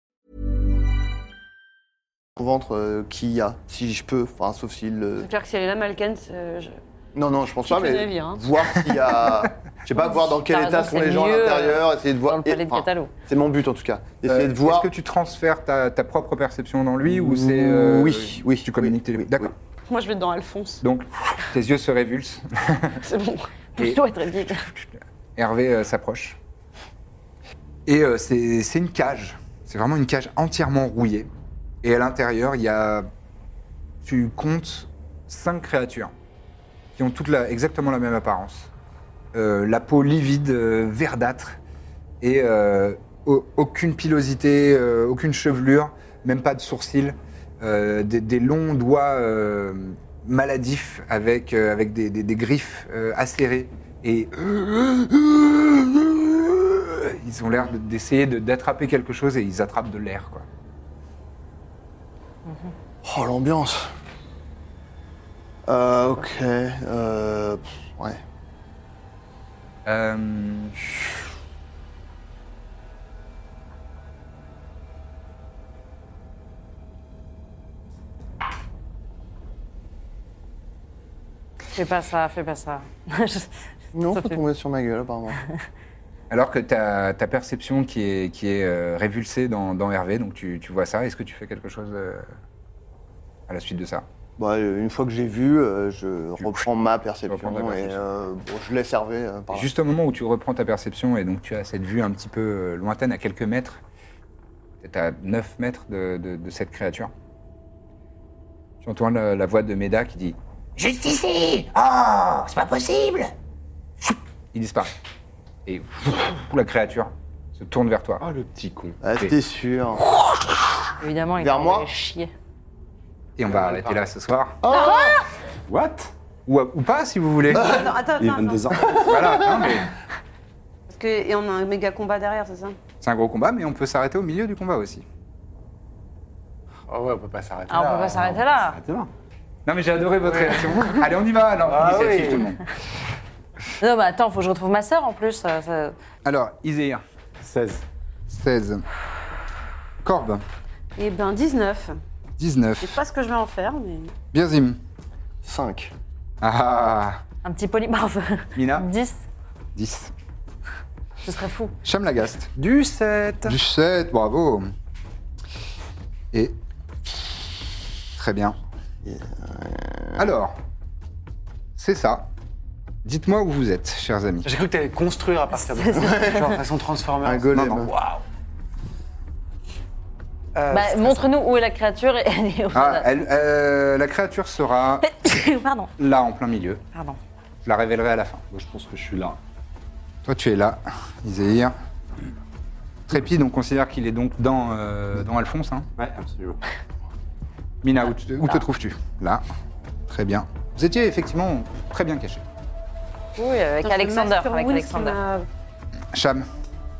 [SPEAKER 2] ventre euh, qui y a, si je peux, enfin sauf s'il. le-
[SPEAKER 3] C'est clair que si elle est là, Malken, euh, je-
[SPEAKER 2] Non, non, je pense
[SPEAKER 3] Tu
[SPEAKER 2] pas,
[SPEAKER 3] fais
[SPEAKER 2] mais
[SPEAKER 3] la vie, hein.
[SPEAKER 2] voir s'il y a. Je sais pas, voir dans quel
[SPEAKER 5] T'as
[SPEAKER 2] état
[SPEAKER 5] raison,
[SPEAKER 2] sont
[SPEAKER 5] c'est
[SPEAKER 2] les gens à
[SPEAKER 5] mieux, euh,
[SPEAKER 2] l'intérieur, essayer de voir.
[SPEAKER 5] dans le palais de
[SPEAKER 2] enfin,
[SPEAKER 5] Catalo.
[SPEAKER 2] c'est mon but en tout cas,
[SPEAKER 1] Euh,
[SPEAKER 2] d'essayer de voir.
[SPEAKER 1] Est-ce que tu transfères ta, ta propre perception dans lui ou c'est. euh,
[SPEAKER 2] Oui, oui,
[SPEAKER 1] Tu communiques
[SPEAKER 2] oui,
[SPEAKER 1] télé-
[SPEAKER 2] oui,
[SPEAKER 1] D'accord.
[SPEAKER 3] moi je vais dans Alphonse.
[SPEAKER 1] Donc, tes yeux se révulsent.
[SPEAKER 3] C'est bon.
[SPEAKER 5] Pousse-toi, être vite.
[SPEAKER 1] Hervé euh, s'approche. Et euh, c'est c'est une cage. C'est vraiment une cage entièrement rouillée. Et à l'intérieur, il y a. Tu comptes cinq créatures qui ont toutes la- exactement la même apparence. Euh, la peau livide, euh, verdâtre, et euh, au- aucune pilosité, euh, aucune chevelure, même pas de sourcils. Euh, des, des longs doigts euh, maladifs avec, euh, avec des, des- des griffes euh, acérées. Et ils ont l'air de- d'essayer de- d'attraper quelque chose et ils attrapent de l'air. quoi.
[SPEAKER 2] Oh, l'ambiance. Euh, ok. Euh, pff, ouais.
[SPEAKER 1] Euh,
[SPEAKER 5] Fais pas ça, fais pas ça.
[SPEAKER 2] Non,
[SPEAKER 5] Ça
[SPEAKER 2] faut
[SPEAKER 5] fait-
[SPEAKER 2] tomber sur ma gueule, apparemment.
[SPEAKER 1] alors que ta, ta perception qui est, qui est euh, révulsée dans, dans Hervé, donc tu, tu vois ça, est-ce que tu fais quelque chose euh, à la suite de ça
[SPEAKER 2] bah, euh, une fois que j'ai vu, euh, je reprends ma
[SPEAKER 1] reprends
[SPEAKER 2] perception
[SPEAKER 1] ta
[SPEAKER 2] et
[SPEAKER 1] perception.
[SPEAKER 2] euh, bon, je laisse Hervé euh, par là.
[SPEAKER 1] Juste au moment où tu reprends ta perception et donc tu as cette vue un petit peu euh, lointaine à quelques mètres, peut-être à 9 mètres de, de- de cette créature, tu entends la, la voix de Méda qui dit Ah
[SPEAKER 4] Juste ici Oh, c'est pas possible
[SPEAKER 1] Il disparaît. Et la créature se tourne vers toi.
[SPEAKER 6] Ah, le petit con.
[SPEAKER 2] Ah, c'était sûr.
[SPEAKER 5] Évidemment, il
[SPEAKER 2] Vers moi
[SPEAKER 5] allait chier.
[SPEAKER 1] Et on va arrêter là ce soir.
[SPEAKER 6] Ah What
[SPEAKER 1] Ou, ou pas si vous voulez.
[SPEAKER 3] Attends, attends,
[SPEAKER 6] Il est
[SPEAKER 3] attends. attends.
[SPEAKER 6] 22 ans.
[SPEAKER 1] voilà, hein, mais
[SPEAKER 3] Parce que, et on a un méga combat derrière, c'est ça
[SPEAKER 1] c'est un gros combat, mais on peut s'arrêter au milieu du combat aussi.
[SPEAKER 7] Oh ouais, on peut pas s'arrêter
[SPEAKER 5] Ah, on
[SPEAKER 7] là.
[SPEAKER 5] peut
[SPEAKER 2] hein.
[SPEAKER 5] pas s'arrêter là.
[SPEAKER 6] Arrêtez là.
[SPEAKER 1] Non mais j'ai adoré votre réaction. Allez, on y va alors.
[SPEAKER 7] Ah
[SPEAKER 1] Initiative
[SPEAKER 7] oui.
[SPEAKER 1] tout le monde.
[SPEAKER 5] Non, mais attends, faut que je retrouve ma sœur en plus. ça- ça-
[SPEAKER 1] Alors, Iséa,
[SPEAKER 6] 16.
[SPEAKER 1] 16. Corbe,
[SPEAKER 3] Eh ben 19. Je
[SPEAKER 1] 19.
[SPEAKER 3] sais pas ce que je vais en faire, mais.
[SPEAKER 1] Birzim.
[SPEAKER 2] 5.
[SPEAKER 1] Ah,
[SPEAKER 5] Un petit polymarve.
[SPEAKER 2] Ah.
[SPEAKER 1] Mina,
[SPEAKER 5] 10,
[SPEAKER 1] 10.
[SPEAKER 5] ce serait fou.
[SPEAKER 1] Chamlagast,
[SPEAKER 7] Du 7
[SPEAKER 1] du 7, bravo. Et... Très bien. Alors, c'est ça. Dites-moi où vous êtes, chers amis.
[SPEAKER 7] J'ai cru que t'allais construire à partir de ça. Genre façon Transformers.
[SPEAKER 2] Un golem.
[SPEAKER 1] Non, non. Euh,
[SPEAKER 5] Bah,
[SPEAKER 1] stress-
[SPEAKER 5] montre-nous où est la créature et elle est au fond de
[SPEAKER 1] Ah,
[SPEAKER 5] la-
[SPEAKER 1] elle- euh, la créature sera
[SPEAKER 5] Pardon,
[SPEAKER 1] là, en plein milieu.
[SPEAKER 5] pardon.
[SPEAKER 1] Je la révélerai à la fin.
[SPEAKER 6] Moi, je pense que je suis là.
[SPEAKER 1] Toi, tu es là, Iséir. Trépide, on considère qu'il est donc dans, euh, dans Alphonse. hein.
[SPEAKER 6] Ouais, absolument.
[SPEAKER 1] Mina,
[SPEAKER 2] Ah,
[SPEAKER 1] où, te- où te trouves-tu Là. Très bien. Vous étiez effectivement très bien caché.
[SPEAKER 5] Oui, avec
[SPEAKER 3] Dans ce
[SPEAKER 5] Alexander,
[SPEAKER 3] Master
[SPEAKER 5] avec
[SPEAKER 3] Wounds
[SPEAKER 5] Alexander.
[SPEAKER 3] qu'on a-
[SPEAKER 1] Cham,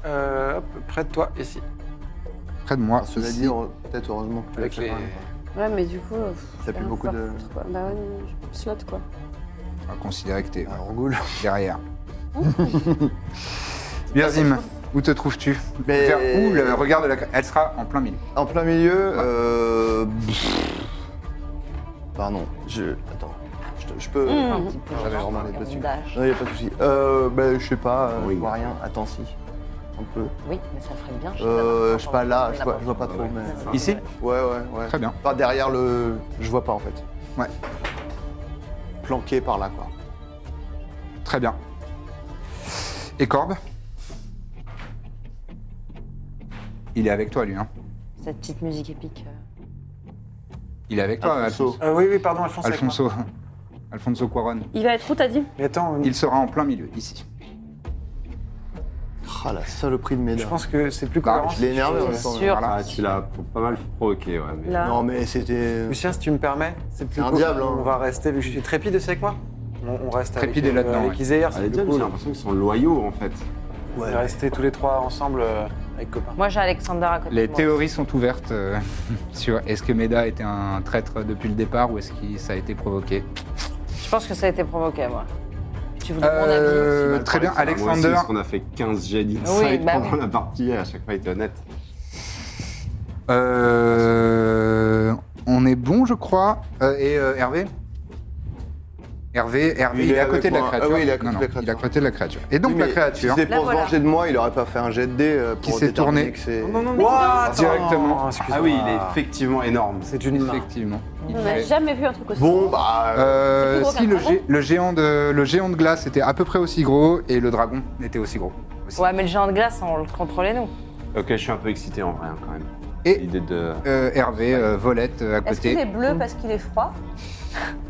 [SPEAKER 7] Euh, hop, près de toi, ici.
[SPEAKER 1] près de moi.
[SPEAKER 2] Cela
[SPEAKER 1] ici.
[SPEAKER 2] dit, heure- peut-être heureusement que tu l'as
[SPEAKER 7] Avec
[SPEAKER 2] fait
[SPEAKER 7] les-
[SPEAKER 2] quand même.
[SPEAKER 3] Ouais, mais du coup. euh, pff,
[SPEAKER 2] Ça pue
[SPEAKER 3] rien
[SPEAKER 2] beaucoup
[SPEAKER 3] à
[SPEAKER 2] de-
[SPEAKER 3] foutre, quoi. Bah ouais, mais je slot quoi.
[SPEAKER 1] On va considérer que t'es euh,
[SPEAKER 2] Ah, Orgoul.
[SPEAKER 1] derrière. Birzim, où te trouves-tu
[SPEAKER 2] Mais-
[SPEAKER 1] Vers où le regard de la. Elle sera en plein milieu.
[SPEAKER 2] En plein milieu, euh... Pardon, je... Attends, je, te- je peux...
[SPEAKER 5] Un petit peu
[SPEAKER 2] J'avais vraiment les
[SPEAKER 5] de
[SPEAKER 2] doigts dessus.
[SPEAKER 5] rondage.
[SPEAKER 2] Non, y a pas de souci. Euh, ben, je sais pas, euh,
[SPEAKER 6] Oui.
[SPEAKER 2] je vois rien. Attends, si. Un peu.
[SPEAKER 5] Oui, mais ça ferait bien.
[SPEAKER 2] Euh,
[SPEAKER 5] d'avoir
[SPEAKER 2] je sais pas, là,
[SPEAKER 5] encore
[SPEAKER 2] je vois, je vois pas trop,
[SPEAKER 6] Ouais.
[SPEAKER 2] mais... euh,
[SPEAKER 1] Ici
[SPEAKER 2] Ouais, ouais, ouais.
[SPEAKER 1] Très bien.
[SPEAKER 2] Enfin, derrière le... Je vois pas, en fait.
[SPEAKER 1] Ouais.
[SPEAKER 2] Planqué par là, quoi.
[SPEAKER 1] Très bien. Et Corbe Il est avec toi, lui. Hein.
[SPEAKER 5] Cette petite musique épique. euh,
[SPEAKER 1] Il est avec toi,
[SPEAKER 2] Alfonso.
[SPEAKER 7] Euh, oui, oui, pardon, Alphonse. avec moi.
[SPEAKER 1] Alfonso. Alfonso Cuaron.
[SPEAKER 3] Il va être où, t'as dit
[SPEAKER 7] Mais attends,
[SPEAKER 1] Il sera en plein milieu, ici.
[SPEAKER 2] Ah, la saloperie de mes
[SPEAKER 7] je pense que c'est plus
[SPEAKER 1] Bah,
[SPEAKER 7] cohérent.
[SPEAKER 2] Je l'ai énervé en
[SPEAKER 5] Bien
[SPEAKER 2] même temps.
[SPEAKER 5] sûr.
[SPEAKER 1] Voilà.
[SPEAKER 6] Ah, tu l'as pas mal provoqué, ouais. Mais...
[SPEAKER 3] Là.
[SPEAKER 2] Non, mais c'était...
[SPEAKER 7] Lucien, si tu me permets, c'est plus
[SPEAKER 2] un
[SPEAKER 7] cool.
[SPEAKER 2] diable, hein.
[SPEAKER 7] On va rester, vu que je suis trépide aussi avec moi. On, on reste
[SPEAKER 1] Trépide est
[SPEAKER 7] avec, euh,
[SPEAKER 1] là-dedans,
[SPEAKER 7] avec
[SPEAKER 1] ouais.
[SPEAKER 7] Iséir,
[SPEAKER 6] Ah,
[SPEAKER 7] c'est
[SPEAKER 6] les
[SPEAKER 7] plus
[SPEAKER 6] diables, j'ai
[SPEAKER 7] cool.
[SPEAKER 6] l'impression qu'ils sont loyaux, en fait.
[SPEAKER 7] On est restés tous les trois ensemble euh, avec copains.
[SPEAKER 5] Moi, j'ai Alexander à côté de
[SPEAKER 1] Les
[SPEAKER 5] moi.
[SPEAKER 1] théories sont ouvertes euh, sur est-ce que Meda était un traître depuis le départ ou est-ce que ça a été provoqué.
[SPEAKER 5] Je pense que ça a été provoqué, moi. Tu voulais mon avis
[SPEAKER 1] Euh,
[SPEAKER 6] Mal
[SPEAKER 1] très bien,
[SPEAKER 6] parlé, c'est
[SPEAKER 1] Alexander.
[SPEAKER 6] Moi aussi, parce qu'on a fait 15 jets
[SPEAKER 5] Oui,
[SPEAKER 6] d'insight
[SPEAKER 5] bah
[SPEAKER 6] pendant
[SPEAKER 5] oui.
[SPEAKER 6] la partie, et à chaque fois, il était honnête.
[SPEAKER 1] Euh, on est bon, je crois. Euh, et euh, Hervé Hervé, Hervé,
[SPEAKER 2] Il
[SPEAKER 1] il,
[SPEAKER 2] est
[SPEAKER 1] est à
[SPEAKER 2] avec
[SPEAKER 1] côté de la
[SPEAKER 2] moi. Ah
[SPEAKER 1] créature.
[SPEAKER 2] oui, il est à côté
[SPEAKER 1] Non,
[SPEAKER 2] de la
[SPEAKER 1] non,
[SPEAKER 2] créature.
[SPEAKER 1] il est à côté de la créature. Et donc
[SPEAKER 2] Oui,
[SPEAKER 1] la
[SPEAKER 2] mais
[SPEAKER 1] créature,
[SPEAKER 2] Si c'était pour
[SPEAKER 3] La voilà.
[SPEAKER 2] se venger de moi, il aurait pas fait un jet de dé euh, pour
[SPEAKER 1] Qui s'est
[SPEAKER 2] déterminer
[SPEAKER 1] tourné.
[SPEAKER 2] que c'est...
[SPEAKER 7] Ouah, attends,
[SPEAKER 1] Directement.
[SPEAKER 7] Oh, excuse-moi.
[SPEAKER 6] Ah oui, il est effectivement énorme.
[SPEAKER 7] C'est une main.
[SPEAKER 1] effectivement. il
[SPEAKER 3] On n'a
[SPEAKER 1] fait-
[SPEAKER 3] jamais vu un truc aussi.
[SPEAKER 2] Bon, bah... euh,
[SPEAKER 1] Euh,
[SPEAKER 3] C'est plus gros
[SPEAKER 1] si
[SPEAKER 3] qu'un
[SPEAKER 1] le,
[SPEAKER 3] dragon
[SPEAKER 1] gé- le géant de le géant de glace était à peu près aussi gros et le dragon était aussi gros. aussi.
[SPEAKER 5] Ouais, mais le géant de glace, on le contrôlait, nous.
[SPEAKER 6] Ok, je suis un peu excité en vrai, hein, quand même.
[SPEAKER 1] Et-
[SPEAKER 6] L'idée de.
[SPEAKER 1] Euh, Hervé, euh, Volette euh, à
[SPEAKER 3] Est-ce
[SPEAKER 1] côté.
[SPEAKER 3] qu'il est bleu parce qu'il est froid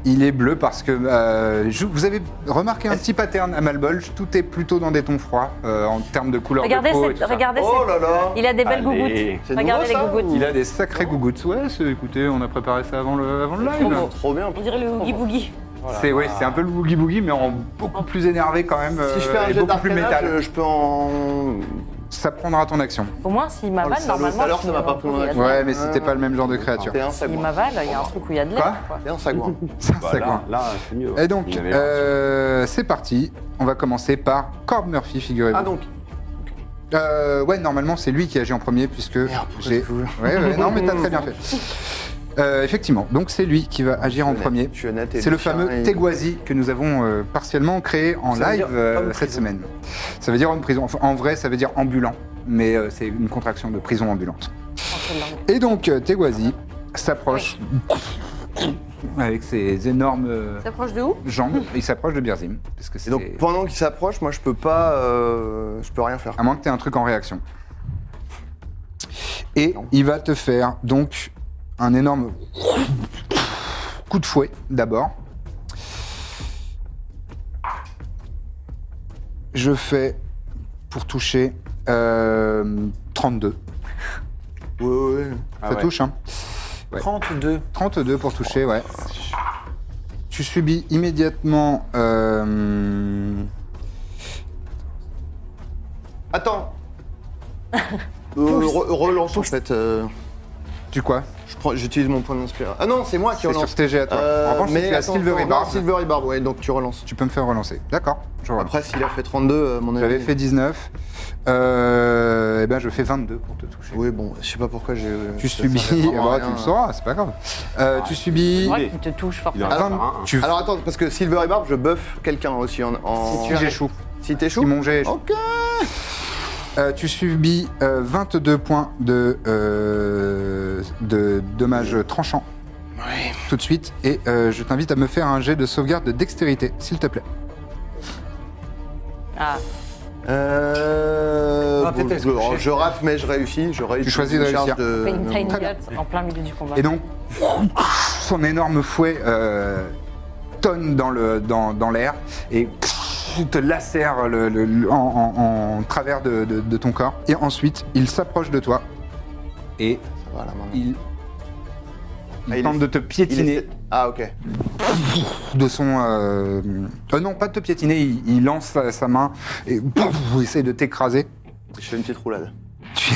[SPEAKER 1] Il est bleu parce que euh, je- vous avez remarqué un petit pattern à Malbolge. Tout est plutôt dans des tons froids euh, en termes de couleur
[SPEAKER 5] Regardez
[SPEAKER 1] de peau. et
[SPEAKER 5] cette.
[SPEAKER 1] tout ça.
[SPEAKER 5] Regardez
[SPEAKER 2] Oh
[SPEAKER 5] cette-
[SPEAKER 2] là là
[SPEAKER 5] Il a des belles
[SPEAKER 6] Allez.
[SPEAKER 5] gougouttes.
[SPEAKER 2] C'est
[SPEAKER 5] Regardez
[SPEAKER 2] nouveau, ça,
[SPEAKER 5] les gougouttes.
[SPEAKER 1] Il a des sacrés gougouttes. Ouais, c'est- écoutez, on a préparé ça avant le, avant le
[SPEAKER 2] Trop
[SPEAKER 1] live.
[SPEAKER 2] bien, Oh, Trop bien.
[SPEAKER 3] On dirait le
[SPEAKER 1] Oh.
[SPEAKER 3] Oogie Boogie.
[SPEAKER 1] C'est ouais, c'est un peu le boogie boogie, mais en beaucoup plus énervé quand même.
[SPEAKER 2] Si je
[SPEAKER 1] euh,
[SPEAKER 2] fais un
[SPEAKER 1] et
[SPEAKER 2] jet
[SPEAKER 1] beaucoup plus
[SPEAKER 2] d'arcana,
[SPEAKER 1] métal.
[SPEAKER 2] je, je peux en...
[SPEAKER 1] Ça prendra ton action.
[SPEAKER 5] Au moins, s'il
[SPEAKER 2] Oh, le
[SPEAKER 5] m'avale,
[SPEAKER 2] salaud,
[SPEAKER 5] normalement.
[SPEAKER 2] tout à l'heure,
[SPEAKER 5] je-
[SPEAKER 2] ça m'a pas pris mon
[SPEAKER 5] il y a de
[SPEAKER 2] avis.
[SPEAKER 5] l'air.
[SPEAKER 1] Ouais, mais c'était pas le même genre de créature.
[SPEAKER 2] T'es un
[SPEAKER 5] S'il
[SPEAKER 2] sagouin.
[SPEAKER 5] m'avale, il y a un truc où il y a de
[SPEAKER 1] Quoi
[SPEAKER 5] l'air. quoi.
[SPEAKER 2] T'es un sagouin.
[SPEAKER 1] Ça,
[SPEAKER 6] Bah,
[SPEAKER 1] c'est
[SPEAKER 6] là,
[SPEAKER 1] quoi
[SPEAKER 6] là, c'est mieux.
[SPEAKER 1] Et donc,
[SPEAKER 6] Il avait l'air-
[SPEAKER 1] euh, c'est parti. On va commencer par Corb Murphy, figurez-vous.
[SPEAKER 2] Ah donc,
[SPEAKER 1] Euh, ouais, normalement, c'est lui qui agit en premier puisque
[SPEAKER 2] Merde, pourquoi
[SPEAKER 1] j'ai.
[SPEAKER 2] j'ai voulu
[SPEAKER 1] Ouais, ouais, non, mais t'as très bien fait. Euh, effectivement, donc c'est lui qui va agir en
[SPEAKER 2] honnête,
[SPEAKER 1] premier.
[SPEAKER 2] je suis honnête et
[SPEAKER 1] C'est le
[SPEAKER 2] Lucien
[SPEAKER 1] fameux
[SPEAKER 2] est-
[SPEAKER 1] Teguazi que nous avons euh, partiellement créé en
[SPEAKER 7] Ça veut
[SPEAKER 1] live
[SPEAKER 7] dire
[SPEAKER 1] euh,
[SPEAKER 7] homme
[SPEAKER 1] cette
[SPEAKER 7] prison.
[SPEAKER 1] semaine. Ça veut dire homme prison. Enfin, en vrai, ça veut dire ambulant, mais euh, c'est une contraction de prison ambulante. Et donc, euh, Teguazi s'approche avec ses énormes euh,
[SPEAKER 3] T'approches de où
[SPEAKER 1] jambes. Il s'approche de Birzim. Parce que
[SPEAKER 2] Et
[SPEAKER 1] c'est.
[SPEAKER 2] donc pendant qu'il s'approche, moi je peux pas... euh, je peux rien faire.
[SPEAKER 1] À moins que tu aies un truc en réaction. Et il va te faire donc un énorme coup de fouet d'abord. Je fais pour toucher euh, 32.
[SPEAKER 2] Ouais, ouais, ouais.
[SPEAKER 6] Ah
[SPEAKER 1] Ça
[SPEAKER 6] ouais.
[SPEAKER 1] touche, hein
[SPEAKER 7] 32.
[SPEAKER 1] 32 pour toucher, ouais. Tu subis immédiatement. euh,
[SPEAKER 2] Attends Euh, re- Relance en fait. euh,
[SPEAKER 1] tu quoi
[SPEAKER 2] je prends- J'utilise mon point d'inspiration. Ah non, c'est moi qui
[SPEAKER 1] C'est sur
[SPEAKER 2] relance. Euh,
[SPEAKER 1] TG à toi. en revanche, c'est la
[SPEAKER 2] attends,
[SPEAKER 1] Silvery
[SPEAKER 2] non,
[SPEAKER 1] Barb.
[SPEAKER 2] Silvery Barb, ouais, donc tu relances.
[SPEAKER 1] Tu peux me faire relancer. D'accord, je relance.
[SPEAKER 2] Après, s'il a fait 32, euh, mon avis.
[SPEAKER 1] J'avais fait 19. Euh, eh ben, je fais 22 pour te toucher.
[SPEAKER 2] Oui, bon, je sais pas pourquoi j'ai. euh,
[SPEAKER 1] Tu
[SPEAKER 2] ça
[SPEAKER 1] subis.
[SPEAKER 2] servait vraiment
[SPEAKER 1] bah,
[SPEAKER 2] à rien.
[SPEAKER 1] tu le sauras, c'est pas grave. Euh, tu
[SPEAKER 5] C'est
[SPEAKER 1] subis.
[SPEAKER 5] vrai qu'il te touche
[SPEAKER 6] Il
[SPEAKER 5] forcément.
[SPEAKER 6] en a
[SPEAKER 2] Alors,
[SPEAKER 6] fait un, hein.
[SPEAKER 1] Tu
[SPEAKER 2] Alors attends, parce que Silvery Barb, je buff quelqu'un aussi en. en...
[SPEAKER 1] si j'échoue.
[SPEAKER 2] Si t'es
[SPEAKER 1] Si
[SPEAKER 2] chaud
[SPEAKER 1] mon jet échoue.
[SPEAKER 2] Ok
[SPEAKER 1] Euh, tu subis euh, 22 points de, euh, de dommages tranchants tout de suite. Et euh, je t'invite à me faire un jet de sauvegarde de dextérité, s'il te plaît.
[SPEAKER 5] Ah,
[SPEAKER 2] Euh. euh,
[SPEAKER 7] Ah,
[SPEAKER 2] vous-
[SPEAKER 7] t'étais
[SPEAKER 2] je,
[SPEAKER 7] couché.
[SPEAKER 2] je rate, mais je réussis. Je réussis.
[SPEAKER 1] choisis de
[SPEAKER 2] une charge
[SPEAKER 1] réussir.
[SPEAKER 5] On
[SPEAKER 2] de-
[SPEAKER 5] fait une
[SPEAKER 2] de-
[SPEAKER 5] tiny guts en plein milieu du combat.
[SPEAKER 1] Et donc, son énorme fouet euh, tonne dans l'air dans, dans l'air et te lacère le- le- le- en, en- en travers de, de- de ton corps. Et ensuite, il s'approche de toi et
[SPEAKER 2] Voilà, maintenant.
[SPEAKER 1] il, il
[SPEAKER 2] Ah, il
[SPEAKER 1] tente
[SPEAKER 2] est-
[SPEAKER 1] de te
[SPEAKER 2] Il
[SPEAKER 1] piétiner
[SPEAKER 2] essaie- Ah, ok.
[SPEAKER 1] de son... euh, euh, non, pas de te piétiner, il, il lance sa, sa main et pouf, essaie de t'écraser.
[SPEAKER 2] Je fais une petite roulade.
[SPEAKER 1] Tu-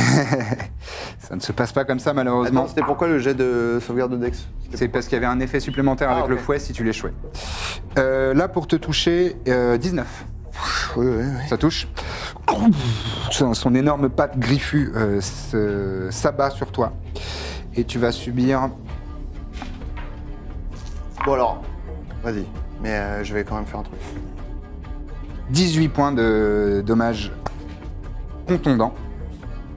[SPEAKER 1] ça ne se passe pas comme ça malheureusement.
[SPEAKER 2] Attends, c'était pourquoi le jet de sauvegarde de Dex
[SPEAKER 1] C'est parce qu'il y avait un effet supplémentaire
[SPEAKER 2] Ah,
[SPEAKER 1] avec le
[SPEAKER 2] ok.
[SPEAKER 1] fouet si tu l'échouais. Euh, là, pour te toucher, euh, 19.
[SPEAKER 2] Oui, oui, oui.
[SPEAKER 1] Ça touche. Son, son énorme patte griffue euh, se- s'abat sur toi. Et tu vas subir.
[SPEAKER 2] Bon, alors, vas-y. Mais euh, je vais quand même faire un truc.
[SPEAKER 1] 18 points de dommages contondants.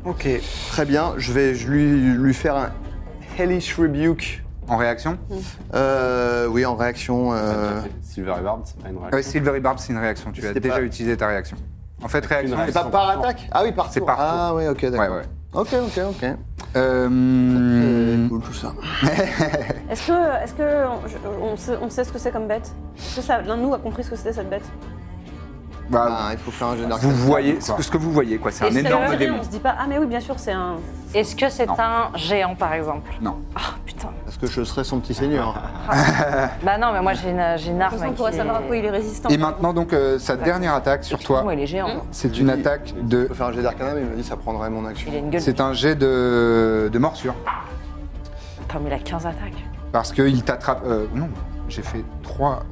[SPEAKER 7] Ok.
[SPEAKER 2] Très bien, je vais je lui, lui faire un Hellish Rebuke.
[SPEAKER 1] En réaction
[SPEAKER 2] Euh, oui, en réaction. euh,
[SPEAKER 6] Silver Bard, c'est pas une
[SPEAKER 1] Ah
[SPEAKER 6] réaction.
[SPEAKER 1] oui, Silvery Barb, c'est une réaction. Tu as
[SPEAKER 2] C'était
[SPEAKER 1] déjà
[SPEAKER 2] pas-
[SPEAKER 1] utilisé ta réaction. En fait, réaction.
[SPEAKER 6] une
[SPEAKER 1] elles
[SPEAKER 2] C'est pas
[SPEAKER 1] sont-
[SPEAKER 2] par attaque Ah oui, par
[SPEAKER 1] C'est
[SPEAKER 2] tour.
[SPEAKER 1] par
[SPEAKER 2] Ah oui, ok,
[SPEAKER 1] Ouais,
[SPEAKER 2] d'accord.
[SPEAKER 1] ouais.
[SPEAKER 2] Ok, ok, ok.
[SPEAKER 1] Euh,
[SPEAKER 2] Euh, Cool tout ça.
[SPEAKER 3] Est-ce que, est-ce que on, je- on sait, on sait ce que c'est comme bête Est-ce que ça- l'un de nous a compris ce que c'était cette bête
[SPEAKER 1] bah,
[SPEAKER 2] Ah, il faut faire un générique.
[SPEAKER 1] vous voyez
[SPEAKER 6] quoi.
[SPEAKER 1] ce que vous voyez, quoi. C'est
[SPEAKER 3] Et
[SPEAKER 1] un
[SPEAKER 3] si ça veut
[SPEAKER 1] énorme
[SPEAKER 3] rien,
[SPEAKER 1] démon.
[SPEAKER 3] On se dit pas ah mais oui bien sûr c'est un.
[SPEAKER 5] Est-ce que c'est
[SPEAKER 1] Non.
[SPEAKER 5] un géant, par exemple
[SPEAKER 1] Non.
[SPEAKER 5] Ah, putain.
[SPEAKER 2] Parce que je serai son petit seigneur.
[SPEAKER 5] Bah non, mais moi, j'ai une, j'ai une
[SPEAKER 3] De toute
[SPEAKER 5] arme
[SPEAKER 3] façon, on
[SPEAKER 5] qui
[SPEAKER 3] pourrait savoir à quoi
[SPEAKER 5] est...
[SPEAKER 3] il est résistant.
[SPEAKER 1] Et maintenant, donc, euh, sa dernière attaque sur toi.
[SPEAKER 5] Moi, il est géant.
[SPEAKER 3] Mmh.
[SPEAKER 1] C'est une attaque de.
[SPEAKER 2] Je peux faire un jet d'arcana, mais il me dit ça prendrait mon action.
[SPEAKER 5] Il a une gueule.
[SPEAKER 1] C'est un jet de, de morsure.
[SPEAKER 5] Putain, mais il a 15 attaques.
[SPEAKER 1] Parce qu'il t'attrape. euh, non, j'ai fait 3.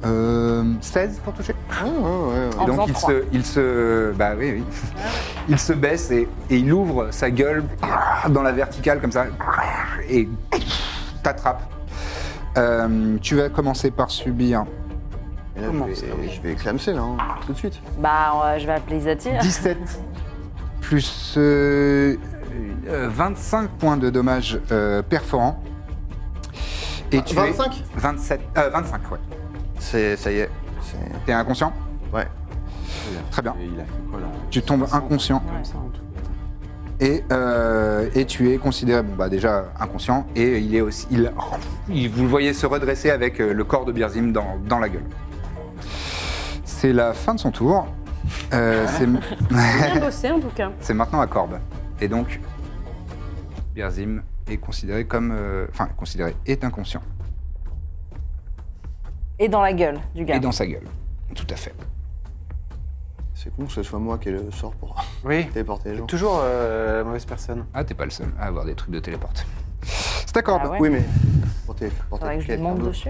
[SPEAKER 1] 16 pour toucher.
[SPEAKER 2] Ah, Ouais, ouais, ouais, ouais.
[SPEAKER 1] Et
[SPEAKER 5] En
[SPEAKER 1] donc
[SPEAKER 5] faisant
[SPEAKER 1] il
[SPEAKER 5] trois.
[SPEAKER 1] se, il se. Bah oui, oui. Il se baisse et, et il ouvre sa gueule ah, dans la verticale comme ça. Et t'attrape. Euh, tu vas commencer par subir
[SPEAKER 2] Et là,
[SPEAKER 1] Comment
[SPEAKER 2] je,
[SPEAKER 1] ça,
[SPEAKER 2] vais,
[SPEAKER 1] oui.
[SPEAKER 2] je vais clamser là, hein, tout de suite.
[SPEAKER 5] Bah, euh, je vais appeler Isati.
[SPEAKER 1] 17 plus euh, euh, 25 points de dommages euh, perforants. Et tu es-
[SPEAKER 2] 25?
[SPEAKER 1] 27, euh, 25, ouais.
[SPEAKER 2] C'est, ça y est. C'est-
[SPEAKER 1] T'es inconscient
[SPEAKER 2] Ouais.
[SPEAKER 1] Très bien.
[SPEAKER 6] Et il a fait quoi là
[SPEAKER 1] Tu tombes
[SPEAKER 6] 60,
[SPEAKER 1] inconscient
[SPEAKER 6] comme ça, en tout.
[SPEAKER 1] et, euh, et tu es considéré, bon bah déjà inconscient, et il est aussi, il, il- vous le voyez se redresser avec euh, le corps de Birzim dans, dans la gueule. C'est la fin de son tour. Euh, c'est
[SPEAKER 3] Bien bossé en tout cas.
[SPEAKER 1] c'est maintenant à Corbe. Et donc, Birzim est considéré comme, euh, enfin considéré est inconscient
[SPEAKER 5] Et dans la gueule du gars.
[SPEAKER 1] et dans sa gueule. Tout à fait.
[SPEAKER 2] C'est con que ce soit moi qui ai le sort pour
[SPEAKER 7] Oui.
[SPEAKER 2] téléporter les gens.
[SPEAKER 7] Toujours euh, la mauvaise personne.
[SPEAKER 1] Ah t'es pas le seul à avoir des trucs de téléporte. C'est à Corbe.
[SPEAKER 5] Ah ouais
[SPEAKER 2] Oui, mais pour téléporter
[SPEAKER 5] Faudrait que je lui
[SPEAKER 2] quelqu'un
[SPEAKER 5] monte
[SPEAKER 2] d'autre.
[SPEAKER 5] dessus.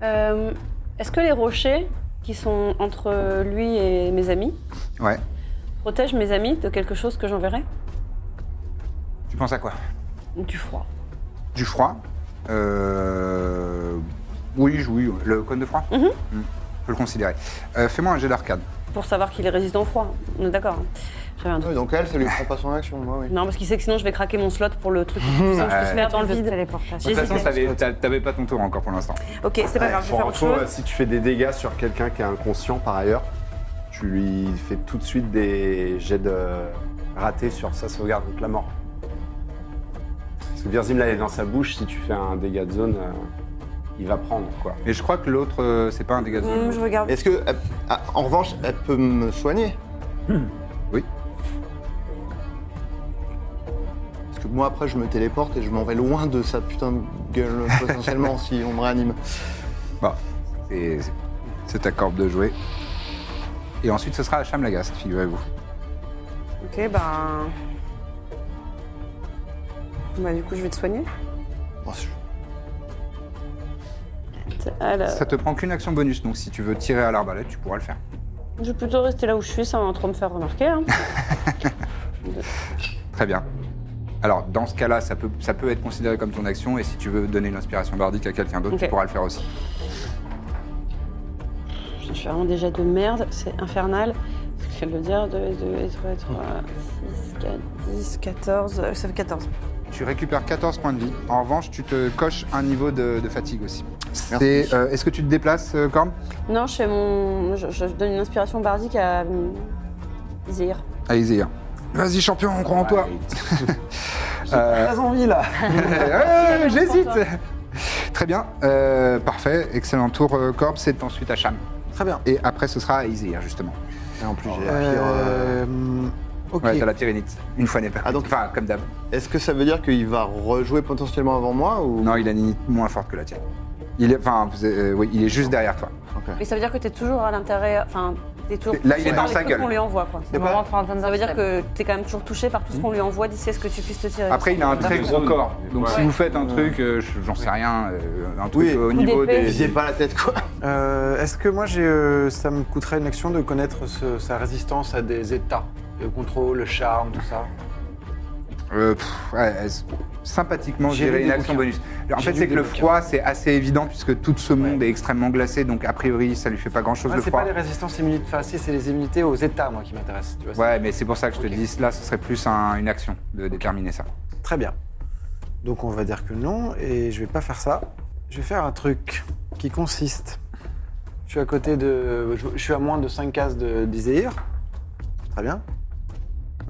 [SPEAKER 3] Euh, Est-ce que les rochers qui sont entre lui et mes amis
[SPEAKER 1] ouais.
[SPEAKER 3] protègent mes amis de quelque chose que j'enverrai
[SPEAKER 1] Tu penses à quoi
[SPEAKER 3] Du froid.
[SPEAKER 1] Du froid. Euh... Oui, je- oui, le cône de froid.
[SPEAKER 5] Mhm.
[SPEAKER 1] Mm. Je peux le considérer. Euh, Fais-moi un jet d'arcade.
[SPEAKER 3] Pour savoir qu'il est résistant au froid. On est d'accord. hein. J'avais un doute.
[SPEAKER 2] Oui, donc elle, ça lui prend pas son action, moi, oui.
[SPEAKER 3] Non, parce qu'il sait que sinon je vais craquer mon slot pour le truc. Sinon, je peux se mettre dans le vide.
[SPEAKER 1] De
[SPEAKER 5] téléportation.
[SPEAKER 1] toute façon, t'avais- t'a- t'avais pas ton tour encore pour l'instant.
[SPEAKER 3] Ok, c'est pas grave, je vais
[SPEAKER 6] Pour
[SPEAKER 3] faire autre
[SPEAKER 6] info,
[SPEAKER 3] chose.
[SPEAKER 6] euh, si tu fais des dégâts sur quelqu'un qui est inconscient par ailleurs, tu lui fais tout de suite des jets de ratés sur sa sauvegarde contre la mort. Parce que Birzim, là, il est dans sa bouche, si tu fais un dégât de zone, euh, il va prendre, quoi.
[SPEAKER 1] Et je crois que l'autre, euh, c'est pas un dégât de
[SPEAKER 5] Mhm.
[SPEAKER 1] zone.
[SPEAKER 3] Hum, je regarde.
[SPEAKER 2] Est-ce que, elle- ah, en revanche, elle peut me soigner
[SPEAKER 6] Hmm.
[SPEAKER 1] Oui.
[SPEAKER 2] Parce que moi, après, je me téléporte et je m'en vais loin de sa putain de gueule, potentiellement, si on me réanime.
[SPEAKER 1] Bon, Bah, c'est- c'est- c'est à Corbe de jouer. Et ensuite, ce sera à Chamlagast, figurez-vous.
[SPEAKER 3] Ok, ben. Bah, du coup, je vais te soigner.
[SPEAKER 2] Bon, c'est-
[SPEAKER 3] Alors,
[SPEAKER 1] Ça te prend qu'une action bonus, donc si tu veux tirer à l'arbalète, tu pourras le faire.
[SPEAKER 3] je vais plutôt rester là où je suis sans trop me faire remarquer. hein.
[SPEAKER 1] Très bien. Alors, dans ce cas-là, ça peut, ça peut être considéré comme ton action, et si tu veux donner l'inspiration bardique à quelqu'un d'autre,
[SPEAKER 3] Ok.
[SPEAKER 1] tu pourras le faire aussi.
[SPEAKER 3] Je suis vraiment déjà de merde, c'est infernal. Parce que Je viens de le dire, 2, 2, 3, 3, 6, 4, 10, 14, euh, ça fait 14.
[SPEAKER 1] Tu récupères 14 points de vie. En revanche, tu te coches un niveau de, de fatigue aussi.
[SPEAKER 2] Merci.
[SPEAKER 1] C'est, euh, Est-ce que tu te déplaces, euh, Corbe
[SPEAKER 3] Non, je, fais mon... je, je donne une inspiration bardique à hum, Zir.
[SPEAKER 1] Allez-y. hein. Vas-y, champion, on croit en toi.
[SPEAKER 7] Très envie là.
[SPEAKER 1] Euh, ouais, J'hésite. Très bien. euh, parfait. Excellent tour, euh, Corbe. C'est ensuite à Cham.
[SPEAKER 7] Très bien.
[SPEAKER 1] Et après, ce sera à Izir, justement.
[SPEAKER 2] Et en plus, j'ai la pire, euh,
[SPEAKER 7] Euh, ok.
[SPEAKER 1] Ouais, t'as la pyrénite. Une fois n'est pas.
[SPEAKER 2] Ah, donc-
[SPEAKER 1] Enfin, comme d'hab.
[SPEAKER 2] Est-ce que ça veut dire qu'il va rejouer potentiellement avant moi ou
[SPEAKER 1] Non, il a une limite moins forte que la tienne. Il est, enfin, vous êtes- euh, oui, il est juste derrière toi.
[SPEAKER 5] Mais ça veut dire que t'es toujours à l'intérieur. Enfin, t'es toujours.
[SPEAKER 1] Là, il
[SPEAKER 5] touché
[SPEAKER 1] est dans
[SPEAKER 5] par
[SPEAKER 1] sa
[SPEAKER 5] les trucs
[SPEAKER 1] gueule.
[SPEAKER 5] qu'on lui envoie, quoi.
[SPEAKER 2] Y a pas-
[SPEAKER 5] Vraiment, enfin,
[SPEAKER 3] Ça veut dire que t'es quand même toujours touché par tout ce qu'on lui envoie d'ici à ce que tu puisses te
[SPEAKER 7] Euh,
[SPEAKER 3] tirer.
[SPEAKER 1] Après, il a un très gros corps. Donc, si
[SPEAKER 5] Ouais.
[SPEAKER 1] vous faites un truc, euh, je- j'en sais rien, euh, un truc
[SPEAKER 2] Oui.
[SPEAKER 1] au niveau
[SPEAKER 5] d'épée.
[SPEAKER 1] des.
[SPEAKER 2] Visez pas la tête quoi
[SPEAKER 7] Euh, Est-ce que moi, j'ai, euh, ça me coûterait une action de connaître ce- sa résistance à des états Le contrôle, le charme, tout ça
[SPEAKER 1] Euh, pff, ouais, elle- sympathiquement,
[SPEAKER 7] J'ai lu
[SPEAKER 1] j'irai une
[SPEAKER 7] des
[SPEAKER 1] action
[SPEAKER 7] bouquins.
[SPEAKER 1] bonus. Alors, en
[SPEAKER 7] J'ai
[SPEAKER 1] fait,
[SPEAKER 7] lu
[SPEAKER 1] c'est
[SPEAKER 7] des
[SPEAKER 1] que le
[SPEAKER 7] bouquins.
[SPEAKER 1] froid, c'est assez évident puisque tout ce monde est extrêmement glacé, donc a priori, ça lui fait pas grand chose
[SPEAKER 7] Ouais,
[SPEAKER 1] le
[SPEAKER 7] Ah, C'est
[SPEAKER 1] froid.
[SPEAKER 7] pas les résistances immunités, enfin, si, c'est les immunités aux états, moi, qui m'intéressent. tu vois,
[SPEAKER 1] Ouais, mais c'est pour ça que je te
[SPEAKER 7] Ok.
[SPEAKER 1] dis, là, ce serait plus un- une action de déterminer ça.
[SPEAKER 7] c'est- Très bien. Donc, on va dire que non, et je vais pas faire ça. Je vais faire un truc qui consiste. Je suis à côté de. Je, je suis à moins de 5 cases de- d'Iséir. Très bien.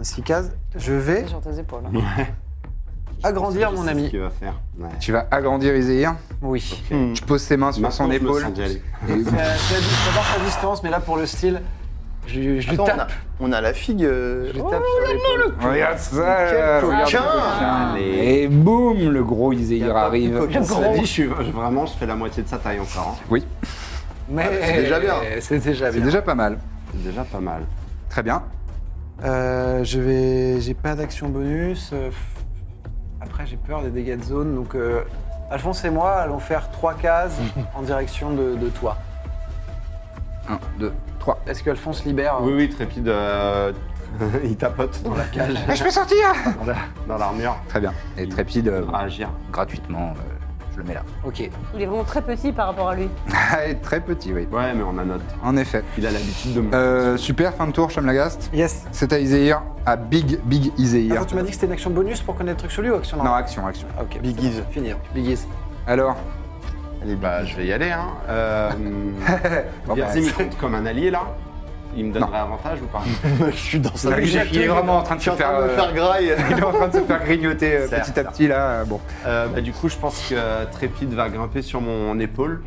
[SPEAKER 7] 6 cases. Je vais
[SPEAKER 5] sur tes épaules. hein.
[SPEAKER 7] agrandir mon
[SPEAKER 6] C'est ce
[SPEAKER 7] ami.
[SPEAKER 6] qu'il va faire. Ouais.
[SPEAKER 1] Tu vas agrandir Izehir,
[SPEAKER 7] Mm. Oui.
[SPEAKER 1] tu poses ses mains sur
[SPEAKER 6] Maintenant,
[SPEAKER 1] son
[SPEAKER 6] je me
[SPEAKER 1] épaule.
[SPEAKER 6] sens d'y aller.
[SPEAKER 1] et-
[SPEAKER 7] C'est à- euh, c'est à di- ça marche à distance, mais là, pour le style, je, lui- je lui
[SPEAKER 2] Attends, on a,
[SPEAKER 7] tape.
[SPEAKER 2] on a la figue. euh,
[SPEAKER 7] Je lui tape sur l'épaule.
[SPEAKER 1] Regarde ça là,
[SPEAKER 2] coquin.
[SPEAKER 1] regarde ça. Et boum, le gros Izehir arrive.
[SPEAKER 6] Coquin, cela dit, je suis- je- vraiment, je fais la moitié de sa taille encore. hein.
[SPEAKER 1] Oui,
[SPEAKER 7] Mais
[SPEAKER 1] Ah,
[SPEAKER 2] c'est déjà bien.
[SPEAKER 7] C'est déjà
[SPEAKER 1] c'est
[SPEAKER 7] bien.
[SPEAKER 1] déjà pas mal.
[SPEAKER 6] C'est déjà pas mal.
[SPEAKER 1] Très bien.
[SPEAKER 7] Euh, je vais. J'ai pas d'action bonus. euh, pff. Après, j'ai peur des dégâts de zone. Donc, euh, Alphonse et moi allons faire trois cases en direction de, de toi.
[SPEAKER 1] 1, 2, 3.
[SPEAKER 7] Est-ce qu'Alphonse libère hein
[SPEAKER 6] Oui, oui, Trépide, euh, il tapote dans la cage,
[SPEAKER 1] je peux sortir
[SPEAKER 6] dans la- dans l'armure.
[SPEAKER 1] Très bien. Et Trépide, euh,
[SPEAKER 6] Il va agir.
[SPEAKER 4] Gratuitement, euh, je le mets là.
[SPEAKER 7] Ok.
[SPEAKER 3] Il est vraiment très petit par rapport à lui.
[SPEAKER 1] est Ah, très petit, oui.
[SPEAKER 6] Ouais, mais on a notre.
[SPEAKER 1] En effet.
[SPEAKER 6] Il a l'habitude de me.
[SPEAKER 1] Euh, super, fin de tour, Chamlagast.
[SPEAKER 7] Yes.
[SPEAKER 1] C'est à Izehir, à Big, Big Izehir.
[SPEAKER 2] Ah,
[SPEAKER 7] Attends, tu m'as dit que c'était une action bonus pour connaître le truc sur lui ou action
[SPEAKER 1] Non,
[SPEAKER 7] normale
[SPEAKER 1] action, action.
[SPEAKER 7] Ok. Big Ease. Finir. Big Ease.
[SPEAKER 1] Alors,
[SPEAKER 6] Allez, bah, je vais y aller. Hein. Euh,
[SPEAKER 1] Bon, bah,
[SPEAKER 6] Birzim, il compte comme un allié là. Il me donnerait avantage ou pas
[SPEAKER 2] je suis dans sa
[SPEAKER 1] il,
[SPEAKER 2] bouche.
[SPEAKER 1] est- il est vraiment en train de
[SPEAKER 2] Je suis
[SPEAKER 1] se
[SPEAKER 2] en
[SPEAKER 1] faire,
[SPEAKER 2] train de me
[SPEAKER 1] euh,
[SPEAKER 2] faire graille.
[SPEAKER 1] il est en train de se faire grignoter euh,
[SPEAKER 6] Certes,
[SPEAKER 1] petit à
[SPEAKER 6] certes.
[SPEAKER 1] petit là. euh, Bon,
[SPEAKER 6] Euh, bah, Du coup, je pense que Trépide va grimper sur mon épaule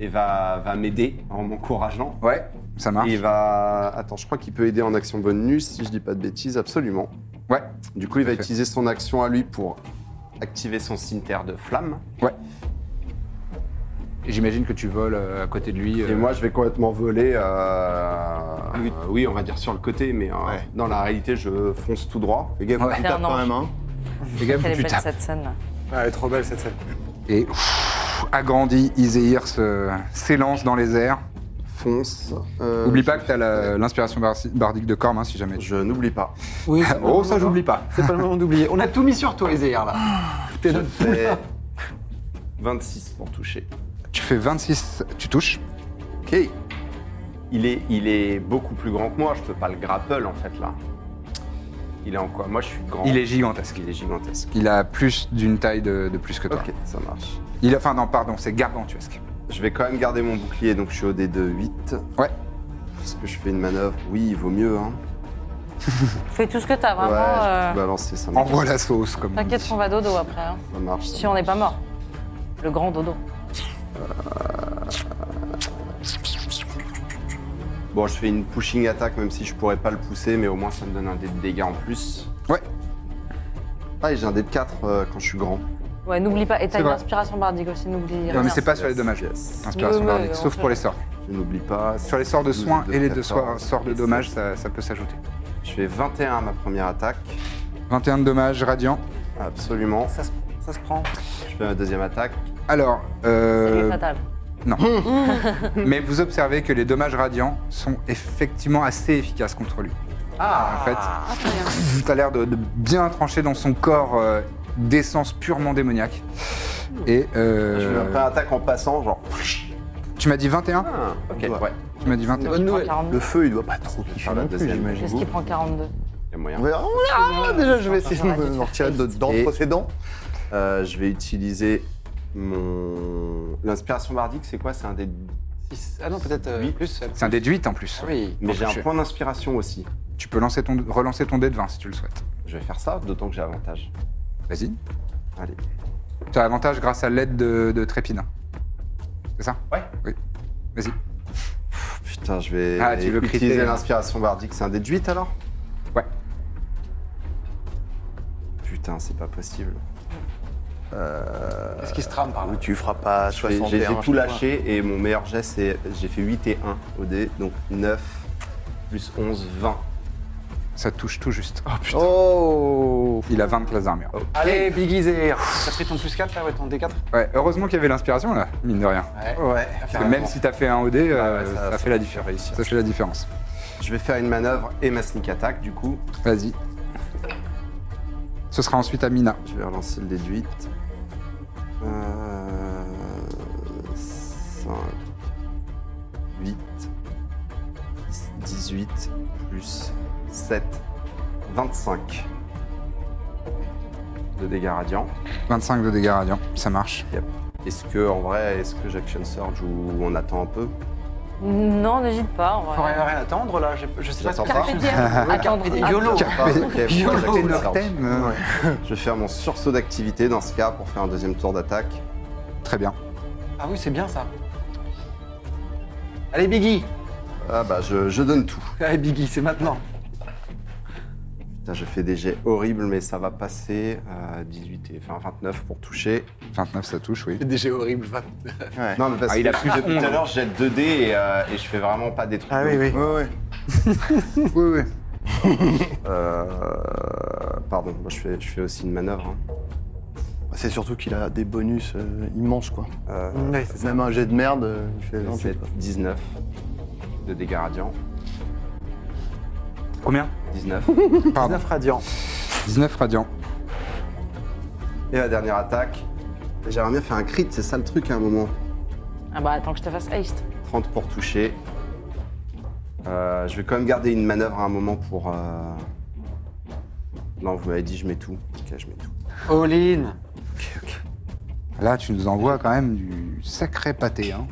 [SPEAKER 6] et va, va m'aider en m'encourageant.
[SPEAKER 1] ouais, ça marche.
[SPEAKER 6] Et il va. Attends, je crois qu'il peut aider en action bonus, si je dis pas de bêtises, absolument.
[SPEAKER 1] Ouais,
[SPEAKER 6] Du coup, il va
[SPEAKER 1] Tout à fait.
[SPEAKER 6] utiliser son action à lui pour activer son cimetière de flamme.
[SPEAKER 1] ouais. Et J'imagine que tu voles euh, à côté de lui. euh,
[SPEAKER 6] Et moi, je vais complètement voler. euh, euh, oui, on va dire sur le côté, mais euh,
[SPEAKER 2] Ouais.
[SPEAKER 6] dans la réalité, je fonce tout droit.
[SPEAKER 2] Les gars, vous
[SPEAKER 1] Ouais.
[SPEAKER 2] vous
[SPEAKER 5] T'es un
[SPEAKER 2] tapez quand
[SPEAKER 5] ange.
[SPEAKER 2] même. Hein.
[SPEAKER 1] les gars,
[SPEAKER 5] Elle
[SPEAKER 1] tu
[SPEAKER 5] est belle
[SPEAKER 1] tapes.
[SPEAKER 5] cette scène.
[SPEAKER 7] Ah, elle est trop belle cette scène.
[SPEAKER 1] Et pff, agrandi, Izehir se- s'élance dans les airs.
[SPEAKER 6] Fonce. euh,
[SPEAKER 1] Oublie
[SPEAKER 6] je-
[SPEAKER 1] pas que t'as la- l'inspiration bar- bardique de Corm, hein, si jamais.
[SPEAKER 6] Je n'oublie pas.
[SPEAKER 7] Oui. c'est
[SPEAKER 1] Oh,
[SPEAKER 7] pas
[SPEAKER 1] ça,
[SPEAKER 7] le moment.
[SPEAKER 1] j'oublie pas.
[SPEAKER 7] C'est pas le moment d'oublier. On a tout mis sur toi, Iséir, là. T'es notre poulain.
[SPEAKER 6] Fais 26 pour toucher.
[SPEAKER 1] Tu fais 26, tu touches.
[SPEAKER 6] Ok. Il est, il est beaucoup plus grand que moi. Je peux pas le grapple en fait là. Il est en quoi Moi, je suis grand.
[SPEAKER 1] Il est gigantesque.
[SPEAKER 6] Il est gigantesque.
[SPEAKER 1] Il a plus d'une taille de, de plus que toi.
[SPEAKER 6] Ok, ça marche.
[SPEAKER 1] Il a, enfin, non, pardon, c'est gargantuesque.
[SPEAKER 6] Je vais quand même garder mon bouclier, donc je suis au D2 8.
[SPEAKER 1] Ouais.
[SPEAKER 6] Est-ce que je fais une manœuvre Oui, il vaut mieux. Hein.
[SPEAKER 5] Fais tout ce que t'as,
[SPEAKER 6] ouais,
[SPEAKER 5] vraiment.
[SPEAKER 6] je
[SPEAKER 5] euh,
[SPEAKER 6] peux tout balancer, ça marche.
[SPEAKER 1] Envoie la sauce, comme on
[SPEAKER 5] T'inquiète,
[SPEAKER 1] dit.
[SPEAKER 5] on va dodo après. hein.
[SPEAKER 6] Ça marche. ça
[SPEAKER 5] Si on n'est pas mort. Le grand dodo.
[SPEAKER 6] Bon, je fais une pushing attack, même si je pourrais pas le pousser, mais au moins ça me donne un dé de dégâts en plus.
[SPEAKER 1] Ouais.
[SPEAKER 6] Ah, et j'ai un dé de 4 euh, quand je suis grand.
[SPEAKER 5] Ouais, n'oublie pas. Et t'as
[SPEAKER 1] C'est
[SPEAKER 5] une
[SPEAKER 1] vrai.
[SPEAKER 5] inspiration bardique aussi, n'oublie
[SPEAKER 1] Non, mais
[SPEAKER 5] rien.
[SPEAKER 1] c'est pas sur les dommages.
[SPEAKER 6] Yes.
[SPEAKER 1] Inspiration
[SPEAKER 5] Oui, oui,
[SPEAKER 1] bardique,
[SPEAKER 5] on
[SPEAKER 1] sauf
[SPEAKER 5] sait
[SPEAKER 1] pour les
[SPEAKER 5] jamais.
[SPEAKER 1] sorts.
[SPEAKER 6] Je n'oublie pas.
[SPEAKER 1] Sur les sorts de
[SPEAKER 6] 12,
[SPEAKER 1] soins et les deux
[SPEAKER 6] 14,
[SPEAKER 1] sorts, sorts de
[SPEAKER 6] 17.
[SPEAKER 1] dommages, ça, ça peut s'ajouter.
[SPEAKER 6] Je fais 21 à ma première attaque.
[SPEAKER 1] 21 de dommages, radiant.
[SPEAKER 6] Absolument.
[SPEAKER 7] Ça se, ça se prend.
[SPEAKER 6] Je fais ma deuxième attaque.
[SPEAKER 1] Alors,
[SPEAKER 5] C'est
[SPEAKER 1] euh,
[SPEAKER 5] fatal.
[SPEAKER 1] non. mais vous observez que les dommages radiants sont effectivement assez efficaces contre lui. Ah, en fait, t'as l'air de, de bien trancher dans son corps euh, d'essence purement démoniaque. Et euh,
[SPEAKER 6] Je fais ma première attaque en passant, genre.
[SPEAKER 1] tu m'as dit 21
[SPEAKER 6] Ah, ok,
[SPEAKER 2] Ouais.
[SPEAKER 6] ouais.
[SPEAKER 1] Tu m'as dit 21.
[SPEAKER 5] Il prend
[SPEAKER 2] Le
[SPEAKER 5] 42.
[SPEAKER 2] feu, il doit pas trop
[SPEAKER 6] Faire
[SPEAKER 2] kiffer
[SPEAKER 6] la
[SPEAKER 2] non plus,
[SPEAKER 6] deuxième.
[SPEAKER 2] j'imagine.
[SPEAKER 5] Qu'est-ce qu'il prend 42
[SPEAKER 6] Il y a moyen.
[SPEAKER 2] On va- Ah, Déjà, je vais essayer de me sortir de- d'entre
[SPEAKER 6] Et-
[SPEAKER 2] ses dents.
[SPEAKER 6] Euh, je vais utiliser mon. L'inspiration bardique, c'est quoi C'est un des.
[SPEAKER 7] Six- Ah non, peut-être euh,
[SPEAKER 6] Oui.
[SPEAKER 7] plus. elle-
[SPEAKER 1] C'est un déduit en plus.
[SPEAKER 7] Ah Oui.
[SPEAKER 6] Mais j'ai un
[SPEAKER 7] Je-
[SPEAKER 6] point d'inspiration aussi.
[SPEAKER 1] Tu peux lancer ton, relancer ton dé de 20 si tu le souhaites.
[SPEAKER 6] Je vais faire ça, d'autant que j'ai avantage.
[SPEAKER 1] Vas-y.
[SPEAKER 6] Allez.
[SPEAKER 1] Tu as avantage grâce à l'aide de, de Trépide. C'est ça
[SPEAKER 6] Ouais.
[SPEAKER 1] Oui. Vas-y.
[SPEAKER 6] Pff, Putain, je vais
[SPEAKER 1] Ah, tu veux
[SPEAKER 6] utiliser
[SPEAKER 1] criter.
[SPEAKER 6] l'inspiration bardique. C'est un dé de 8 alors
[SPEAKER 1] Ouais.
[SPEAKER 6] Putain, c'est pas possible.
[SPEAKER 7] Qu'est-ce qui se trame par là
[SPEAKER 2] Tu feras pas
[SPEAKER 6] J'ai- j'ai-
[SPEAKER 2] 61.
[SPEAKER 6] J'ai
[SPEAKER 2] je
[SPEAKER 6] tout
[SPEAKER 2] sais pas.
[SPEAKER 6] lâché et mon meilleur geste, c'est j'ai fait 8 et 1 au dé, donc 9 plus 11, 20.
[SPEAKER 1] Ça te touche tout juste.
[SPEAKER 7] Oh
[SPEAKER 1] Il a 20 de classe d'armure.
[SPEAKER 7] Allez, Big Easy T'as pris ton plus 4 là, ouais, ton D4
[SPEAKER 1] Ouais, heureusement qu'il y avait l'inspiration là, mine de rien.
[SPEAKER 7] Ouais.
[SPEAKER 1] Parce que même si t'as fait un OD, euh,
[SPEAKER 6] ouais, ça-
[SPEAKER 1] ça,
[SPEAKER 6] ça
[SPEAKER 1] fait la
[SPEAKER 6] peut
[SPEAKER 1] différence.
[SPEAKER 6] réussir.
[SPEAKER 1] Ça fait la différence.
[SPEAKER 6] Je vais faire une manœuvre et ma sneak attack, du coup,
[SPEAKER 1] Vas-y. Ce sera ensuite à Mina.
[SPEAKER 6] je vais relancer le dé de 8. Euh, 5, 8, 18 plus 7, 25 de dégâts radiants.
[SPEAKER 1] 25 de dégâts radiants, ça marche.
[SPEAKER 6] Est-ce que en vrai, est-ce que j'action surge ou on attend un peu
[SPEAKER 5] Non, n'hésite pas. en vrai.
[SPEAKER 7] Faut rien, rien attendre là, je, je sais pas
[SPEAKER 6] J'attends
[SPEAKER 7] ce que
[SPEAKER 6] pas.
[SPEAKER 7] c'est.
[SPEAKER 5] Carpe diem. Attendre.
[SPEAKER 7] YOLO.
[SPEAKER 6] Ah, ok, bon, j'action surge.
[SPEAKER 1] Norten, euh,
[SPEAKER 6] Je vais faire mon sursaut d'activité dans ce cas pour faire un deuxième tour d'attaque.
[SPEAKER 1] Très bien.
[SPEAKER 7] Ah oui, c'est bien ça. Allez, Biggie
[SPEAKER 6] Ah bah je, je donne tout.
[SPEAKER 7] Allez, Biggie, c'est maintenant.
[SPEAKER 6] Putain, je fais des jets horribles mais ça va passer à 18 et enfin 29 pour toucher.
[SPEAKER 1] 29, ça touche, oui.
[SPEAKER 7] Déjà horrible, va.
[SPEAKER 6] Non mais parce
[SPEAKER 1] Ah, il a
[SPEAKER 6] que
[SPEAKER 1] plus
[SPEAKER 6] depuis tout à l'heure je jette 2D et, euh, et je fais vraiment pas des trucs.
[SPEAKER 1] Ah
[SPEAKER 6] de ouf.
[SPEAKER 2] Ouais, ouais.
[SPEAKER 1] oui, oui.
[SPEAKER 6] Euh, pardon, moi je fais, je fais aussi une manœuvre. hein.
[SPEAKER 2] C'est surtout qu'il a des bonus euh, immenses, quoi.
[SPEAKER 6] Euh,
[SPEAKER 2] Même un jet de merde, euh, il fait 28.
[SPEAKER 6] 7,
[SPEAKER 2] quoi.
[SPEAKER 6] 19 de dégâts radiants.
[SPEAKER 1] Combien
[SPEAKER 6] 19.
[SPEAKER 7] 19 radiants.
[SPEAKER 1] 19 radiants.
[SPEAKER 6] et la dernière attaque. J'aimerais bien faire un crit, c'est ça le truc hein, à un moment.
[SPEAKER 5] Ah bah attends que je te fasse haste.
[SPEAKER 6] 30 pour toucher. Euh, je vais quand même garder une manœuvre à un moment pour. euh, Non, vous m'avez dit, je mets tout. Ok, je mets tout.
[SPEAKER 7] All in.
[SPEAKER 1] Là, tu nous envoies quand même du sacré pâté. Hein.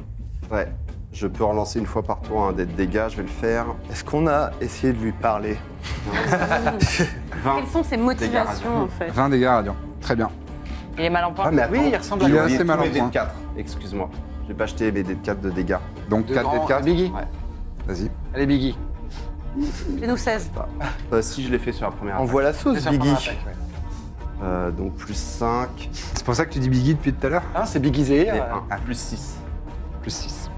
[SPEAKER 6] Ouais. Je peux relancer une fois par tour un dé de dégâts, je vais le faire.
[SPEAKER 2] Est-ce qu'on a essayé de lui parler
[SPEAKER 6] 20.
[SPEAKER 3] Quelles sont ses motivations en fait
[SPEAKER 1] 20 dégâts radiants. Très bien.
[SPEAKER 5] Il est mal en point.
[SPEAKER 6] mais attends,
[SPEAKER 7] Oui, il ressemble à
[SPEAKER 6] j'ai
[SPEAKER 1] Il est assez
[SPEAKER 6] oublié
[SPEAKER 1] hein.
[SPEAKER 6] tous
[SPEAKER 1] mal en
[SPEAKER 6] mes dés de
[SPEAKER 1] point.
[SPEAKER 6] 4. Excuse-moi. J'ai pas acheté mes dés de 4 de dégâts.
[SPEAKER 1] Donc 4
[SPEAKER 7] Devant
[SPEAKER 1] d 4.
[SPEAKER 7] Biggie.
[SPEAKER 1] Vas-y.
[SPEAKER 7] Allez, Biggie.
[SPEAKER 3] Et nous 16.
[SPEAKER 6] Euh, si je l'ai fait sur la première
[SPEAKER 2] On
[SPEAKER 6] attaque.
[SPEAKER 2] voit la sauce,
[SPEAKER 7] C'est
[SPEAKER 2] Biggie.
[SPEAKER 6] Euh, donc plus 5
[SPEAKER 1] C'est pour ça que tu dis Biggie depuis tout à l'heure
[SPEAKER 7] Hein, c'est Biggie
[SPEAKER 6] et
[SPEAKER 7] Zéhir.
[SPEAKER 6] 1. Ah, Plus 6.
[SPEAKER 1] Plus 6.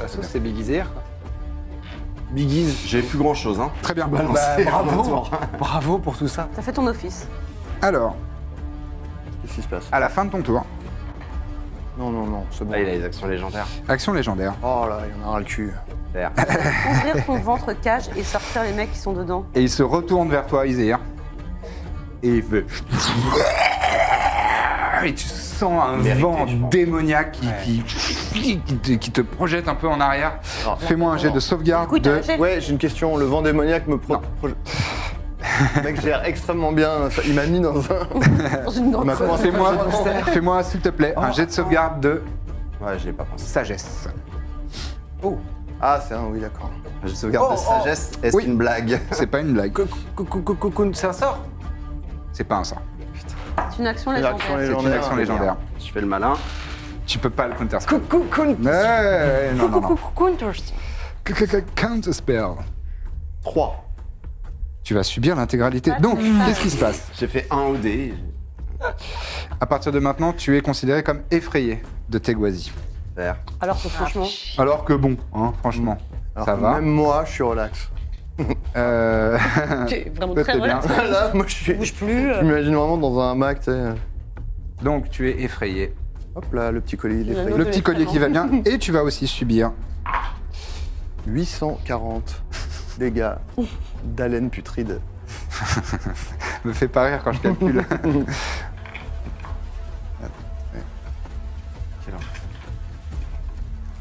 [SPEAKER 7] La sauce, c'est Biggie Zéhir. Biggie.
[SPEAKER 6] J'ai plus grand chose, hein.
[SPEAKER 1] Très bien.
[SPEAKER 7] Bah,
[SPEAKER 6] C'est
[SPEAKER 7] bravo.
[SPEAKER 6] retour.
[SPEAKER 7] bravo pour tout ça.
[SPEAKER 3] T'as fait ton office.
[SPEAKER 1] Alors,
[SPEAKER 2] Qu'est-ce qui se passe
[SPEAKER 1] à la fin de ton tour,
[SPEAKER 2] Non, non, non, c'est bon.
[SPEAKER 6] Là, Ah, il a les actions légendaires.
[SPEAKER 1] action légendaire.
[SPEAKER 2] Oh là, il y en a ras le cul.
[SPEAKER 6] Faire.
[SPEAKER 3] Ouvrir ton ventre cage et sortir les mecs qui sont dedans.
[SPEAKER 1] Et il se retourne vers toi, Iséir. Et il fait. Et tu sens un
[SPEAKER 6] Vérité,
[SPEAKER 1] vent
[SPEAKER 6] je pense.
[SPEAKER 1] démoniaque qui, qui- qui te, qui te projette un peu en arrière.
[SPEAKER 6] Oh.
[SPEAKER 2] Alors,
[SPEAKER 1] Fais-moi un jet de sauvegarde
[SPEAKER 3] Écoute,
[SPEAKER 7] euh,
[SPEAKER 3] un
[SPEAKER 1] de.
[SPEAKER 3] jet.
[SPEAKER 2] Ouais, j'ai une question. Le vent démoniaque me pro...
[SPEAKER 1] Non.
[SPEAKER 2] pro- Le mec gère extrêmement bien. ça- Il m'a mis dans un.
[SPEAKER 3] dans une
[SPEAKER 2] Il m'a
[SPEAKER 3] grotte.
[SPEAKER 2] commencé
[SPEAKER 1] Fais-moi,
[SPEAKER 7] euh,
[SPEAKER 1] fais-moi, s'il te plaît,
[SPEAKER 7] Oh.
[SPEAKER 1] un jet de sauvegarde de
[SPEAKER 6] Ouais, j'ai pas pensé.
[SPEAKER 1] sagesse.
[SPEAKER 2] Ah, c'est un, oui, d'accord.
[SPEAKER 6] Je sauvegarde
[SPEAKER 7] Oh,
[SPEAKER 6] de
[SPEAKER 7] oh.
[SPEAKER 6] sagesse, est-ce
[SPEAKER 1] Oui.
[SPEAKER 6] une blague
[SPEAKER 1] C'est pas une blague,
[SPEAKER 7] Coucou, c'est un sort
[SPEAKER 1] c'est pas un sort.
[SPEAKER 3] C'est une action
[SPEAKER 2] Une
[SPEAKER 3] légendaire.
[SPEAKER 2] action
[SPEAKER 1] C'est une
[SPEAKER 2] légendaire.
[SPEAKER 1] action légendaire.
[SPEAKER 6] Je fais le malin.
[SPEAKER 1] Tu peux pas le counter spell.
[SPEAKER 5] Coucou, coucou,
[SPEAKER 1] Ouais, non, non, non.
[SPEAKER 5] coucou, counters.
[SPEAKER 1] Counter spell.
[SPEAKER 2] 3.
[SPEAKER 1] Tu vas subir l'intégralité.
[SPEAKER 3] Ah,
[SPEAKER 1] Donc,
[SPEAKER 3] c'est ça.
[SPEAKER 1] qu'est-ce qui se passe
[SPEAKER 6] J'ai fait un OD.
[SPEAKER 1] À partir de maintenant, tu es considéré comme effrayé de Teguazi.
[SPEAKER 6] Faire.
[SPEAKER 3] Alors que franchement,
[SPEAKER 1] Alors que bon, hein, franchement,
[SPEAKER 2] Mm. Alors
[SPEAKER 1] ça
[SPEAKER 2] que
[SPEAKER 1] va.
[SPEAKER 2] Même moi, je suis relax.
[SPEAKER 1] Euh,
[SPEAKER 3] t'es vraiment
[SPEAKER 1] Toi,
[SPEAKER 3] très
[SPEAKER 1] t'es bien.
[SPEAKER 3] relax.
[SPEAKER 2] Là, moi, je suis.
[SPEAKER 3] Bouge plus.
[SPEAKER 2] Je m'imagine vraiment dans un Mac, tu sais.
[SPEAKER 1] Donc, tu es effrayé.
[SPEAKER 2] Hop là, le petit colis, il est
[SPEAKER 3] Il y en a
[SPEAKER 2] frais.
[SPEAKER 3] un
[SPEAKER 1] Le
[SPEAKER 3] de
[SPEAKER 1] petit collier qui va bien. Et tu vas aussi subir
[SPEAKER 2] 840 dégâts d'haleine putride.
[SPEAKER 1] me fait pas rire quand je calcule.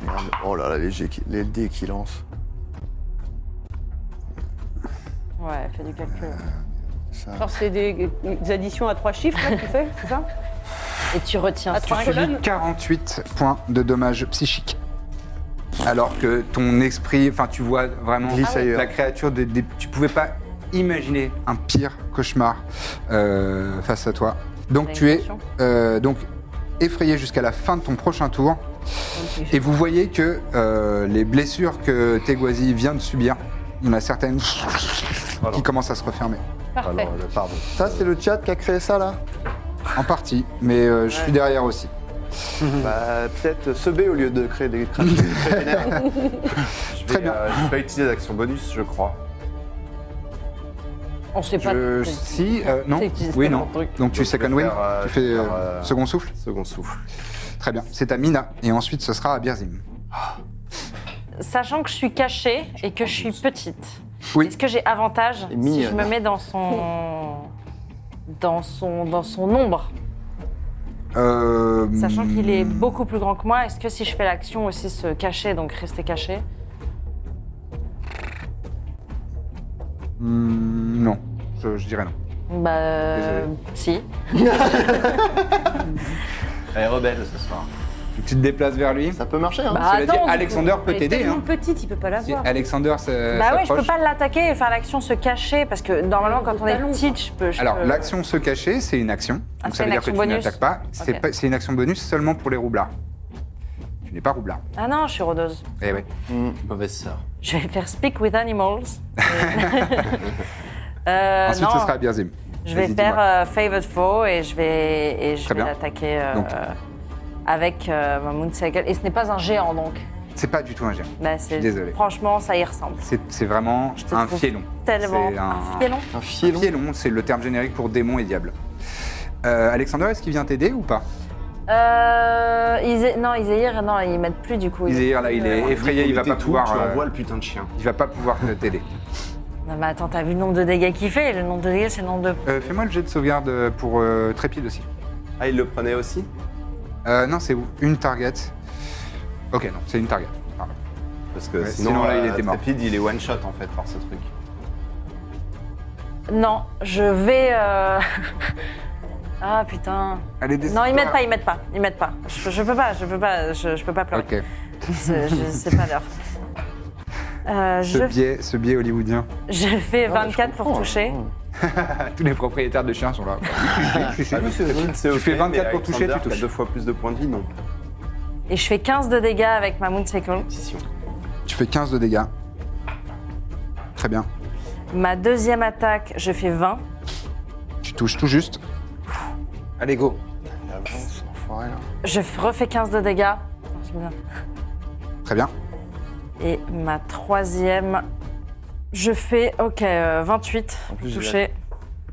[SPEAKER 2] Merde. Oh là là, les, jets qui- les dés qu'il lance.
[SPEAKER 5] On Ouais, elle fait du calcul.
[SPEAKER 1] Euh,
[SPEAKER 2] Ça,
[SPEAKER 3] Alors, c'est des, des additions à trois chiffres là, que tu fais, c'est ça
[SPEAKER 5] Et tu retiens.
[SPEAKER 3] À
[SPEAKER 5] ça.
[SPEAKER 3] trois colonnes
[SPEAKER 1] 48 points de dommages psychiques. Alors que ton esprit, enfin tu vois vraiment Ah
[SPEAKER 2] Glisse ailleurs.
[SPEAKER 1] la créature, des, des- tu pouvais pas imaginer un pire cauchemar euh, face à toi. Donc tu es
[SPEAKER 5] Réanimation.
[SPEAKER 1] euh, donc effrayé jusqu'à la fin de ton prochain tour. Et vous voyez que euh, les blessures que Teguazi vient de subir, il y en a certaines qui commencent à se refermer.
[SPEAKER 5] Parfait.
[SPEAKER 6] Alors, le pardon.
[SPEAKER 2] ça, c'est le chat qui a créé ça, là
[SPEAKER 1] En partie, mais euh, je suis derrière aussi.
[SPEAKER 2] Bah, peut-être se B au lieu de créer des crânes.
[SPEAKER 6] Je vais,
[SPEAKER 1] Très bien.
[SPEAKER 6] euh, je vais pas utiliser d'action bonus, je crois.
[SPEAKER 5] On sait pas.
[SPEAKER 1] Je, si, euh, non,
[SPEAKER 5] C'est juste
[SPEAKER 1] oui,
[SPEAKER 5] un
[SPEAKER 1] non.
[SPEAKER 5] truc.
[SPEAKER 1] Donc tu
[SPEAKER 6] Donc, je
[SPEAKER 1] second
[SPEAKER 6] vais
[SPEAKER 1] win,
[SPEAKER 6] faire, euh,
[SPEAKER 1] tu
[SPEAKER 6] je
[SPEAKER 1] fais
[SPEAKER 6] vais faire,
[SPEAKER 1] euh,
[SPEAKER 6] euh,
[SPEAKER 1] second souffle.
[SPEAKER 6] Second souffle.
[SPEAKER 1] Très bien, c'est à Mina et ensuite ce sera à Birzim.
[SPEAKER 5] Sachant que je suis cachée et que je suis petite,
[SPEAKER 1] Oui.
[SPEAKER 5] est-ce que j'ai avantage
[SPEAKER 2] Et
[SPEAKER 5] si je
[SPEAKER 2] mignonne.
[SPEAKER 5] me mets dans son. dans son. dans son ombre
[SPEAKER 1] Euh,
[SPEAKER 5] Sachant qu'il est beaucoup plus grand que moi, est-ce que si je fais l'action aussi se cacher, donc rester caché
[SPEAKER 1] hmm, non, je, je dirais non.
[SPEAKER 5] Bah. euh, si.
[SPEAKER 6] Elle est rebelle ce soir.
[SPEAKER 1] Donc, tu te déplaces vers lui.
[SPEAKER 2] ça peut marcher, hein
[SPEAKER 5] Bah,
[SPEAKER 1] Cela dit,
[SPEAKER 5] attends,
[SPEAKER 1] Alexander peut
[SPEAKER 3] Elle est
[SPEAKER 1] t'aider.
[SPEAKER 3] tellement
[SPEAKER 1] hein.
[SPEAKER 3] petite, il peut pas la
[SPEAKER 1] Si
[SPEAKER 3] voir.
[SPEAKER 1] Alexander se-
[SPEAKER 5] Bah ouais, je peux
[SPEAKER 1] s'approche.
[SPEAKER 5] pas l'attaquer et faire l'action se cacher parce que normalement quand on est
[SPEAKER 3] Talon,
[SPEAKER 5] petite, je peux. je
[SPEAKER 1] Alors,
[SPEAKER 5] peux-
[SPEAKER 1] l'action se cacher, c'est une action.
[SPEAKER 5] Euh, Ah,
[SPEAKER 1] Donc,
[SPEAKER 5] c'est
[SPEAKER 1] ça veut
[SPEAKER 5] une
[SPEAKER 1] dire que
[SPEAKER 5] action
[SPEAKER 1] tu
[SPEAKER 5] bonus.
[SPEAKER 1] n'attaques pas. C'est
[SPEAKER 5] Ok.
[SPEAKER 1] pas- c'est une action bonus seulement pour les roublards. Tu n'es pas roublard.
[SPEAKER 5] Ah non, je suis rôdeuse.
[SPEAKER 1] Eh oui.
[SPEAKER 5] Euh,
[SPEAKER 7] Mauvaise sœur.
[SPEAKER 5] Je vais faire Speak with Animals. Euh,
[SPEAKER 1] Ensuite,
[SPEAKER 5] non,
[SPEAKER 1] ce sera à Birzim.
[SPEAKER 5] je vais
[SPEAKER 1] Vas-y,
[SPEAKER 5] faire
[SPEAKER 1] dis-moi.
[SPEAKER 5] euh, Favored Foe et je vais, et je
[SPEAKER 1] Très
[SPEAKER 5] vais
[SPEAKER 1] bien.
[SPEAKER 5] l'attaquer euh,
[SPEAKER 1] Donc.
[SPEAKER 5] avec euh, ma Mooncycle. Et ce n'est pas un géant donc.
[SPEAKER 1] C'est pas du tout un géant.
[SPEAKER 5] Bah, c'est-
[SPEAKER 1] suis désolé.
[SPEAKER 5] Franchement, ça y ressemble.
[SPEAKER 1] C'est c'est vraiment
[SPEAKER 5] te
[SPEAKER 1] un
[SPEAKER 5] trouve
[SPEAKER 1] fielon.
[SPEAKER 5] Tellement. Ah,
[SPEAKER 1] C'est
[SPEAKER 5] Un fielon.
[SPEAKER 2] Un filon.
[SPEAKER 1] Un fielon, c'est le terme générique pour démon et diable. Euh, Alexander, est-ce qu'il vient t'aider ou pas
[SPEAKER 5] Euh, Isé- Non, Iséir, non, ils mettent plus du coup.
[SPEAKER 1] Iséir, là, il
[SPEAKER 5] Euh,
[SPEAKER 1] est effrayé, il va pas
[SPEAKER 6] tout,
[SPEAKER 1] pouvoir.
[SPEAKER 6] Tu
[SPEAKER 1] euh,
[SPEAKER 6] envoies le putain de chien.
[SPEAKER 1] Il va pas pouvoir te- t'aider.
[SPEAKER 5] Non, mais attends, t'as vu le nombre de dégâts qu'il fait Le nombre de dégâts, c'est le nombre de.
[SPEAKER 1] Euh, Fais-moi le jet de sauvegarde euh, pour euh, Trépide aussi.
[SPEAKER 6] Ah, il le prenait aussi
[SPEAKER 1] Euh, non, c'est où Une target. Ok, non, c'est une target. Pardon.
[SPEAKER 6] Parce que
[SPEAKER 1] Ouais,
[SPEAKER 6] sinon,
[SPEAKER 1] sinon, là,
[SPEAKER 6] euh,
[SPEAKER 1] il était mort.
[SPEAKER 6] Trépide, il est one shot en fait par ce truc.
[SPEAKER 5] Non, je vais. euh, ah putain.
[SPEAKER 1] Allez,
[SPEAKER 5] Non, ils mettent pas, ils mettent pas, ils mettent pas. Je, je peux pas, je peux pas, je, je peux pas pleurer.
[SPEAKER 1] Ok,
[SPEAKER 5] C'est- je- C'est pas l'heure. Euh,
[SPEAKER 1] ce,
[SPEAKER 5] je,
[SPEAKER 1] biais, ce biais hollywoodien.
[SPEAKER 5] je fais
[SPEAKER 2] bah, je
[SPEAKER 5] 24 pour
[SPEAKER 2] comprends,
[SPEAKER 5] toucher.
[SPEAKER 1] Ah, Tous les propriétaires de chiens sont là.
[SPEAKER 6] Ah, C'est ok,
[SPEAKER 1] fais 24
[SPEAKER 6] mais
[SPEAKER 1] pour toucher, tu
[SPEAKER 6] Alexander,
[SPEAKER 1] touches.
[SPEAKER 6] t'as deux fois plus de points de vie, non
[SPEAKER 5] Et je fais 15 de dégâts avec ma Mooncycle.
[SPEAKER 6] Pétition.
[SPEAKER 1] tu fais 15 de dégâts. Très bien.
[SPEAKER 5] Ma deuxième attaque, je fais 20.
[SPEAKER 1] Tu touches tout juste.
[SPEAKER 7] Allez, go.
[SPEAKER 2] Avance, enfoiré, là.
[SPEAKER 5] Je f- refais 15 de dégâts.
[SPEAKER 1] Très bien.
[SPEAKER 5] Et ma troisième, je fais, ok, euh, 28
[SPEAKER 2] En plus, j'ai
[SPEAKER 5] toucher.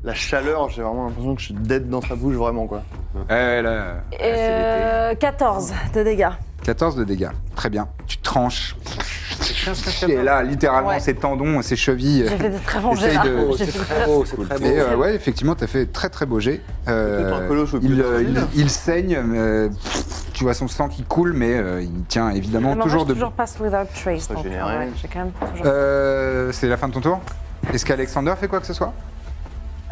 [SPEAKER 2] La chaleur, j'ai vraiment l'impression que je suis dead dans sa bouche, vraiment, quoi.
[SPEAKER 1] Eh, là,
[SPEAKER 5] Et
[SPEAKER 1] là, c'est l'été.
[SPEAKER 5] euh, 14 de dégâts.
[SPEAKER 1] 14 de dégâts. Très bien. Tu tranches. Et là, littéralement,
[SPEAKER 5] Ouais.
[SPEAKER 1] ses tendons, ses chevilles.
[SPEAKER 5] J'ai fait des très bons
[SPEAKER 1] Essaye
[SPEAKER 5] jets, là.
[SPEAKER 2] Oh,
[SPEAKER 1] de-
[SPEAKER 5] J'ai
[SPEAKER 7] C'est
[SPEAKER 5] fait
[SPEAKER 7] très beau, c'est très beau.
[SPEAKER 1] Mais euh, ouais, effectivement, t'as fait très très beau jet. Euh,
[SPEAKER 2] Peut-être un colosse au plus
[SPEAKER 1] il, euh,
[SPEAKER 2] fragile.
[SPEAKER 1] il- il saigne, mais, euh, pff, tu vois son sang qui coule, mais euh, il tient évidemment
[SPEAKER 5] Mais moi,
[SPEAKER 1] toujours
[SPEAKER 5] je suis
[SPEAKER 1] de.
[SPEAKER 5] toujours pass without trace. donc,
[SPEAKER 2] généré.
[SPEAKER 5] ouais, J'ai quand même toujours. Euh...
[SPEAKER 1] Euh, C'est la fin de ton tour. Est-ce qu'Alexander fait quoi que ce soit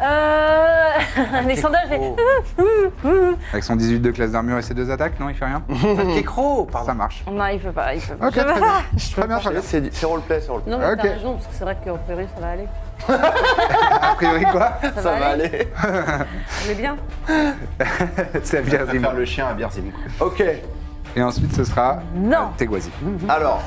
[SPEAKER 1] Euh.
[SPEAKER 5] Alexander, il fait.
[SPEAKER 1] Avec son 18 de classe d'armure et ses deux attaques Non, il fait rien.
[SPEAKER 7] Kécro, pardon.
[SPEAKER 1] Ça marche.
[SPEAKER 5] Non, il peut pas, il peut pas.
[SPEAKER 1] Ok, très bien. Très bien, très bien.
[SPEAKER 2] Ah, C'est c'est roleplay, c'est roleplay.
[SPEAKER 3] Non, mais
[SPEAKER 1] Ok.
[SPEAKER 3] t'as raison, parce que c'est vrai qu'en priori, ça va aller.
[SPEAKER 1] A priori, quoi
[SPEAKER 3] Ça,
[SPEAKER 2] Ça va aller.
[SPEAKER 3] On est bien.
[SPEAKER 1] C'est
[SPEAKER 6] Je vais
[SPEAKER 1] Birzim.
[SPEAKER 6] faire le chien à Birzim. quoi.
[SPEAKER 2] Ok,
[SPEAKER 1] Et ensuite, ce sera
[SPEAKER 5] Non.
[SPEAKER 1] euh, Teguazi.
[SPEAKER 2] alors.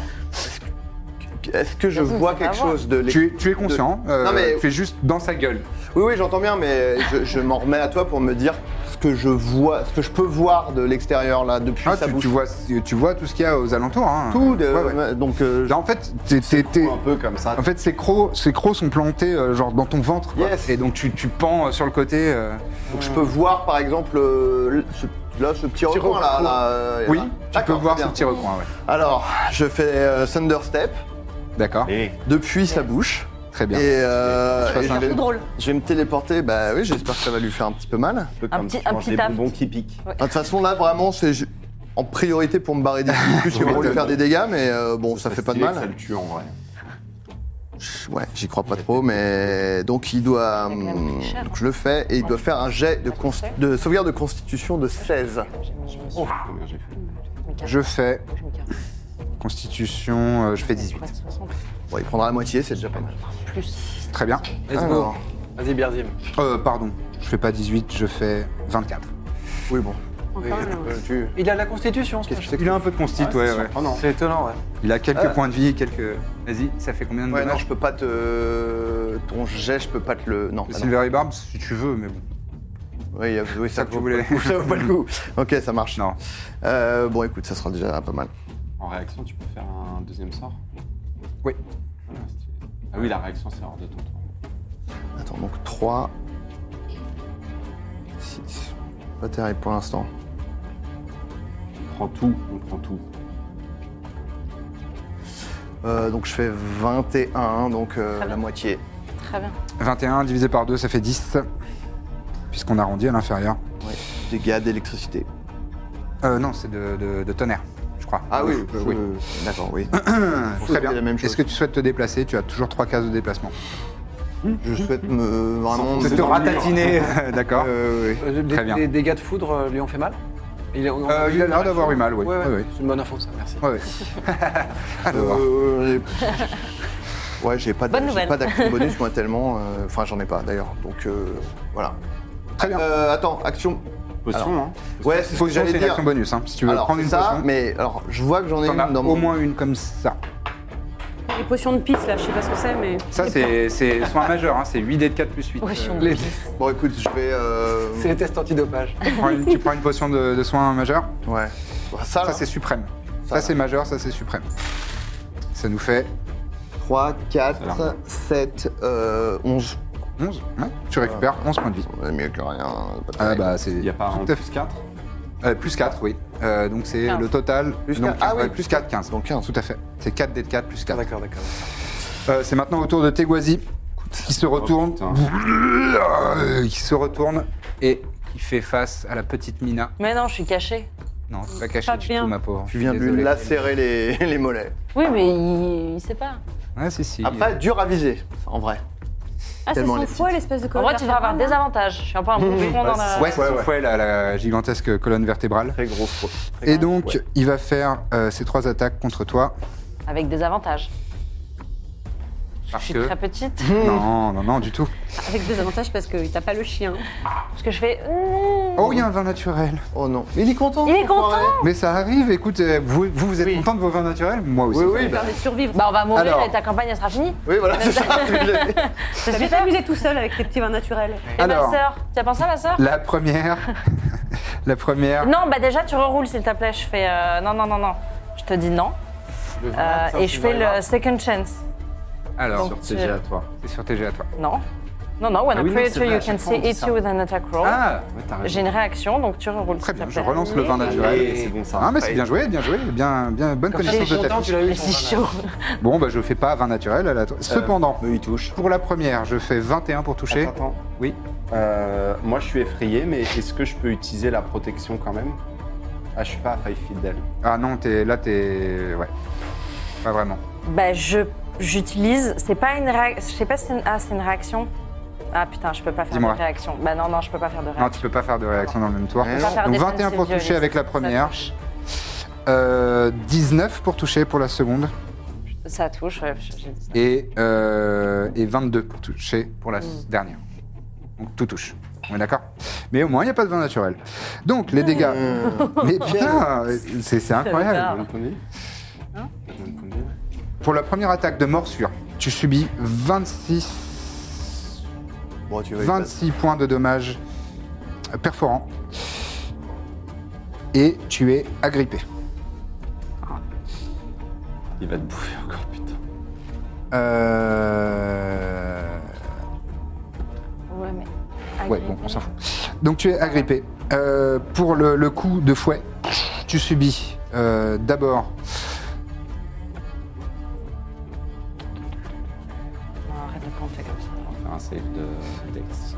[SPEAKER 2] Est-ce que je vois quelque chose de
[SPEAKER 1] Tu es, tu es conscient, euh,
[SPEAKER 2] Non, mais-
[SPEAKER 1] tu es juste dans sa gueule.
[SPEAKER 2] Oui, oui, j'entends bien, mais je, je m'en remets à toi pour me dire ce que je vois, ce que je peux voir de l'extérieur là depuis
[SPEAKER 1] Ah,
[SPEAKER 2] sa
[SPEAKER 1] tu,
[SPEAKER 2] bouche.
[SPEAKER 1] tu vois, tu vois tout ce qu'il y a aux alentours. hein.
[SPEAKER 2] tout, de-
[SPEAKER 1] Ouais, ouais.
[SPEAKER 2] donc euh,
[SPEAKER 1] Là, en fait, t'es- t'es- t'es- Ah,
[SPEAKER 6] Ou
[SPEAKER 2] hein.
[SPEAKER 6] Un peu comme ça.
[SPEAKER 1] En fait, ces crocs, ces crocs sont plantés euh, genre dans ton ventre, quoi.
[SPEAKER 2] Yes.
[SPEAKER 1] et donc tu, tu pends euh, sur le côté. euh,
[SPEAKER 2] donc je peux voir par exemple euh, ce, là ce petit recoin là. là, euh,
[SPEAKER 1] Oui,
[SPEAKER 2] là.
[SPEAKER 1] tu peux
[SPEAKER 2] D'accord,
[SPEAKER 1] voir
[SPEAKER 2] très
[SPEAKER 1] ce
[SPEAKER 2] bien.
[SPEAKER 1] petit recoin. ouais.
[SPEAKER 2] Alors, je fais euh, Thunder Step
[SPEAKER 1] D'accord,
[SPEAKER 6] Et
[SPEAKER 2] depuis sa bouche.
[SPEAKER 1] très
[SPEAKER 2] Et,
[SPEAKER 1] bien.
[SPEAKER 2] euh,
[SPEAKER 1] Tu fasses
[SPEAKER 2] et je,
[SPEAKER 1] un-
[SPEAKER 2] vais,
[SPEAKER 3] drôle.
[SPEAKER 2] je vais me téléporter, bah oui, j'espère que ça va lui faire un petit peu mal.
[SPEAKER 6] un peu
[SPEAKER 5] Un
[SPEAKER 6] comme
[SPEAKER 5] petit-
[SPEAKER 6] tu
[SPEAKER 5] un
[SPEAKER 6] manges
[SPEAKER 5] petit
[SPEAKER 6] des
[SPEAKER 5] taft.
[SPEAKER 6] bonbons qui piquent.
[SPEAKER 2] De toute façon, là vraiment, c'est ju- en priorité pour me barrer d'ici, plus que pour lui faire des dégâts, mais euh, bon, ça fait pas de
[SPEAKER 6] Stylé que Ça
[SPEAKER 2] mal.
[SPEAKER 6] le tue en vrai.
[SPEAKER 2] Je- Ouais, j'y crois pas trop, mais donc il doit. hum,
[SPEAKER 5] Il a quand même pris cher. hein.
[SPEAKER 2] donc je le fais et il doit faire un jet de,
[SPEAKER 5] Ouais,
[SPEAKER 2] cons-
[SPEAKER 5] c'est-
[SPEAKER 2] de sauvegarde de constitution de 16.
[SPEAKER 5] J'ai mis-
[SPEAKER 6] Combien j'ai fait
[SPEAKER 5] mis quinze.
[SPEAKER 1] Je fais
[SPEAKER 5] J'ai mis quinze.
[SPEAKER 1] Constitution, euh, je fais 18.
[SPEAKER 5] Ouais, 60.
[SPEAKER 2] Bon, il prendra la moitié, c'est déjà pas mal.
[SPEAKER 5] Plus.
[SPEAKER 1] Très bien.
[SPEAKER 7] Let's go.
[SPEAKER 2] Alors,
[SPEAKER 7] Vas-y, Birzim.
[SPEAKER 1] Euh, pardon, je fais pas 18, je fais 24.
[SPEAKER 2] oui, bon.
[SPEAKER 3] Encore un.
[SPEAKER 2] Euh, tu-
[SPEAKER 7] Il a de la constitution, ce
[SPEAKER 2] Qu'est-ce que c'est que
[SPEAKER 1] Il a un peu de constit,
[SPEAKER 7] Ah,
[SPEAKER 1] ouais,
[SPEAKER 7] c'est
[SPEAKER 1] ouais.
[SPEAKER 7] surprenant. C'est étonnant, ouais.
[SPEAKER 1] Il a quelques
[SPEAKER 2] Ah.
[SPEAKER 1] points de vie, quelques. Vas-y, ça fait combien de
[SPEAKER 2] Ouais, non,
[SPEAKER 1] dommages
[SPEAKER 2] je peux pas te. Ton jet, je peux pas te le. Non,
[SPEAKER 1] Le
[SPEAKER 2] ah non.
[SPEAKER 1] Silvery Barb, si tu veux, mais bon.
[SPEAKER 2] Oui, il y a- oui, ça,
[SPEAKER 1] Ça,
[SPEAKER 2] vaut
[SPEAKER 1] vous
[SPEAKER 2] pas le
[SPEAKER 1] voulez.
[SPEAKER 2] coup, ça vaut pas le coup. Ok, ça marche.
[SPEAKER 1] Non.
[SPEAKER 2] Euh, bon, écoute, ça sera déjà pas mal.
[SPEAKER 6] En réaction, tu peux faire un deuxième sort
[SPEAKER 1] Oui.
[SPEAKER 6] Voilà, stylé. ah oui, la réaction, c'est hors de ton tour.
[SPEAKER 2] Attends, donc 3. 6. Pas terrible pour l'instant.
[SPEAKER 6] On prend tout, on prend tout.
[SPEAKER 2] Euh, donc je fais 21, donc euh, la moitié.
[SPEAKER 5] Très bien.
[SPEAKER 1] 21 divisé par 2, ça fait 10. Puisqu'on arrondit à l'inférieur.
[SPEAKER 2] Ouais. Dégâts d'électricité.
[SPEAKER 1] Euh, non, c'est de, de- de tonnerre, je crois.
[SPEAKER 2] je-
[SPEAKER 1] Ah oui.
[SPEAKER 2] D'accord, Ah euh, oui.
[SPEAKER 1] Très bien.
[SPEAKER 2] la même chose.
[SPEAKER 1] Est-ce que tu souhaites te déplacer Tu as toujours 3 cases de déplacement.
[SPEAKER 2] Je souhaite me vraiment.
[SPEAKER 1] Je
[SPEAKER 2] me-
[SPEAKER 1] te ratatiner, d'accord
[SPEAKER 2] Euh, oui.
[SPEAKER 7] Euh, des,
[SPEAKER 1] Très bien.
[SPEAKER 7] des dégâts de foudre euh, lui ont fait mal il, on-
[SPEAKER 1] Euh, il a l'air d'avoir eu mal, oui.
[SPEAKER 7] Ouais, ouais.
[SPEAKER 1] Ouais, ouais.
[SPEAKER 7] C'est une bonne info, ça, merci.
[SPEAKER 1] Ouais, ouais. Ah, de voir.
[SPEAKER 2] Euh, j'ai- ouais, j'ai pas de-
[SPEAKER 5] Bonne
[SPEAKER 2] j'ai
[SPEAKER 5] nouvelle.
[SPEAKER 2] pas d'action bonus moi tellement. euh, Enfin, j'en ai pas d'ailleurs. Donc euh, voilà.
[SPEAKER 1] Très bien.
[SPEAKER 2] Euh, attends, action.
[SPEAKER 6] Potion,
[SPEAKER 2] Alors.
[SPEAKER 6] hein
[SPEAKER 2] Ouais, c'est ce que
[SPEAKER 1] Potion,
[SPEAKER 2] j'allais
[SPEAKER 1] c'est une
[SPEAKER 2] dire.
[SPEAKER 1] action bonus. hein. Si tu veux
[SPEAKER 2] Alors,
[SPEAKER 1] prendre
[SPEAKER 2] c'est
[SPEAKER 1] une
[SPEAKER 2] ça,
[SPEAKER 1] potion,
[SPEAKER 2] mais alors je vois que j'en ai
[SPEAKER 1] t'en as
[SPEAKER 2] une dans mon.
[SPEAKER 1] au moins une comme ça.
[SPEAKER 3] Les potions de pisse, là, je sais pas ce que c'est, mais.
[SPEAKER 1] Ça, c'est c'est soin majeur, hein, c'est 8 d de 4 plus Euh, 8.
[SPEAKER 5] Potion.
[SPEAKER 7] Les-
[SPEAKER 2] Bon, écoute, je vais. euh,
[SPEAKER 7] C'est les tests antidopage.
[SPEAKER 1] tu, prends une, tu prends une potion de, de soin majeur,
[SPEAKER 2] Ouais. Bah, ça,
[SPEAKER 1] ça c'est suprême. Ça,
[SPEAKER 2] là.
[SPEAKER 1] c'est majeur, ça c'est suprême. Ça nous fait
[SPEAKER 2] 3, 4,
[SPEAKER 6] Alors.
[SPEAKER 2] 7, 11.
[SPEAKER 1] 11. ouais, hein. tu récupères 11 points de vie.
[SPEAKER 2] Ouais, mieux que rien. pas
[SPEAKER 1] Ah
[SPEAKER 2] terrible.
[SPEAKER 1] bah c'est
[SPEAKER 6] Il n'y a pas un
[SPEAKER 1] tout à
[SPEAKER 6] plus 4
[SPEAKER 1] fait- euh, plus 4, oui. Euh, donc c'est le total.
[SPEAKER 2] Plus
[SPEAKER 1] donc,
[SPEAKER 2] quatre. Ah oui,
[SPEAKER 1] ouais, plus 4, 15.
[SPEAKER 2] Donc 15.
[SPEAKER 1] Tout à fait. C'est 4 d de 4 plus 4.
[SPEAKER 7] Ah, D'accord, d'accord.
[SPEAKER 1] Euh, c'est maintenant au tour de Teguazi qui se retourne, Euh,
[SPEAKER 6] putain.
[SPEAKER 1] qui se retourne et qui fait face à la petite Mina.
[SPEAKER 5] Mais non, je suis cachée.
[SPEAKER 1] Non, c'est pas caché
[SPEAKER 3] Pas
[SPEAKER 1] du
[SPEAKER 3] bien.
[SPEAKER 1] tout, ma pauvre.
[SPEAKER 2] Tu viens de lui
[SPEAKER 1] Désolé.
[SPEAKER 2] lacérer les, les mollets.
[SPEAKER 5] Oui, mais il, il sait pas.
[SPEAKER 1] Ah si si.
[SPEAKER 2] Après, dur à viser, en vrai.
[SPEAKER 3] Ah, c'est
[SPEAKER 2] Tellement elle
[SPEAKER 3] son
[SPEAKER 2] est
[SPEAKER 3] foie, l'espèce de
[SPEAKER 5] En vrai, tu devrais avoir des
[SPEAKER 3] colère.
[SPEAKER 5] avantages. Je suis un peu un bouffon dans la.
[SPEAKER 1] Ouais, c'est
[SPEAKER 2] Ouais,
[SPEAKER 1] son
[SPEAKER 2] ouais.
[SPEAKER 1] fouet, là, la gigantesque colonne vertébrale.
[SPEAKER 2] Très gros faux.
[SPEAKER 1] Et donc, il va faire euh, ses trois attaques contre toi.
[SPEAKER 5] Avec des avantages. Je
[SPEAKER 1] Parce
[SPEAKER 5] suis
[SPEAKER 1] que.
[SPEAKER 5] très petite.
[SPEAKER 2] Mmh.
[SPEAKER 1] Non, non, non, du tout.
[SPEAKER 3] Avec des avantages parce que t'as pas le chien.
[SPEAKER 5] Parce que je fais. euh,
[SPEAKER 1] Oh, il y a un vin naturel.
[SPEAKER 2] Oh non. Mais il est content.
[SPEAKER 5] Il est
[SPEAKER 2] son foiré.
[SPEAKER 1] Mais ça arrive, écoute, euh, vous, vous, vous êtes content de vos vins naturels Moi aussi.
[SPEAKER 2] Oui,
[SPEAKER 1] ça
[SPEAKER 2] oui,
[SPEAKER 1] arrive.
[SPEAKER 2] bah,
[SPEAKER 3] permet de survivre.
[SPEAKER 5] Bah, on va mourir
[SPEAKER 1] Alors.
[SPEAKER 5] et ta campagne, elle sera finie.
[SPEAKER 2] oui, voilà, c'est ça.
[SPEAKER 5] C'est
[SPEAKER 3] T'as bien
[SPEAKER 5] super.
[SPEAKER 3] t'amuser tout seul avec tes petits vins naturels.
[SPEAKER 5] Et
[SPEAKER 1] Alors.
[SPEAKER 5] ma sœur Tu as pensé à ma sœur
[SPEAKER 1] La première. la première.
[SPEAKER 5] Non, bah déjà, tu reroules, s'il te plaît. Je fais. euh, non, non, non, non. Je te dis non.
[SPEAKER 7] Le
[SPEAKER 5] Euh,
[SPEAKER 7] vingt, c'est un
[SPEAKER 5] et je fais
[SPEAKER 7] petit
[SPEAKER 5] le second chance.
[SPEAKER 1] Alors,
[SPEAKER 5] Donc, euh,
[SPEAKER 1] c'est
[SPEAKER 5] tu-
[SPEAKER 6] à toi.
[SPEAKER 1] sur TG à toi.
[SPEAKER 5] Non. Non, non, when
[SPEAKER 6] Ah
[SPEAKER 5] a
[SPEAKER 6] oui, non, c'est
[SPEAKER 5] creature
[SPEAKER 6] vrai, à
[SPEAKER 5] you
[SPEAKER 6] chaque
[SPEAKER 5] can
[SPEAKER 6] fois,
[SPEAKER 5] see
[SPEAKER 6] on dit
[SPEAKER 5] hits
[SPEAKER 6] ça.
[SPEAKER 5] you with an attack roll.
[SPEAKER 1] Ah
[SPEAKER 6] Ouais, t'as raison.
[SPEAKER 5] J'ai une réaction, donc tu reroules. s'il
[SPEAKER 1] Très
[SPEAKER 5] te
[SPEAKER 1] bien, je
[SPEAKER 5] plaît.
[SPEAKER 1] relance le vin naturel.
[SPEAKER 6] Allez, c'est bon ça.
[SPEAKER 1] Ah, mais c'est bien joué, bien joué, bien, bien bonne
[SPEAKER 7] Comme ça,
[SPEAKER 1] connaissance
[SPEAKER 7] il est
[SPEAKER 1] de ta
[SPEAKER 7] content,
[SPEAKER 1] fiche.
[SPEAKER 7] tu l'as eu.
[SPEAKER 5] Mais
[SPEAKER 7] ton
[SPEAKER 5] c'est
[SPEAKER 7] vin.
[SPEAKER 5] chaud.
[SPEAKER 1] Bon, bah je fais pas vin naturel. à la- Cependant,
[SPEAKER 6] Eux, ils touchent.
[SPEAKER 1] pour la première, je fais 21 pour toucher.
[SPEAKER 6] Attends, attends.
[SPEAKER 1] Oui.
[SPEAKER 6] Euh, moi, je suis effrayé, mais est-ce que je peux utiliser la protection quand même Ah, je suis pas à 5 feet d'elle.
[SPEAKER 1] Ah non, t'es là, t'es. Ouais. Pas vraiment.
[SPEAKER 5] Bah, je j'utilise. C'est pas une réaction. Je sais pas si c'est une... Ah, c'est une réaction. Ah putain, je peux pas faire de
[SPEAKER 1] Dis-moi.
[SPEAKER 5] réaction. Bah non, non, je peux pas faire de réaction.
[SPEAKER 1] Non, tu peux pas faire de réaction dans le même tour.
[SPEAKER 2] Mais
[SPEAKER 5] Je peux pas faire
[SPEAKER 1] Donc
[SPEAKER 5] défense,
[SPEAKER 1] 21
[SPEAKER 5] c'est
[SPEAKER 1] pour
[SPEAKER 5] violent.
[SPEAKER 1] toucher avec la
[SPEAKER 5] Ça
[SPEAKER 1] première.
[SPEAKER 5] touche.
[SPEAKER 1] Euh, 19 pour toucher pour la seconde.
[SPEAKER 5] Ça touche, ouais, j'ai dit ça.
[SPEAKER 1] Et, euh, et 22 pour toucher pour la dernière. Donc tout touche. On est d'accord Mais au moins, il n'y a pas de vin naturel. Donc les dégâts. Mais putain, c'est c'est
[SPEAKER 5] bâtard.
[SPEAKER 1] incroyable.
[SPEAKER 6] Je me Je me connais.
[SPEAKER 1] Pour la première attaque de morsure, tu subis 26,
[SPEAKER 2] Bon, tu vas y
[SPEAKER 1] 26 points de dommages perforants. Et tu es agrippé.
[SPEAKER 6] Il va te bouffer encore, putain.
[SPEAKER 1] Euh...
[SPEAKER 5] Ouais, mais.
[SPEAKER 1] Ouais, bon, on s'en fout. Donc tu es agrippé. Euh, pour le, le coup de fouet, tu subis euh, d'abord
[SPEAKER 5] Non, arrête de compter comme ça.
[SPEAKER 6] On va faire un save de Dex.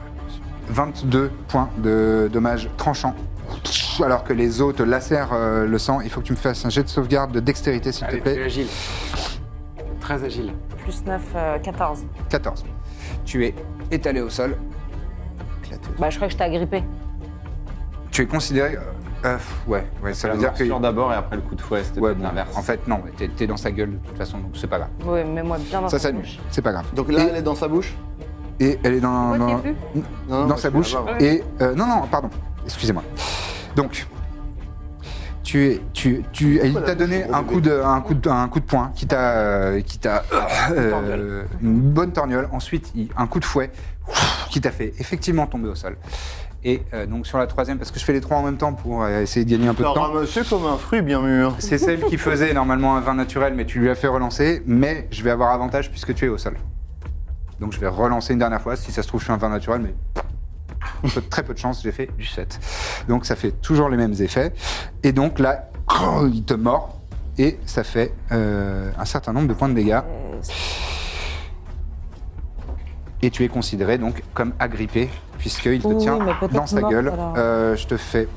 [SPEAKER 1] 22 points de dommages tranchants. Alors que les os te lacèrent euh, le sang, il faut que tu me fasses un jet de sauvegarde de dextérité, s'il te
[SPEAKER 7] Allez, tu es
[SPEAKER 1] plaît.
[SPEAKER 7] agile. très agile.
[SPEAKER 5] Plus euh, 9, 14.
[SPEAKER 1] 14. Tu es étalé au sol.
[SPEAKER 5] Bah, je crois que je t'ai agrippé.
[SPEAKER 1] Tu es considéré. euh, euh, ouais, ouais, ça
[SPEAKER 6] La
[SPEAKER 1] veut dire que.
[SPEAKER 6] morsure d'abord et après le coup de fouet, c'était
[SPEAKER 1] Ouais,
[SPEAKER 6] peut-être
[SPEAKER 1] bon,
[SPEAKER 6] l'inverse.
[SPEAKER 1] en fait, non, t'es t'es dans sa gueule de toute façon, donc c'est pas grave.
[SPEAKER 5] Oui, mets-moi bien dans
[SPEAKER 1] Ça
[SPEAKER 5] ta
[SPEAKER 1] s'annule,
[SPEAKER 5] bouche.
[SPEAKER 1] c'est pas grave.
[SPEAKER 2] Donc là,
[SPEAKER 1] Et-
[SPEAKER 2] elle est dans sa bouche
[SPEAKER 1] Et elle est dans,
[SPEAKER 3] Pourquoi tu y es
[SPEAKER 1] dans,
[SPEAKER 3] plus
[SPEAKER 2] Non, non,
[SPEAKER 1] dans
[SPEAKER 2] moi,
[SPEAKER 1] sa
[SPEAKER 2] je
[SPEAKER 1] bouche.
[SPEAKER 2] suis là-bas,
[SPEAKER 1] Et euh, non, non, pardon. Excusez-moi. Donc, tu es, tu, tu, il t'a donné un coup de, un coup de, un coup de poing qui t'a, euh, qui t'a euh, une bonne torgnole. Ensuite, il- un coup de fouet qui t'a fait effectivement tomber au sol. Et euh, donc sur la troisième, parce que je fais les trois en même temps pour euh, essayer de gagner un peu de
[SPEAKER 2] Alors,
[SPEAKER 1] temps.
[SPEAKER 2] un monsieur comme un fruit bien mûr.
[SPEAKER 1] C'est celle qui faisait normalement un vin naturel, mais tu lui as fait relancer. Mais je vais avoir avantage puisque tu es au sol. Donc je vais relancer une dernière fois. Si ça se trouve, je fais un vin naturel, mais peu- très peu de chance, j'ai fait du 7. Donc ça fait toujours les mêmes effets. Et donc là, il te mord. Et ça fait euh, un certain nombre de points de dégâts. Et tu es considéré donc comme agrippé, puisqu'il te
[SPEAKER 5] Oui,
[SPEAKER 1] tient
[SPEAKER 5] mais peut-être
[SPEAKER 1] dans sa
[SPEAKER 5] morte,
[SPEAKER 1] gueule.
[SPEAKER 5] alors.
[SPEAKER 1] Euh, je te fais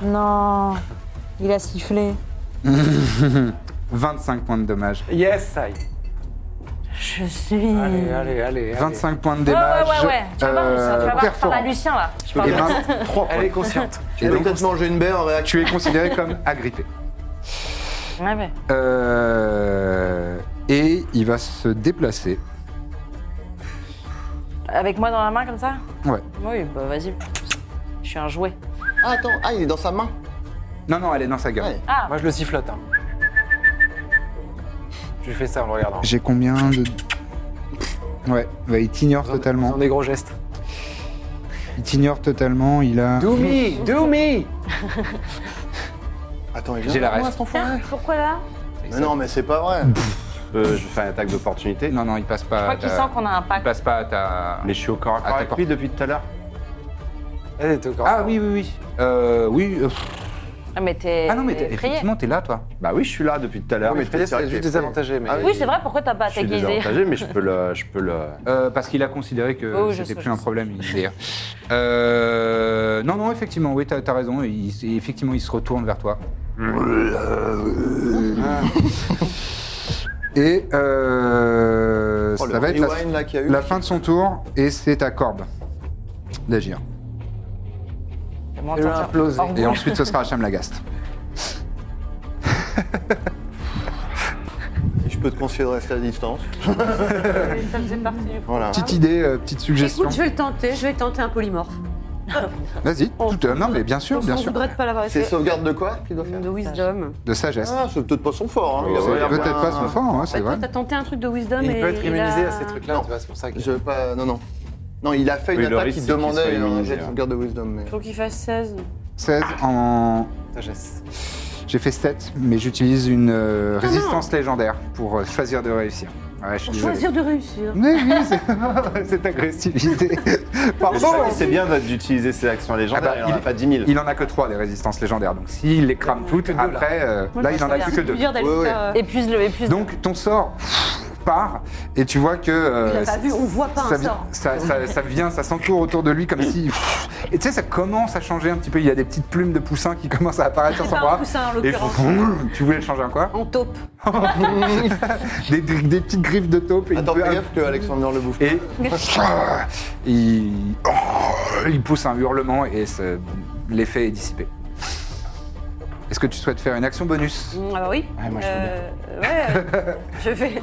[SPEAKER 5] Non, il a sifflé.
[SPEAKER 1] 25 points de dommages.
[SPEAKER 7] Yes, ça y est.
[SPEAKER 5] Je suis.
[SPEAKER 7] Allez, allez, allez.
[SPEAKER 1] 25 points de
[SPEAKER 5] Ouais,
[SPEAKER 1] dommages.
[SPEAKER 5] ouais, ouais, ouais. Tu vas voir,
[SPEAKER 1] euh,
[SPEAKER 5] ça, tu vas voir, je parle à
[SPEAKER 1] perforant.
[SPEAKER 5] Lucien là. Je parle
[SPEAKER 1] Et
[SPEAKER 5] à-
[SPEAKER 1] ben,
[SPEAKER 7] Elle est consciente.
[SPEAKER 2] Tu dois peut-être manger une baie en réaction.
[SPEAKER 1] tu es considéré comme agrippé.
[SPEAKER 5] Ouais, ouais.
[SPEAKER 1] Euh, et il va se déplacer.
[SPEAKER 5] Avec moi dans la main comme ça
[SPEAKER 1] Ouais.
[SPEAKER 5] Oui, bah vas-y. Je suis un jouet.
[SPEAKER 2] Ah, attends, ah, il est dans sa main.
[SPEAKER 1] Non, non, elle est dans sa gueule.
[SPEAKER 2] Ouais.
[SPEAKER 5] Ah,
[SPEAKER 7] Moi, je le sifflote. hein. Je lui fais ça en le regardant.
[SPEAKER 1] J'ai combien de. Ouais, ouais, il t'ignore
[SPEAKER 7] Ils ont- Ils
[SPEAKER 1] totalement.
[SPEAKER 7] ont des gros gestes.
[SPEAKER 1] Il t'ignore totalement. Il a.
[SPEAKER 7] Do me, do me.
[SPEAKER 2] Attends, il
[SPEAKER 1] J'ai
[SPEAKER 2] vient.
[SPEAKER 1] la reste.
[SPEAKER 5] tiens, pourquoi là
[SPEAKER 2] Mais non, mais c'est pas vrai.
[SPEAKER 6] Euh, je fais une attaque d'opportunité.
[SPEAKER 1] Non, non, il passe pas.
[SPEAKER 5] Je crois
[SPEAKER 1] à
[SPEAKER 5] qu'il
[SPEAKER 1] ta-
[SPEAKER 5] sent qu'on a un
[SPEAKER 1] Il
[SPEAKER 5] pacte.
[SPEAKER 1] passe pas à ta.
[SPEAKER 6] Mais je suis au corps à corps
[SPEAKER 1] Ah,
[SPEAKER 6] avec
[SPEAKER 1] d'accord.
[SPEAKER 6] lui depuis tout à l'heure.
[SPEAKER 7] Elle est au corps.
[SPEAKER 1] Ah oui, oui, oui. Euh, oui. euh, pff.
[SPEAKER 5] Ah, mais t'es.
[SPEAKER 1] Ah non, mais t'es-
[SPEAKER 5] t'es effrayé.
[SPEAKER 1] effectivement, t'es là, toi.
[SPEAKER 6] Bah oui, je suis là depuis tout à l'heure.
[SPEAKER 7] mais
[SPEAKER 6] je peux
[SPEAKER 7] Frédéric, c'est juste désavantagé. Mais...
[SPEAKER 2] Ah
[SPEAKER 5] Oui, c'est vrai, pourquoi t'as pas
[SPEAKER 6] Je suis
[SPEAKER 5] attaqué Izé
[SPEAKER 6] désavantagé, mais je peux le, je peux le.
[SPEAKER 1] Euh, parce qu'il a considéré que
[SPEAKER 5] Oh, je
[SPEAKER 1] c'était
[SPEAKER 5] sais,
[SPEAKER 1] plus
[SPEAKER 5] je
[SPEAKER 1] un
[SPEAKER 5] sais.
[SPEAKER 1] problème. il dit. Euh, non, non, effectivement, oui, t'as as raison. Il, il- effectivement, il se retourne vers toi. Et euh,
[SPEAKER 2] Oh,
[SPEAKER 1] ça
[SPEAKER 2] le
[SPEAKER 1] va être
[SPEAKER 2] rewind,
[SPEAKER 1] la,
[SPEAKER 2] là, qu'il y a eu.
[SPEAKER 1] la fin de son tour, et c'est à Corbe d'agir.
[SPEAKER 5] Comment
[SPEAKER 7] Elle
[SPEAKER 5] t'en
[SPEAKER 7] a
[SPEAKER 5] sors
[SPEAKER 7] implosé.
[SPEAKER 5] Hors
[SPEAKER 1] Et
[SPEAKER 5] boule.
[SPEAKER 1] ensuite, ce sera à Chamlagast.
[SPEAKER 2] Si je peux te conseiller de rester à distance.
[SPEAKER 3] Ça faisait partie du
[SPEAKER 2] Voilà.
[SPEAKER 1] Petite idée, euh, petite suggestion.
[SPEAKER 3] Écoute, je vais le tenter, je vais tenter un polymorphe.
[SPEAKER 1] Vas-y, tout, euh, non, mais bien sûr,
[SPEAKER 3] On
[SPEAKER 1] bien
[SPEAKER 3] ne
[SPEAKER 1] sûr.
[SPEAKER 3] voudrait de pas l'avoir
[SPEAKER 2] C'est
[SPEAKER 3] essayé.
[SPEAKER 2] sauvegarde de quoi qu'il doit faire
[SPEAKER 3] De wisdom.
[SPEAKER 1] De sagesse.
[SPEAKER 2] Ah, c'est peut-être pas son fort. Hein. Il a
[SPEAKER 1] C'est
[SPEAKER 2] l'air
[SPEAKER 1] peut-être
[SPEAKER 2] bien-
[SPEAKER 1] pas son fort, hein, c'est
[SPEAKER 3] Bah, toi,
[SPEAKER 1] vrai.
[SPEAKER 3] t'as tenté un truc de wisdom
[SPEAKER 7] Il
[SPEAKER 3] et
[SPEAKER 7] peut être
[SPEAKER 3] il
[SPEAKER 7] immunisé
[SPEAKER 3] a-
[SPEAKER 7] à ces trucs-là, tu vois, c'est pour ça que.
[SPEAKER 2] Je veux pas. Non, non. Non, il a fait une
[SPEAKER 6] Oui, le
[SPEAKER 2] attaque
[SPEAKER 6] risque,
[SPEAKER 2] qui
[SPEAKER 6] c'est qu'il soit
[SPEAKER 2] demandait un
[SPEAKER 6] immunisé,
[SPEAKER 2] jet de
[SPEAKER 6] hein.
[SPEAKER 2] sauvegarde de wisdom. Mais...
[SPEAKER 3] Faut qu'il fasse 16.
[SPEAKER 1] 16 en,
[SPEAKER 7] Sagesse.
[SPEAKER 1] J'ai fait 7, mais j'utilise une euh,
[SPEAKER 3] non.
[SPEAKER 1] résistance légendaire pour euh, choisir de réussir. Ouais, je suis désolé.
[SPEAKER 3] Choisir de réussir.
[SPEAKER 1] Mais oui, c'est- cette agressivité. Pardon.
[SPEAKER 6] Mais C'est bien d'être- d'utiliser ses actions légendaires.
[SPEAKER 1] Ah bah,
[SPEAKER 6] il n'en a
[SPEAKER 1] il-
[SPEAKER 6] pas 10 000.
[SPEAKER 1] Il en a que 3 des résistances légendaires, donc s'il les crame toutes,
[SPEAKER 7] deux, là.
[SPEAKER 1] après, euh, là, il en a
[SPEAKER 5] bien.
[SPEAKER 1] plus que
[SPEAKER 3] C'est
[SPEAKER 1] deux.
[SPEAKER 3] plus dur d'aller
[SPEAKER 2] Ouais,
[SPEAKER 3] faire, euh,
[SPEAKER 5] Épuise-le, épuise-le.
[SPEAKER 1] Donc ton sort pff, part et tu vois que. euh,
[SPEAKER 3] Il a pas
[SPEAKER 1] ça-
[SPEAKER 3] vu, on voit pas
[SPEAKER 1] ça,
[SPEAKER 3] un
[SPEAKER 1] vi-
[SPEAKER 3] sort.
[SPEAKER 1] ça, ça- ça vient, ça s'entoure autour de lui comme si. pff, Et tu sais, ça commence à changer un petit peu. Il y a des petites plumes de poussin qui commencent à apparaître sur
[SPEAKER 3] C'est
[SPEAKER 1] son
[SPEAKER 3] pas un
[SPEAKER 1] bras.
[SPEAKER 3] poussin, en
[SPEAKER 1] et
[SPEAKER 3] l'occurrence.
[SPEAKER 1] pff, tu voulais le changer en quoi
[SPEAKER 3] En taupe.
[SPEAKER 1] des, des- des petites griffes de taupe. Et il
[SPEAKER 2] Attends,
[SPEAKER 1] peut-
[SPEAKER 2] fais gaffe que Alexander le bouffe.
[SPEAKER 1] Et il, oh, il pousse un hurlement et ce- l'effet est dissipé. Est-ce que tu souhaites faire une action bonus
[SPEAKER 3] Mm, Ah bah oui.
[SPEAKER 6] moi, je veux
[SPEAKER 3] Euh, ouais, euh, je vais.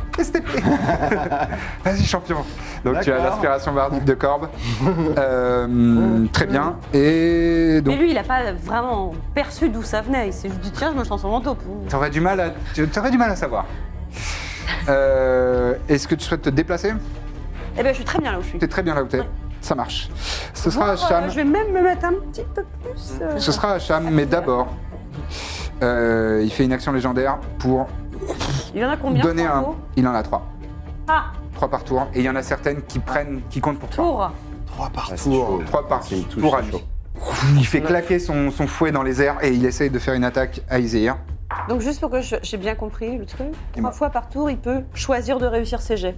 [SPEAKER 1] Vas-y champion. Donc tu as
[SPEAKER 6] D'accord.
[SPEAKER 1] l'inspiration bardique de Corbe. Euh, très bien. Et
[SPEAKER 3] Mais
[SPEAKER 1] donc
[SPEAKER 3] lui, il a pas vraiment perçu d'où ça venait. Il s'est juste dit, tiens, je me transforme en taupe.
[SPEAKER 1] t'aurais du mal à tu- t'aurais du mal à savoir. Euh, Est-ce que tu souhaites te déplacer
[SPEAKER 3] Eh ben, je suis très bien là où je suis.
[SPEAKER 1] T'es très bien là où t'es. Ça marche. Ce sera à
[SPEAKER 3] Oh,
[SPEAKER 1] Cham.
[SPEAKER 3] je vais même me mettre un petit peu plus. euh,
[SPEAKER 1] Ce sera à Cham, mais d'abord, euh, il fait une action légendaire pour
[SPEAKER 3] Il y en a combien
[SPEAKER 1] donner
[SPEAKER 3] par
[SPEAKER 1] un.
[SPEAKER 3] tour
[SPEAKER 1] Il en a trois.
[SPEAKER 3] Ah,
[SPEAKER 1] Trois par tour. Et il y en a certaines qui prennent, qui comptent pour toi.
[SPEAKER 3] tour.
[SPEAKER 2] 3 par
[SPEAKER 6] Ah, c'est
[SPEAKER 2] tour.
[SPEAKER 3] Oh.
[SPEAKER 6] chaud.
[SPEAKER 1] Trois par
[SPEAKER 6] C'est une touche,
[SPEAKER 1] pour
[SPEAKER 6] c'est
[SPEAKER 1] lui.
[SPEAKER 6] chaud.
[SPEAKER 1] Il fait claquer son, son fouet dans les airs et il essaye de faire une attaque à Izehir.
[SPEAKER 3] Donc, juste pour que je- j'ai bien compris le truc,
[SPEAKER 1] Dis-moi.
[SPEAKER 3] trois fois par tour, il peut choisir de réussir ses jets.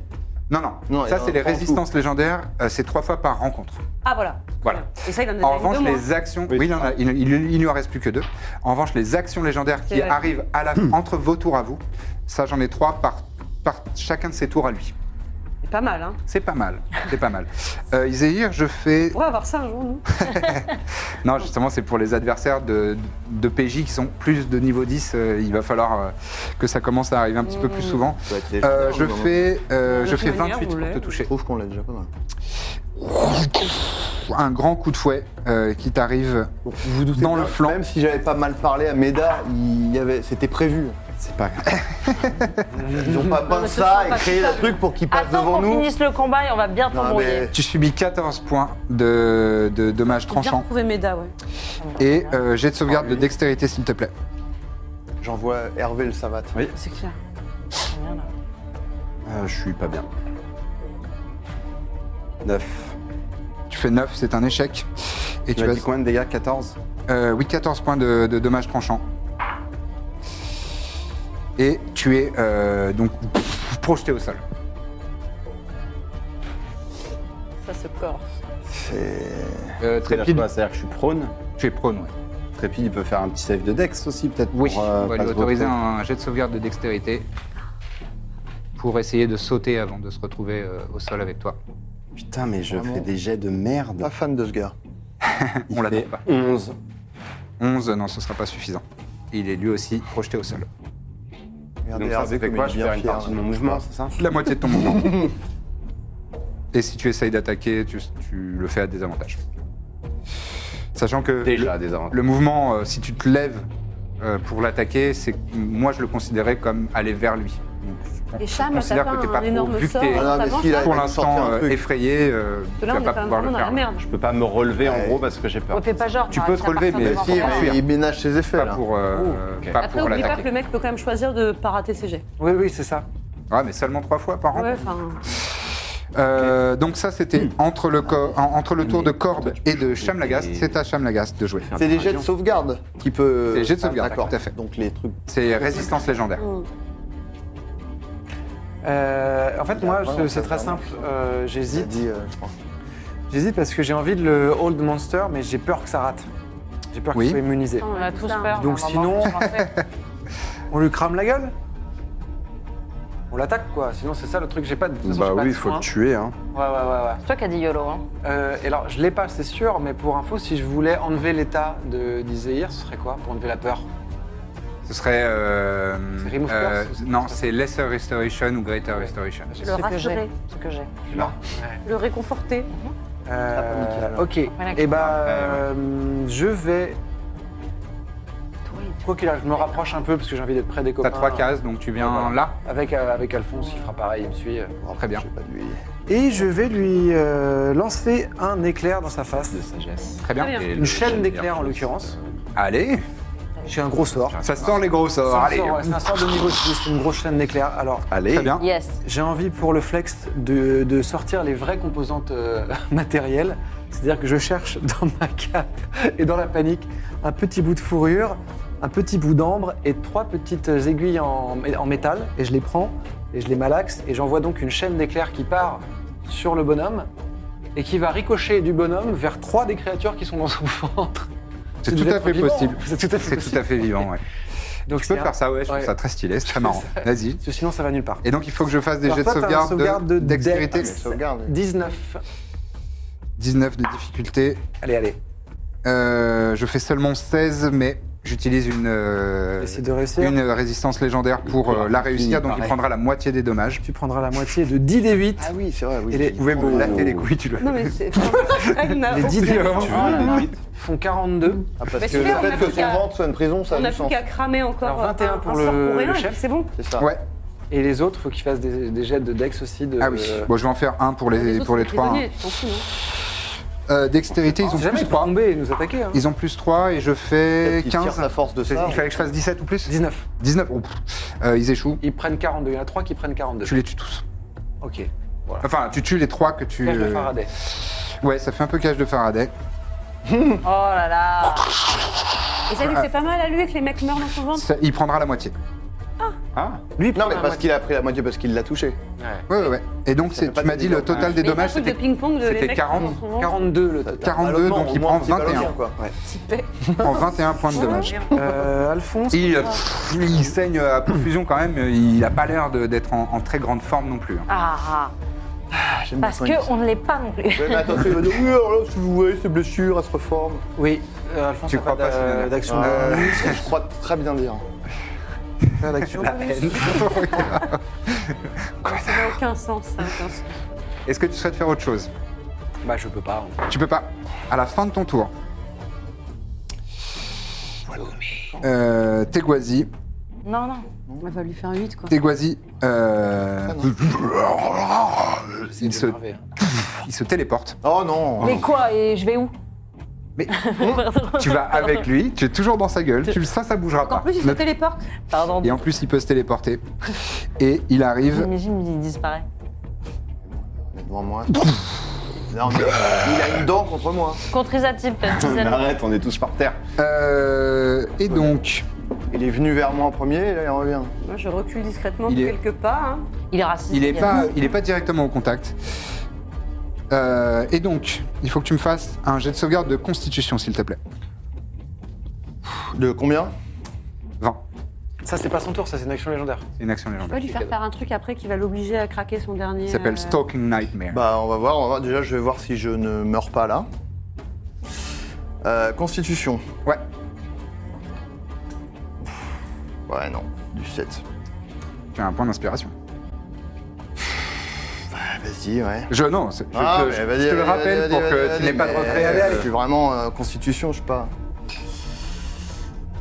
[SPEAKER 1] Non, non,
[SPEAKER 2] Non,
[SPEAKER 1] ça
[SPEAKER 2] il en
[SPEAKER 1] c'est les
[SPEAKER 2] prend
[SPEAKER 1] résistances légendaires, euh, c'est trois fois par rencontre.
[SPEAKER 3] Ah, voilà.
[SPEAKER 1] Voilà.
[SPEAKER 3] Et ça, il en a déjà
[SPEAKER 1] En
[SPEAKER 3] eu
[SPEAKER 1] revanche,
[SPEAKER 3] deux, moi.
[SPEAKER 1] les actions. Oui, il, en a- il, il- il lui en reste plus que deux. En revanche, les actions légendaires qui
[SPEAKER 3] C'est vrai.
[SPEAKER 1] arrivent à la, entre vos tours à vous, ça j'en ai trois par par chacun de ses tours à lui.
[SPEAKER 3] C'est pas mal, hein.
[SPEAKER 1] C'est pas mal, c'est pas mal. Euh, Izehir, je fais...
[SPEAKER 3] On pourrait avoir ça un jour, nous.
[SPEAKER 1] Non, justement, c'est pour les adversaires de, de PJ qui sont plus de niveau 10. euh, il va falloir euh, que ça commence à arriver un petit peu plus souvent.
[SPEAKER 2] Ça doit être légendaire,
[SPEAKER 1] Euh, je
[SPEAKER 2] au moment.
[SPEAKER 1] fais, euh,
[SPEAKER 3] De
[SPEAKER 1] je
[SPEAKER 3] toute
[SPEAKER 1] fais
[SPEAKER 3] manière,
[SPEAKER 1] 28
[SPEAKER 3] Hmm. on
[SPEAKER 1] pour
[SPEAKER 3] l'est.
[SPEAKER 1] te toucher.
[SPEAKER 2] Je trouve qu'on l'a déjà pas mal.
[SPEAKER 1] Un grand coup de fouet euh, qui t'arrive
[SPEAKER 2] vous doutez
[SPEAKER 1] Dans le flanc.
[SPEAKER 2] Même si j'avais pas mal parlé à Médard, il y avait, c'était prévu.
[SPEAKER 6] C'est pas grave.
[SPEAKER 2] Ils ont pas peint
[SPEAKER 3] mais ce
[SPEAKER 2] ça
[SPEAKER 3] sont
[SPEAKER 2] et
[SPEAKER 3] pas
[SPEAKER 2] créé un
[SPEAKER 3] coupables.
[SPEAKER 2] truc pour qu'ils passent
[SPEAKER 5] Attends
[SPEAKER 2] devant
[SPEAKER 5] qu'on
[SPEAKER 2] nous.
[SPEAKER 5] finisse le combat et on va bien
[SPEAKER 2] Non,
[SPEAKER 5] t'embrouiller.
[SPEAKER 2] mais-
[SPEAKER 1] Tu subis 14 points de, de dommages
[SPEAKER 3] Bien
[SPEAKER 1] tranchants
[SPEAKER 3] retrouvé Meda, ouais.
[SPEAKER 1] et euh, jet de sauvegarde de
[SPEAKER 2] oui.
[SPEAKER 1] dextérité, s'il te plaît.
[SPEAKER 2] J'envoie Hervé le savate.
[SPEAKER 3] C'est clair.
[SPEAKER 5] Combien, là
[SPEAKER 6] Euh, je suis pas bien. 9.
[SPEAKER 1] Tu fais 9, c'est un échec. Et
[SPEAKER 6] Tu
[SPEAKER 1] tu
[SPEAKER 6] m'as
[SPEAKER 1] vas.
[SPEAKER 6] dit combien de dégâts 14
[SPEAKER 1] euh, oui, 14 points de, de dommages tranchants. Et tu es euh, donc projeté au sol.
[SPEAKER 5] Ça se corse.
[SPEAKER 1] Euh,
[SPEAKER 6] C'est-à-dire
[SPEAKER 1] Trépide,
[SPEAKER 6] quoi C'est-à-dire que je suis prône.
[SPEAKER 1] tu es prone, ouais.
[SPEAKER 6] Trépide, il peut faire un petit save de Dex aussi, peut-être
[SPEAKER 1] Oui,
[SPEAKER 6] pour, euh,
[SPEAKER 1] on va
[SPEAKER 6] pas
[SPEAKER 1] lui
[SPEAKER 6] se
[SPEAKER 1] autoriser
[SPEAKER 6] retrouver.
[SPEAKER 1] un jet de sauvegarde de dextérité pour essayer de sauter avant de se retrouver euh, au sol avec toi.
[SPEAKER 6] Putain, mais je
[SPEAKER 2] Vraiment.
[SPEAKER 6] fais des jets de merde.
[SPEAKER 1] Ah,
[SPEAKER 2] Pas fan de ce gars.
[SPEAKER 6] Il
[SPEAKER 1] on l'attend
[SPEAKER 6] fait
[SPEAKER 1] pas.
[SPEAKER 6] 11.
[SPEAKER 1] 11, non, ce sera pas suffisant. Il est lui aussi projeté au sol.
[SPEAKER 2] Regardez
[SPEAKER 6] Donc ça,
[SPEAKER 2] Hervé
[SPEAKER 6] ça fait
[SPEAKER 2] comme
[SPEAKER 6] quoi
[SPEAKER 2] il est
[SPEAKER 6] Je
[SPEAKER 2] bien
[SPEAKER 6] perds une
[SPEAKER 2] fier,
[SPEAKER 6] partie de
[SPEAKER 2] là.
[SPEAKER 6] mon mouvement, c'est ça
[SPEAKER 1] La moitié de ton mouvement. Et si tu essayes d'attaquer, tu, tu le fais à désavantage. Sachant que
[SPEAKER 6] Déjà,
[SPEAKER 1] le,
[SPEAKER 6] des avantages.
[SPEAKER 1] le mouvement, euh, si tu te lèves euh, pour l'attaquer, c'est moi je le considérais comme aller vers lui. Donc, je
[SPEAKER 5] Et Cham,
[SPEAKER 1] considère
[SPEAKER 3] t'as
[SPEAKER 1] que
[SPEAKER 3] pas
[SPEAKER 1] t'es
[SPEAKER 3] un
[SPEAKER 1] pas
[SPEAKER 3] énorme
[SPEAKER 1] trop, vu que
[SPEAKER 3] sort,
[SPEAKER 1] t'es-
[SPEAKER 3] hein,
[SPEAKER 2] Ah non,
[SPEAKER 3] Ça
[SPEAKER 2] mais
[SPEAKER 3] marche,
[SPEAKER 2] s'il a-
[SPEAKER 1] pour
[SPEAKER 2] il a sorti
[SPEAKER 1] l'instant
[SPEAKER 2] un
[SPEAKER 1] euh,
[SPEAKER 2] truc.
[SPEAKER 1] effrayé, euh,
[SPEAKER 3] Parce que
[SPEAKER 1] tu
[SPEAKER 3] là,
[SPEAKER 1] vas
[SPEAKER 3] on est
[SPEAKER 1] pas
[SPEAKER 3] quand même
[SPEAKER 1] pouvoir le
[SPEAKER 3] vraiment dans la
[SPEAKER 1] faire.
[SPEAKER 3] merde. Ah,
[SPEAKER 6] Je peux pas me relever en
[SPEAKER 2] Ouais.
[SPEAKER 6] gros parce que j'ai peur.
[SPEAKER 5] On fait pas genre.
[SPEAKER 1] Tu
[SPEAKER 3] bah,
[SPEAKER 5] on
[SPEAKER 1] peux
[SPEAKER 5] arrête
[SPEAKER 1] te
[SPEAKER 5] ça par
[SPEAKER 1] relever,
[SPEAKER 5] fin
[SPEAKER 1] mais
[SPEAKER 5] de
[SPEAKER 2] Mais
[SPEAKER 5] mort.
[SPEAKER 2] si, mais
[SPEAKER 1] fuir.
[SPEAKER 2] il ménage ses effets
[SPEAKER 1] Pas
[SPEAKER 2] là.
[SPEAKER 1] pour, euh,
[SPEAKER 6] ok.
[SPEAKER 1] pas
[SPEAKER 3] Après,
[SPEAKER 1] pour
[SPEAKER 3] oublie pas que
[SPEAKER 1] l'attaquer.
[SPEAKER 3] le mec peut quand même choisir de pas rater ses jets.
[SPEAKER 7] Oui, oui, c'est ça.
[SPEAKER 1] Ouais, Ah, mais seulement trois fois par an.
[SPEAKER 3] Ouais, enfin.
[SPEAKER 1] Euh, donc ça, c'était
[SPEAKER 6] Hmm.
[SPEAKER 1] entre le co- en- entre le tour de Corbe
[SPEAKER 6] tu peux
[SPEAKER 1] et de
[SPEAKER 6] jouer
[SPEAKER 1] Chamlagast.
[SPEAKER 6] des-
[SPEAKER 1] C'est à Chamlagast de jouer.
[SPEAKER 2] C'est des jets de sauvegarde qui peut.
[SPEAKER 1] C'est des jets de sauvegarde, tout à fait.
[SPEAKER 2] Donc les trucs.
[SPEAKER 1] C'est résistance légendaire.
[SPEAKER 3] hum.
[SPEAKER 7] Euh, en fait,
[SPEAKER 2] Il a
[SPEAKER 7] moi,
[SPEAKER 2] vraiment
[SPEAKER 7] c'est-
[SPEAKER 2] pas
[SPEAKER 7] c'est très
[SPEAKER 2] vraiment.
[SPEAKER 7] simple. Euh,
[SPEAKER 2] Il a
[SPEAKER 7] J'hésite.
[SPEAKER 2] dit, euh, je pense.
[SPEAKER 7] J'hésite parce que j'ai envie de le hold monster, mais j'ai peur que ça rate. J'ai peur
[SPEAKER 1] Oui.
[SPEAKER 7] qu'il soit immunisé.
[SPEAKER 5] On a tous peur.
[SPEAKER 7] Donc
[SPEAKER 5] à un
[SPEAKER 7] sinon-
[SPEAKER 5] moment, on se fait-
[SPEAKER 7] On lui crame la gueule On l'attaque quoi, sinon c'est ça le truc, j'ai pas de. de toute façon, j'ai
[SPEAKER 6] Bah
[SPEAKER 7] pas
[SPEAKER 6] oui,
[SPEAKER 7] de
[SPEAKER 6] il faut
[SPEAKER 7] soin.
[SPEAKER 6] le tuer. Hein.
[SPEAKER 7] Ouais, ouais, ouais. ouais.
[SPEAKER 5] C'est toi qui as dit YOLO. Hein.
[SPEAKER 7] Euh, et alors, je l'ai pas, c'est sûr, mais pour info, si je voulais enlever l'état de d'Iséir, ce serait quoi Pour enlever la peur
[SPEAKER 1] Ce serait euh,
[SPEAKER 7] C'est Remove
[SPEAKER 1] euh,
[SPEAKER 7] Curse ou c'est-
[SPEAKER 1] non, c'est Lesser Restoration ou Greater Restoration.
[SPEAKER 5] Ce que j'ai,
[SPEAKER 3] rassurer.
[SPEAKER 5] Ce que j'ai.
[SPEAKER 3] Le réconforter.
[SPEAKER 7] Euh,
[SPEAKER 2] nickel, alors.
[SPEAKER 7] Ok,
[SPEAKER 5] Voilà.
[SPEAKER 7] et bah. euh, je vais. Quoi qu'il arrive, je me rapproche un peu parce que j'ai envie d'être près des copains.
[SPEAKER 1] T'as trois cases, donc tu viens
[SPEAKER 7] Voilà.
[SPEAKER 1] là.
[SPEAKER 7] Avec, euh, avec Alphonse, il fera pareil, il me suit. euh.
[SPEAKER 2] Bon,
[SPEAKER 1] Très bien.
[SPEAKER 2] je sais pas de lui.
[SPEAKER 7] Et je vais lui euh, lancer un éclair dans sa face.
[SPEAKER 6] sagesse.
[SPEAKER 1] Très bien.
[SPEAKER 3] Très bien.
[SPEAKER 7] Une chaîne d'éclairs en l'occurrence.
[SPEAKER 1] Allez,
[SPEAKER 7] J'ai un gros sort.
[SPEAKER 1] ça sort les gros
[SPEAKER 7] C'est un
[SPEAKER 1] sorts. Allez.
[SPEAKER 7] sort, ouais, c'est un sort de niveau 6, une grosse chaîne d'éclairs. Alors,
[SPEAKER 6] Allez.
[SPEAKER 1] Très bien.
[SPEAKER 5] Yes.
[SPEAKER 7] j'ai envie pour le flex de, de sortir les vraies composantes euh, matérielles. C'est-à-dire que je cherche dans ma cape et dans la panique un petit bout de fourrure, un petit bout d'ambre et trois petites aiguilles en, en métal. Et je les prends et je les malaxe et j'envoie donc une chaîne d'éclairs qui part sur le bonhomme et qui va ricocher du bonhomme vers trois des créatures qui sont dans son ventre.
[SPEAKER 1] C'est
[SPEAKER 7] Vous
[SPEAKER 1] tout à
[SPEAKER 7] êtes
[SPEAKER 1] fait
[SPEAKER 7] vivant.
[SPEAKER 1] possible.
[SPEAKER 7] C'est tout à fait
[SPEAKER 1] C'est tout à
[SPEAKER 7] possible.
[SPEAKER 1] fait vivant. Ouais.
[SPEAKER 7] Donc
[SPEAKER 1] Tu peux
[SPEAKER 7] c'est un-
[SPEAKER 1] faire ça, ouais. Je trouve
[SPEAKER 7] ouais.
[SPEAKER 1] ça très stylé, c'est très marrant. Vas-y.
[SPEAKER 7] Parce que sinon ça va nulle part.
[SPEAKER 1] Et donc il faut que je fasse des
[SPEAKER 7] Alors,
[SPEAKER 1] jets de
[SPEAKER 7] toi, t'as un
[SPEAKER 1] sauvegarde,
[SPEAKER 7] sauvegarde
[SPEAKER 1] de
[SPEAKER 7] de
[SPEAKER 1] dextérité.
[SPEAKER 2] Les
[SPEAKER 7] Dex.
[SPEAKER 2] sauvegardes.
[SPEAKER 7] 19.
[SPEAKER 1] 19 de difficulté.
[SPEAKER 7] Allez, allez.
[SPEAKER 1] Euh, je fais seulement 16, mais j'utilise une, euh,
[SPEAKER 7] Essaye de réussir.
[SPEAKER 1] une résistance légendaire pour euh, la réussir, donc il
[SPEAKER 7] pareil.
[SPEAKER 1] prendra la moitié des dommages.
[SPEAKER 7] Tu prendras la moitié de 10 des 8.
[SPEAKER 2] Ah oui, c'est vrai. Oui.
[SPEAKER 7] Et les-
[SPEAKER 1] Vous pouvez me latter les couilles, tu le
[SPEAKER 3] Non, mais c'est. Elle n'a
[SPEAKER 7] Les
[SPEAKER 3] aucun-
[SPEAKER 7] 10 des 8
[SPEAKER 1] vraiment-
[SPEAKER 7] font 42.
[SPEAKER 2] Ah, parce
[SPEAKER 3] Mais
[SPEAKER 2] que
[SPEAKER 3] super,
[SPEAKER 2] le
[SPEAKER 3] on a
[SPEAKER 2] fait que
[SPEAKER 3] plus
[SPEAKER 2] son
[SPEAKER 3] qu'à-
[SPEAKER 2] ventre soit une prison, ça a
[SPEAKER 3] On n'a
[SPEAKER 2] du
[SPEAKER 3] plus
[SPEAKER 2] sens.
[SPEAKER 3] qu'à cramer encore.
[SPEAKER 7] Alors, 21
[SPEAKER 3] un- un
[SPEAKER 7] pour
[SPEAKER 3] sort rien,
[SPEAKER 7] le- le
[SPEAKER 3] et puis
[SPEAKER 7] chef.
[SPEAKER 3] C'est bon.
[SPEAKER 2] C'est ça.
[SPEAKER 1] Ouais.
[SPEAKER 7] Et les autres, faut qu'ils fassent des, des jets de dex aussi. De, Euh,
[SPEAKER 1] Ah oui. Bon, je vais en faire un pour les,
[SPEAKER 3] autres
[SPEAKER 1] pour les
[SPEAKER 3] sont
[SPEAKER 1] trois.
[SPEAKER 3] prisonniers,
[SPEAKER 1] hein.
[SPEAKER 3] tu t'en fous, non
[SPEAKER 1] Euh, dextérité, ils
[SPEAKER 7] Ils
[SPEAKER 1] ont
[SPEAKER 7] ont jamais
[SPEAKER 1] plus
[SPEAKER 7] ils peuvent
[SPEAKER 1] 3.
[SPEAKER 7] tomber et nous attaquer. hein.
[SPEAKER 1] Ils ont plus 3 et je fais
[SPEAKER 2] Peut-être qu'il tire
[SPEAKER 1] 15.
[SPEAKER 2] sa force de
[SPEAKER 1] C'est-
[SPEAKER 2] ça.
[SPEAKER 1] Il fallait que je fasse 17 ou plus
[SPEAKER 7] 19.
[SPEAKER 1] 19. Oh, pff. Euh, ils échouent.
[SPEAKER 7] Ils prennent 42. Il y en a 3 qui prennent 42.
[SPEAKER 1] Tu les tues tous.
[SPEAKER 7] Ok.
[SPEAKER 1] Enfin, tu tues les 3 que tu.
[SPEAKER 7] Cage de
[SPEAKER 1] euh,
[SPEAKER 7] Faraday.
[SPEAKER 1] Ouais, ça fait un peu cage de Faraday.
[SPEAKER 5] Oh là là.
[SPEAKER 3] Et ça lui fait pas mal à lui que les mecs meurent dans son ventre
[SPEAKER 1] Ça- il prendra la moitié. Ah,
[SPEAKER 7] Lui,
[SPEAKER 2] Non, mais parce qu'il a pris la moitié parce qu'il l'a touché.
[SPEAKER 1] ouais, ouais, ouais. Et donc, c'est-
[SPEAKER 2] pas
[SPEAKER 1] tu m'as
[SPEAKER 2] des
[SPEAKER 1] dit le
[SPEAKER 2] dégâts.
[SPEAKER 1] total des
[SPEAKER 3] Mais
[SPEAKER 1] dommages,
[SPEAKER 3] c'est un truc
[SPEAKER 1] c'était
[SPEAKER 3] de ping-pong de les
[SPEAKER 1] c'était
[SPEAKER 3] mecs
[SPEAKER 1] 40.
[SPEAKER 3] qui sont souvent-
[SPEAKER 7] 42 le total.
[SPEAKER 1] 42, donc il prend 21.
[SPEAKER 2] ans, quoi.
[SPEAKER 1] En 21 points de dommage.
[SPEAKER 7] Euh, Alphonse
[SPEAKER 1] Il, pff, il saigne euh, à profusion quand même, il n'a pas l'air de- d'être en, en très grande forme non plus. hein.
[SPEAKER 5] Ah,
[SPEAKER 2] Ah, J'aime
[SPEAKER 5] parce
[SPEAKER 2] bien quand il dit
[SPEAKER 5] qu'on ne l'est pas non plus.
[SPEAKER 2] ça. Ouais, mais attention, il va dire Oui, alors là, si vous voyez, ces blessures, elles se reforment.
[SPEAKER 7] Oui, euh, Alphonse
[SPEAKER 1] Tu
[SPEAKER 7] n'a
[SPEAKER 1] crois
[SPEAKER 7] pas
[SPEAKER 1] pas, Sonia
[SPEAKER 7] d'a- d'action.
[SPEAKER 2] Euh, je crois très bien dire.
[SPEAKER 7] Pas euh, d'action.
[SPEAKER 3] Ça n'a aucun sens. Ça n'a aucun sens.
[SPEAKER 1] Est-ce que tu souhaites faire autre chose
[SPEAKER 7] Bah, je peux pas.
[SPEAKER 1] Tu peux pas. À la fin de ton tour. Euh, Teguazi,
[SPEAKER 5] Non, non.
[SPEAKER 3] On va lui faire 8, quoi.
[SPEAKER 1] Teguazi, euh, il, se,
[SPEAKER 7] énervé, hein.
[SPEAKER 1] il se téléporte.
[SPEAKER 2] Oh non
[SPEAKER 5] Mais quoi Et je vais où
[SPEAKER 1] Mais tu vas avec lui, tu es toujours dans sa gueule, tu, ça, ça bougera
[SPEAKER 3] En
[SPEAKER 1] pas.
[SPEAKER 3] plus, il se téléporte.
[SPEAKER 5] Pardon.
[SPEAKER 1] Et en plus, il peut se téléporter. Et il arrive.
[SPEAKER 5] J'imagine il disparaît.
[SPEAKER 2] Devant moi. Non, mais il a une dent contre moi.
[SPEAKER 5] Contre Isatip, peut-être.
[SPEAKER 6] Mais
[SPEAKER 1] Ah,
[SPEAKER 5] Isatip.
[SPEAKER 6] arrête, on est tous par terre.
[SPEAKER 1] euh, et donc,
[SPEAKER 2] Il est venu vers moi en premier et là, il revient.
[SPEAKER 3] Moi, je recule discrètement
[SPEAKER 1] Il
[SPEAKER 3] de
[SPEAKER 1] est-
[SPEAKER 3] quelques pas. hein.
[SPEAKER 5] Il est raciste.
[SPEAKER 1] il est
[SPEAKER 5] a-
[SPEAKER 1] pas, il est pas directement au contact. Euh, et donc, il faut que tu me fasses un jet de sauvegarde de constitution, s'il te plaît.
[SPEAKER 2] De combien
[SPEAKER 1] 20.
[SPEAKER 7] Ça, c'est pas son tour, ça, c'est une action légendaire.
[SPEAKER 1] C'est une action légendaire.
[SPEAKER 3] On va lui faire faire un truc après qui va l'obliger à craquer son dernier.
[SPEAKER 1] Ça s'appelle
[SPEAKER 3] euh,
[SPEAKER 1] Stalking Nightmare.
[SPEAKER 2] Bah, on va voir. On va voir. Déjà, je vais voir si je ne meurs pas là. Euh, constitution.
[SPEAKER 1] Ouais.
[SPEAKER 2] Ouais, non. Du 7.
[SPEAKER 1] Tu as un point d'inspiration.
[SPEAKER 2] Ah, Vas-y, ouais.
[SPEAKER 1] Je non, c'est- je,
[SPEAKER 2] Ah,
[SPEAKER 1] te-
[SPEAKER 2] mais
[SPEAKER 1] je-
[SPEAKER 2] vas-y,
[SPEAKER 1] je te le
[SPEAKER 2] vas-y,
[SPEAKER 1] rappelle
[SPEAKER 2] vas-y,
[SPEAKER 1] pour
[SPEAKER 2] vas-y,
[SPEAKER 1] que
[SPEAKER 2] vas-y,
[SPEAKER 1] tu n'aies pas de
[SPEAKER 2] mais
[SPEAKER 1] regret.
[SPEAKER 2] Je suis vraiment euh, constitution, je sais pas.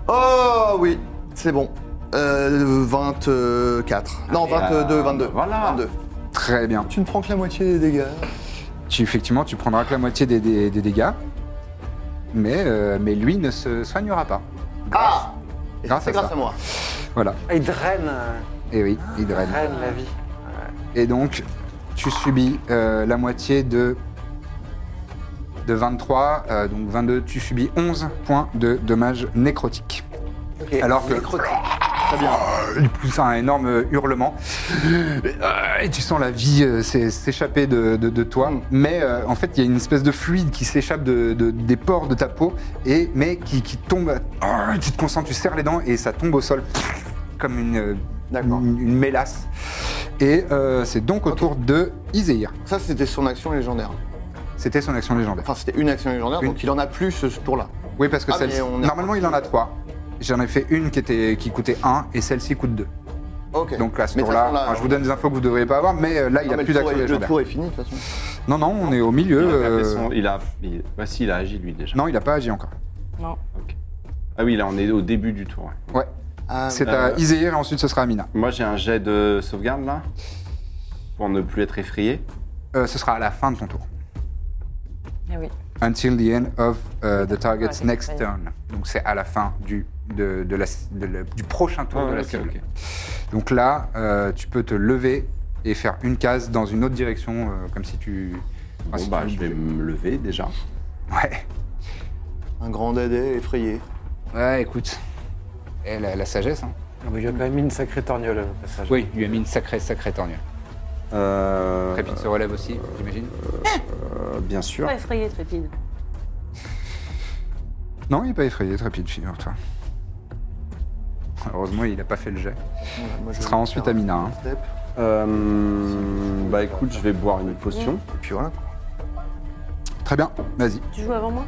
[SPEAKER 2] Oh oui, c'est bon. Euh, 24.
[SPEAKER 1] Ah,
[SPEAKER 2] non, 22,
[SPEAKER 1] euh,
[SPEAKER 2] 22.
[SPEAKER 6] voilà.
[SPEAKER 2] 22.
[SPEAKER 1] Très bien.
[SPEAKER 2] Tu ne prends que la moitié des dégâts.
[SPEAKER 1] Tu effectivement, tu prendras que la moitié des, des- des dégâts, mais euh, mais lui ne se soignera pas.
[SPEAKER 2] Ah Et
[SPEAKER 1] Grâce
[SPEAKER 2] C'est
[SPEAKER 1] à
[SPEAKER 2] grâce
[SPEAKER 1] ça.
[SPEAKER 2] à moi.
[SPEAKER 1] Voilà.
[SPEAKER 7] Ah, il draine, euh,
[SPEAKER 1] Et oui, il draine.
[SPEAKER 7] draine la vie.
[SPEAKER 1] Et donc, tu subis euh, la moitié de, de 23, euh, donc 22, tu subis 11 points de dommages nécrotiques.
[SPEAKER 7] Ok.
[SPEAKER 1] Alors que-
[SPEAKER 7] Nécrotique.
[SPEAKER 1] Très bien. Il pousse un énorme hurlement. Et tu sens la vie euh, s'é- s'échapper de, de- de toi. Mais euh, en fait, il y a une espèce de fluide qui s'échappe de- de- des pores de ta peau, et, mais qui, qui tombe. Tu te concentres, tu serres les dents, et ça tombe au sol comme une, euh,
[SPEAKER 2] D'accord.
[SPEAKER 1] une, une mélasse. Et euh, c'est donc au tour de Iséir.
[SPEAKER 2] Ça, c'était son action légendaire.
[SPEAKER 1] C'était son action légendaire.
[SPEAKER 2] Enfin, c'était une action légendaire,
[SPEAKER 1] Une.
[SPEAKER 2] donc il en a plus ce ce tour-là.
[SPEAKER 1] Oui, parce que
[SPEAKER 2] Ah,
[SPEAKER 1] celle
[SPEAKER 2] mais on est-
[SPEAKER 1] Normalement, il en a trois. J'en ai fait une qui, était, qui coûtait 1 et celle-ci coûte 2.
[SPEAKER 2] Ok.
[SPEAKER 1] Donc à ce
[SPEAKER 2] Mais de toute
[SPEAKER 1] tour-là,
[SPEAKER 2] façon, là,
[SPEAKER 1] enfin, je vous donne des infos que vous ne devriez pas avoir, mais euh, là, il
[SPEAKER 2] non,
[SPEAKER 1] n'y a
[SPEAKER 2] mais
[SPEAKER 1] plus
[SPEAKER 2] le tour
[SPEAKER 1] d'action
[SPEAKER 2] est- Le
[SPEAKER 1] légendaire.
[SPEAKER 2] tour est fini, de toute façon.
[SPEAKER 1] Non, non, on est au milieu.
[SPEAKER 6] Il a
[SPEAKER 1] euh,
[SPEAKER 6] fait son- il a. il- bah si, il a agi lui déjà.
[SPEAKER 1] Non, il n'a pas agi encore.
[SPEAKER 5] Non.
[SPEAKER 6] Ah oui, là on est au début du tour. ouais.
[SPEAKER 1] Ouais.
[SPEAKER 2] Ah,
[SPEAKER 1] C'est
[SPEAKER 6] euh,
[SPEAKER 1] à Iséir et ensuite ce sera à Mina.
[SPEAKER 6] Moi j'ai un jet de sauvegarde là. Pour ne plus être effrayé.
[SPEAKER 1] Euh, ce sera à la fin de ton tour.
[SPEAKER 5] Eh oui.
[SPEAKER 1] Until the end of euh, the target's
[SPEAKER 5] Ouais,
[SPEAKER 1] next
[SPEAKER 5] ouais.
[SPEAKER 1] turn. Donc c'est à la fin du, de, de la- de la- du prochain tour
[SPEAKER 2] Ah,
[SPEAKER 1] de la cible. Donc là, euh, tu peux te lever et faire une case dans une autre direction, euh, comme si tu. enfin,
[SPEAKER 6] Bon
[SPEAKER 1] si
[SPEAKER 6] bah
[SPEAKER 1] tu-
[SPEAKER 6] je vais me lever déjà.
[SPEAKER 1] Ouais.
[SPEAKER 2] Un grand dadais effrayé.
[SPEAKER 1] Ouais, écoute. Eh, la, la sagesse, hein.
[SPEAKER 7] Non, mais il a quand même mis une sacrée torgnole au passage.
[SPEAKER 1] Oui, il lui a mis une sacrée, sacrée torgnole.
[SPEAKER 6] Euh,
[SPEAKER 1] Crépine se relève aussi, j'imagine.
[SPEAKER 6] euh, bien sûr.
[SPEAKER 3] Pas effrayé, Trépide.
[SPEAKER 1] Non, il n'est pas effrayé, Trépide, figure-toi. Heureusement, il n'a pas fait le jet.
[SPEAKER 2] Moi,
[SPEAKER 1] Ce
[SPEAKER 2] je
[SPEAKER 1] sera
[SPEAKER 2] vais
[SPEAKER 1] ensuite
[SPEAKER 2] faire
[SPEAKER 1] à Mina. hein.
[SPEAKER 2] un step.
[SPEAKER 6] Euh, bah écoute, je vais boire une potion.
[SPEAKER 2] Et puis voilà. quoi.
[SPEAKER 1] Très bien, vas-y.
[SPEAKER 3] Tu joues avant moi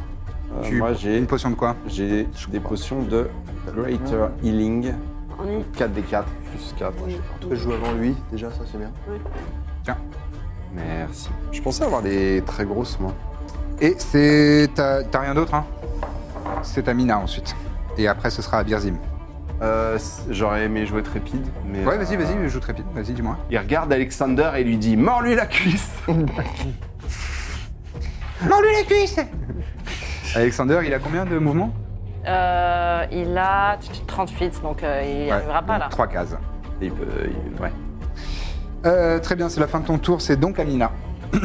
[SPEAKER 6] Euh,
[SPEAKER 1] Tu-
[SPEAKER 6] moi j'ai
[SPEAKER 1] Une potion de quoi
[SPEAKER 6] j'ai des potions de Greater Healing.
[SPEAKER 3] On est.
[SPEAKER 6] 4d4 plus 4.
[SPEAKER 2] Je joue avant lui, déjà, ça c'est bien.
[SPEAKER 6] Merci. Je pensais avoir des très grosses moi.
[SPEAKER 1] Et c'est. T'as t'as rien d'autre, hein C'est à Mina ensuite. Et après, ce sera à Birzim.
[SPEAKER 6] Euh, c- J'aurais aimé jouer trépide, mais.
[SPEAKER 1] Ouais,
[SPEAKER 6] euh,
[SPEAKER 1] vas-y, vas-y, joue Trépide, vas-y, dis-moi.
[SPEAKER 6] Il regarde Alexander et lui dit Mords-lui la cuisse
[SPEAKER 1] Mordu la cuisse Alexander, il a combien de mouvements
[SPEAKER 5] Euh, il a 38, donc euh, il n'y arrivera pas là.
[SPEAKER 1] Trois cases.
[SPEAKER 6] Et il peut- il- Ouais.
[SPEAKER 1] Euh, très bien, c'est la fin de ton tour, c'est donc à Mina.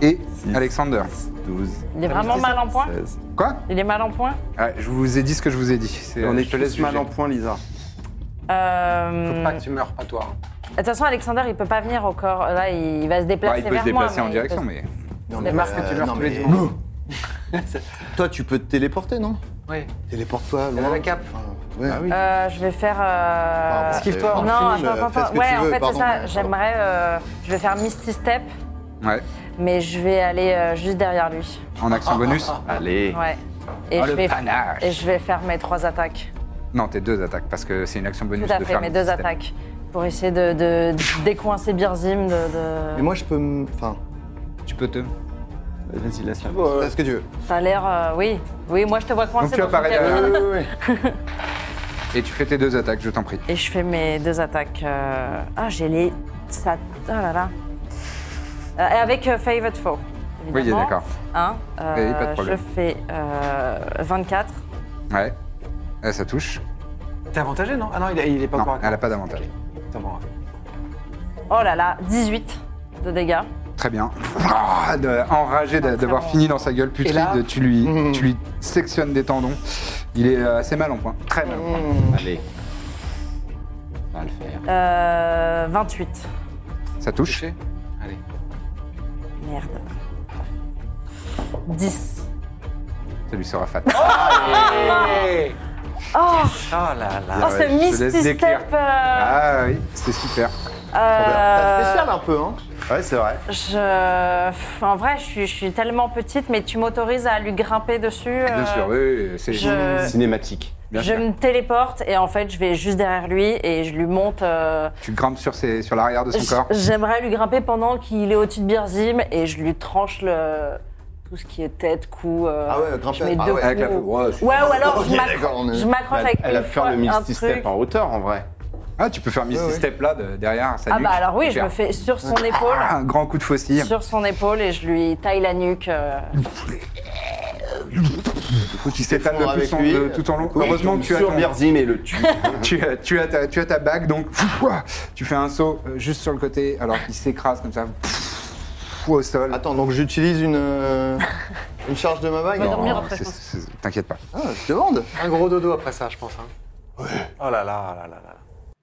[SPEAKER 1] Et
[SPEAKER 6] Six,
[SPEAKER 1] Alexander.
[SPEAKER 6] 12,
[SPEAKER 5] Il est vraiment mal en point
[SPEAKER 6] 16.
[SPEAKER 1] Quoi
[SPEAKER 5] Il est mal en point
[SPEAKER 1] Ah, Je vous ai dit ce que je vous ai dit. c'est-
[SPEAKER 7] Euh,
[SPEAKER 6] On est
[SPEAKER 1] je te
[SPEAKER 6] tous
[SPEAKER 1] laisse
[SPEAKER 6] mal
[SPEAKER 1] juger.
[SPEAKER 6] en point, Lisa.
[SPEAKER 5] Euh,
[SPEAKER 7] Faut pas que tu meurs, pas toi. hein.
[SPEAKER 5] De toute façon, Alexander, il peut pas venir au corps. Là, il va se
[SPEAKER 1] Bah,
[SPEAKER 5] déplacer
[SPEAKER 1] il peut
[SPEAKER 5] vers
[SPEAKER 1] se déplacer
[SPEAKER 5] moi,
[SPEAKER 1] en
[SPEAKER 5] mais il
[SPEAKER 1] direction,
[SPEAKER 5] peut se-
[SPEAKER 1] mais.
[SPEAKER 2] Non,
[SPEAKER 5] C'est parce que
[SPEAKER 7] tu meurs
[SPEAKER 2] non,
[SPEAKER 7] tous les
[SPEAKER 2] mais-
[SPEAKER 7] jours.
[SPEAKER 2] Toi, tu peux te téléporter, non
[SPEAKER 7] Oui.
[SPEAKER 2] Téléporte-toi.
[SPEAKER 7] Elle a
[SPEAKER 2] loin.
[SPEAKER 7] la cape.
[SPEAKER 2] Enfin, ouais. Ah,
[SPEAKER 1] Ah oui.
[SPEAKER 5] Euh, je vais faire. euh,
[SPEAKER 7] Esquive-toi,
[SPEAKER 5] Non,
[SPEAKER 7] on
[SPEAKER 5] attends, attends,
[SPEAKER 2] fais ce
[SPEAKER 5] attends.
[SPEAKER 2] que
[SPEAKER 5] Ouais,
[SPEAKER 2] tu
[SPEAKER 5] en
[SPEAKER 2] veux,
[SPEAKER 5] fait, c'est
[SPEAKER 2] pardon,
[SPEAKER 5] ça.
[SPEAKER 2] pardon.
[SPEAKER 5] J'aimerais. euh, je vais faire Misty Step,
[SPEAKER 1] Ouais,
[SPEAKER 5] mais je vais aller euh, juste derrière lui.
[SPEAKER 1] en action bonus.
[SPEAKER 6] Allez.
[SPEAKER 5] Ouais. Et,
[SPEAKER 1] Oh,
[SPEAKER 5] je
[SPEAKER 1] le
[SPEAKER 5] vais,
[SPEAKER 1] panache.
[SPEAKER 5] et je vais faire mes trois attaques.
[SPEAKER 1] Non, tes deux attaques, parce que c'est une action bonus
[SPEAKER 5] Tout à
[SPEAKER 1] de
[SPEAKER 5] fait,
[SPEAKER 1] faire
[SPEAKER 5] mes
[SPEAKER 1] le
[SPEAKER 5] deux
[SPEAKER 1] système.
[SPEAKER 5] attaques. Pour essayer de, de- de décoincer Birzim. De, de-
[SPEAKER 2] Mais moi, je peux. me- Enfin,
[SPEAKER 1] Tu peux te.
[SPEAKER 6] Vas-y, laisse la
[SPEAKER 2] fais ce que tu veux.
[SPEAKER 5] T'as l'air. euh, oui, oui, moi je te vois coincé
[SPEAKER 1] Donc tu
[SPEAKER 5] dans son
[SPEAKER 1] apparais
[SPEAKER 5] cabine.
[SPEAKER 1] derrière. Et tu fais tes deux attaques, je t'en prie.
[SPEAKER 5] Et je fais mes deux attaques. euh, Ah, j'ai les. Ça... Oh là là. Euh, et avec euh, Favorite Foe.
[SPEAKER 1] Oui,
[SPEAKER 5] évidemment.
[SPEAKER 1] d'accord.
[SPEAKER 5] Hein,
[SPEAKER 1] Oui, pas de
[SPEAKER 5] euh, je
[SPEAKER 1] problème.
[SPEAKER 5] fais euh, 24.
[SPEAKER 1] Ouais. Euh, ça touche.
[SPEAKER 7] T'es avantagé, non Ah non, il, a- il est pas
[SPEAKER 1] Non,
[SPEAKER 7] encore à
[SPEAKER 1] elle a pas d'avantage.
[SPEAKER 7] Attends, bon.
[SPEAKER 5] Oh là là, 18 de dégâts.
[SPEAKER 1] Très bien. Ah, de- enragé de- d'avoir
[SPEAKER 5] bon.
[SPEAKER 1] fini dans sa gueule putride,
[SPEAKER 7] Et là
[SPEAKER 1] tu, lui, tu lui sectionnes des tendons. Il est euh, assez mal en point. Très mal en point.
[SPEAKER 6] Allez. Ça va le faire.
[SPEAKER 5] Euh, 28.
[SPEAKER 1] Ça touche.
[SPEAKER 7] Touché Allez.
[SPEAKER 5] Merde. 10.
[SPEAKER 1] Ça lui sera fat.
[SPEAKER 5] Oh,
[SPEAKER 7] Oh là là.
[SPEAKER 5] oh, ce
[SPEAKER 1] Ah ouais, je te laisse
[SPEAKER 5] Misty
[SPEAKER 1] décrire.
[SPEAKER 5] Step. euh,
[SPEAKER 1] Ah oui, c'est super.
[SPEAKER 2] T'as
[SPEAKER 5] euh,
[SPEAKER 2] spécial un peu, hein
[SPEAKER 6] Ouais, c'est vrai.
[SPEAKER 5] je... pff, En vrai, je suis, je suis tellement petite, mais tu m'autorises à lui grimper dessus.
[SPEAKER 1] Bien
[SPEAKER 5] euh,
[SPEAKER 1] sûr, oui, oui, c'est
[SPEAKER 5] je-
[SPEAKER 6] Cinématique.
[SPEAKER 1] bien
[SPEAKER 5] je
[SPEAKER 1] sûr.
[SPEAKER 5] me téléporte et en fait, je vais juste derrière lui et je lui monte. euh,
[SPEAKER 1] Tu grimpes sur, ses- sur l'arrière de son
[SPEAKER 5] j-
[SPEAKER 1] corps.
[SPEAKER 5] J'aimerais lui grimper pendant qu'il est au-dessus de Birzim et je lui tranche le... tout ce qui est tête, cou. euh,
[SPEAKER 2] Ah ouais, grimper.
[SPEAKER 5] je mets
[SPEAKER 2] Ah
[SPEAKER 5] deux
[SPEAKER 2] ouais,
[SPEAKER 1] Avec la
[SPEAKER 5] coups.
[SPEAKER 1] foudre. Ouais, je-
[SPEAKER 5] Ouais, ou alors je
[SPEAKER 2] Ok,
[SPEAKER 5] m'accro-
[SPEAKER 2] d'accord, on est-
[SPEAKER 5] je m'accroche avec
[SPEAKER 6] Elle a
[SPEAKER 5] une
[SPEAKER 6] peur
[SPEAKER 5] fois
[SPEAKER 6] le
[SPEAKER 5] un
[SPEAKER 6] Misty
[SPEAKER 5] truc.
[SPEAKER 6] Step en hauteur, en vrai.
[SPEAKER 1] Ah, tu peux faire Misty Step là, de- derrière sa
[SPEAKER 5] Ah
[SPEAKER 1] nuque.
[SPEAKER 5] bah alors oui, je
[SPEAKER 1] Faire
[SPEAKER 5] me fais sur son épaule,
[SPEAKER 1] Un grand coup de faucille.
[SPEAKER 5] sur son épaule et je lui taille la nuque. euh.
[SPEAKER 1] qui s'étale
[SPEAKER 2] t'effondres
[SPEAKER 1] de, tout
[SPEAKER 2] avec
[SPEAKER 1] son-
[SPEAKER 2] lui.
[SPEAKER 1] de tout en long.
[SPEAKER 2] coup,
[SPEAKER 1] Heureusement
[SPEAKER 6] tombe
[SPEAKER 1] que tu as,
[SPEAKER 6] sur
[SPEAKER 1] ton-
[SPEAKER 6] Birzim et le tue.
[SPEAKER 1] tu, as, tu as ta, tu as ta bague, donc pff, ouah, tu fais un saut euh, juste sur le côté, alors qu'il s'écrase comme ça pff, au sol.
[SPEAKER 2] Attends, donc j'utilise une. euh, Une charge de ma bague
[SPEAKER 3] va dormir
[SPEAKER 1] Non,
[SPEAKER 3] après, je
[SPEAKER 1] c'est-
[SPEAKER 3] pense.
[SPEAKER 1] c'est- T'inquiète pas.
[SPEAKER 2] Ah, je demande
[SPEAKER 7] Un gros dodo après ça, je pense. Hein. Oh là là, oh là là là.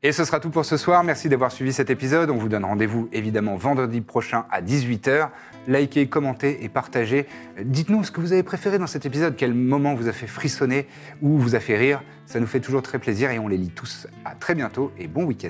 [SPEAKER 1] Et ce sera tout pour ce soir. Merci d'avoir suivi cet épisode. On vous donne rendez-vous évidemment vendredi prochain à 18h. Likez, commentez et partagez. Euh, Dites-nous ce que vous avez préféré dans cet épisode, quel moment vous a fait frissonner ou vous a fait rire. Ça nous fait toujours très plaisir et on les lit tous. À très bientôt et bon week-end.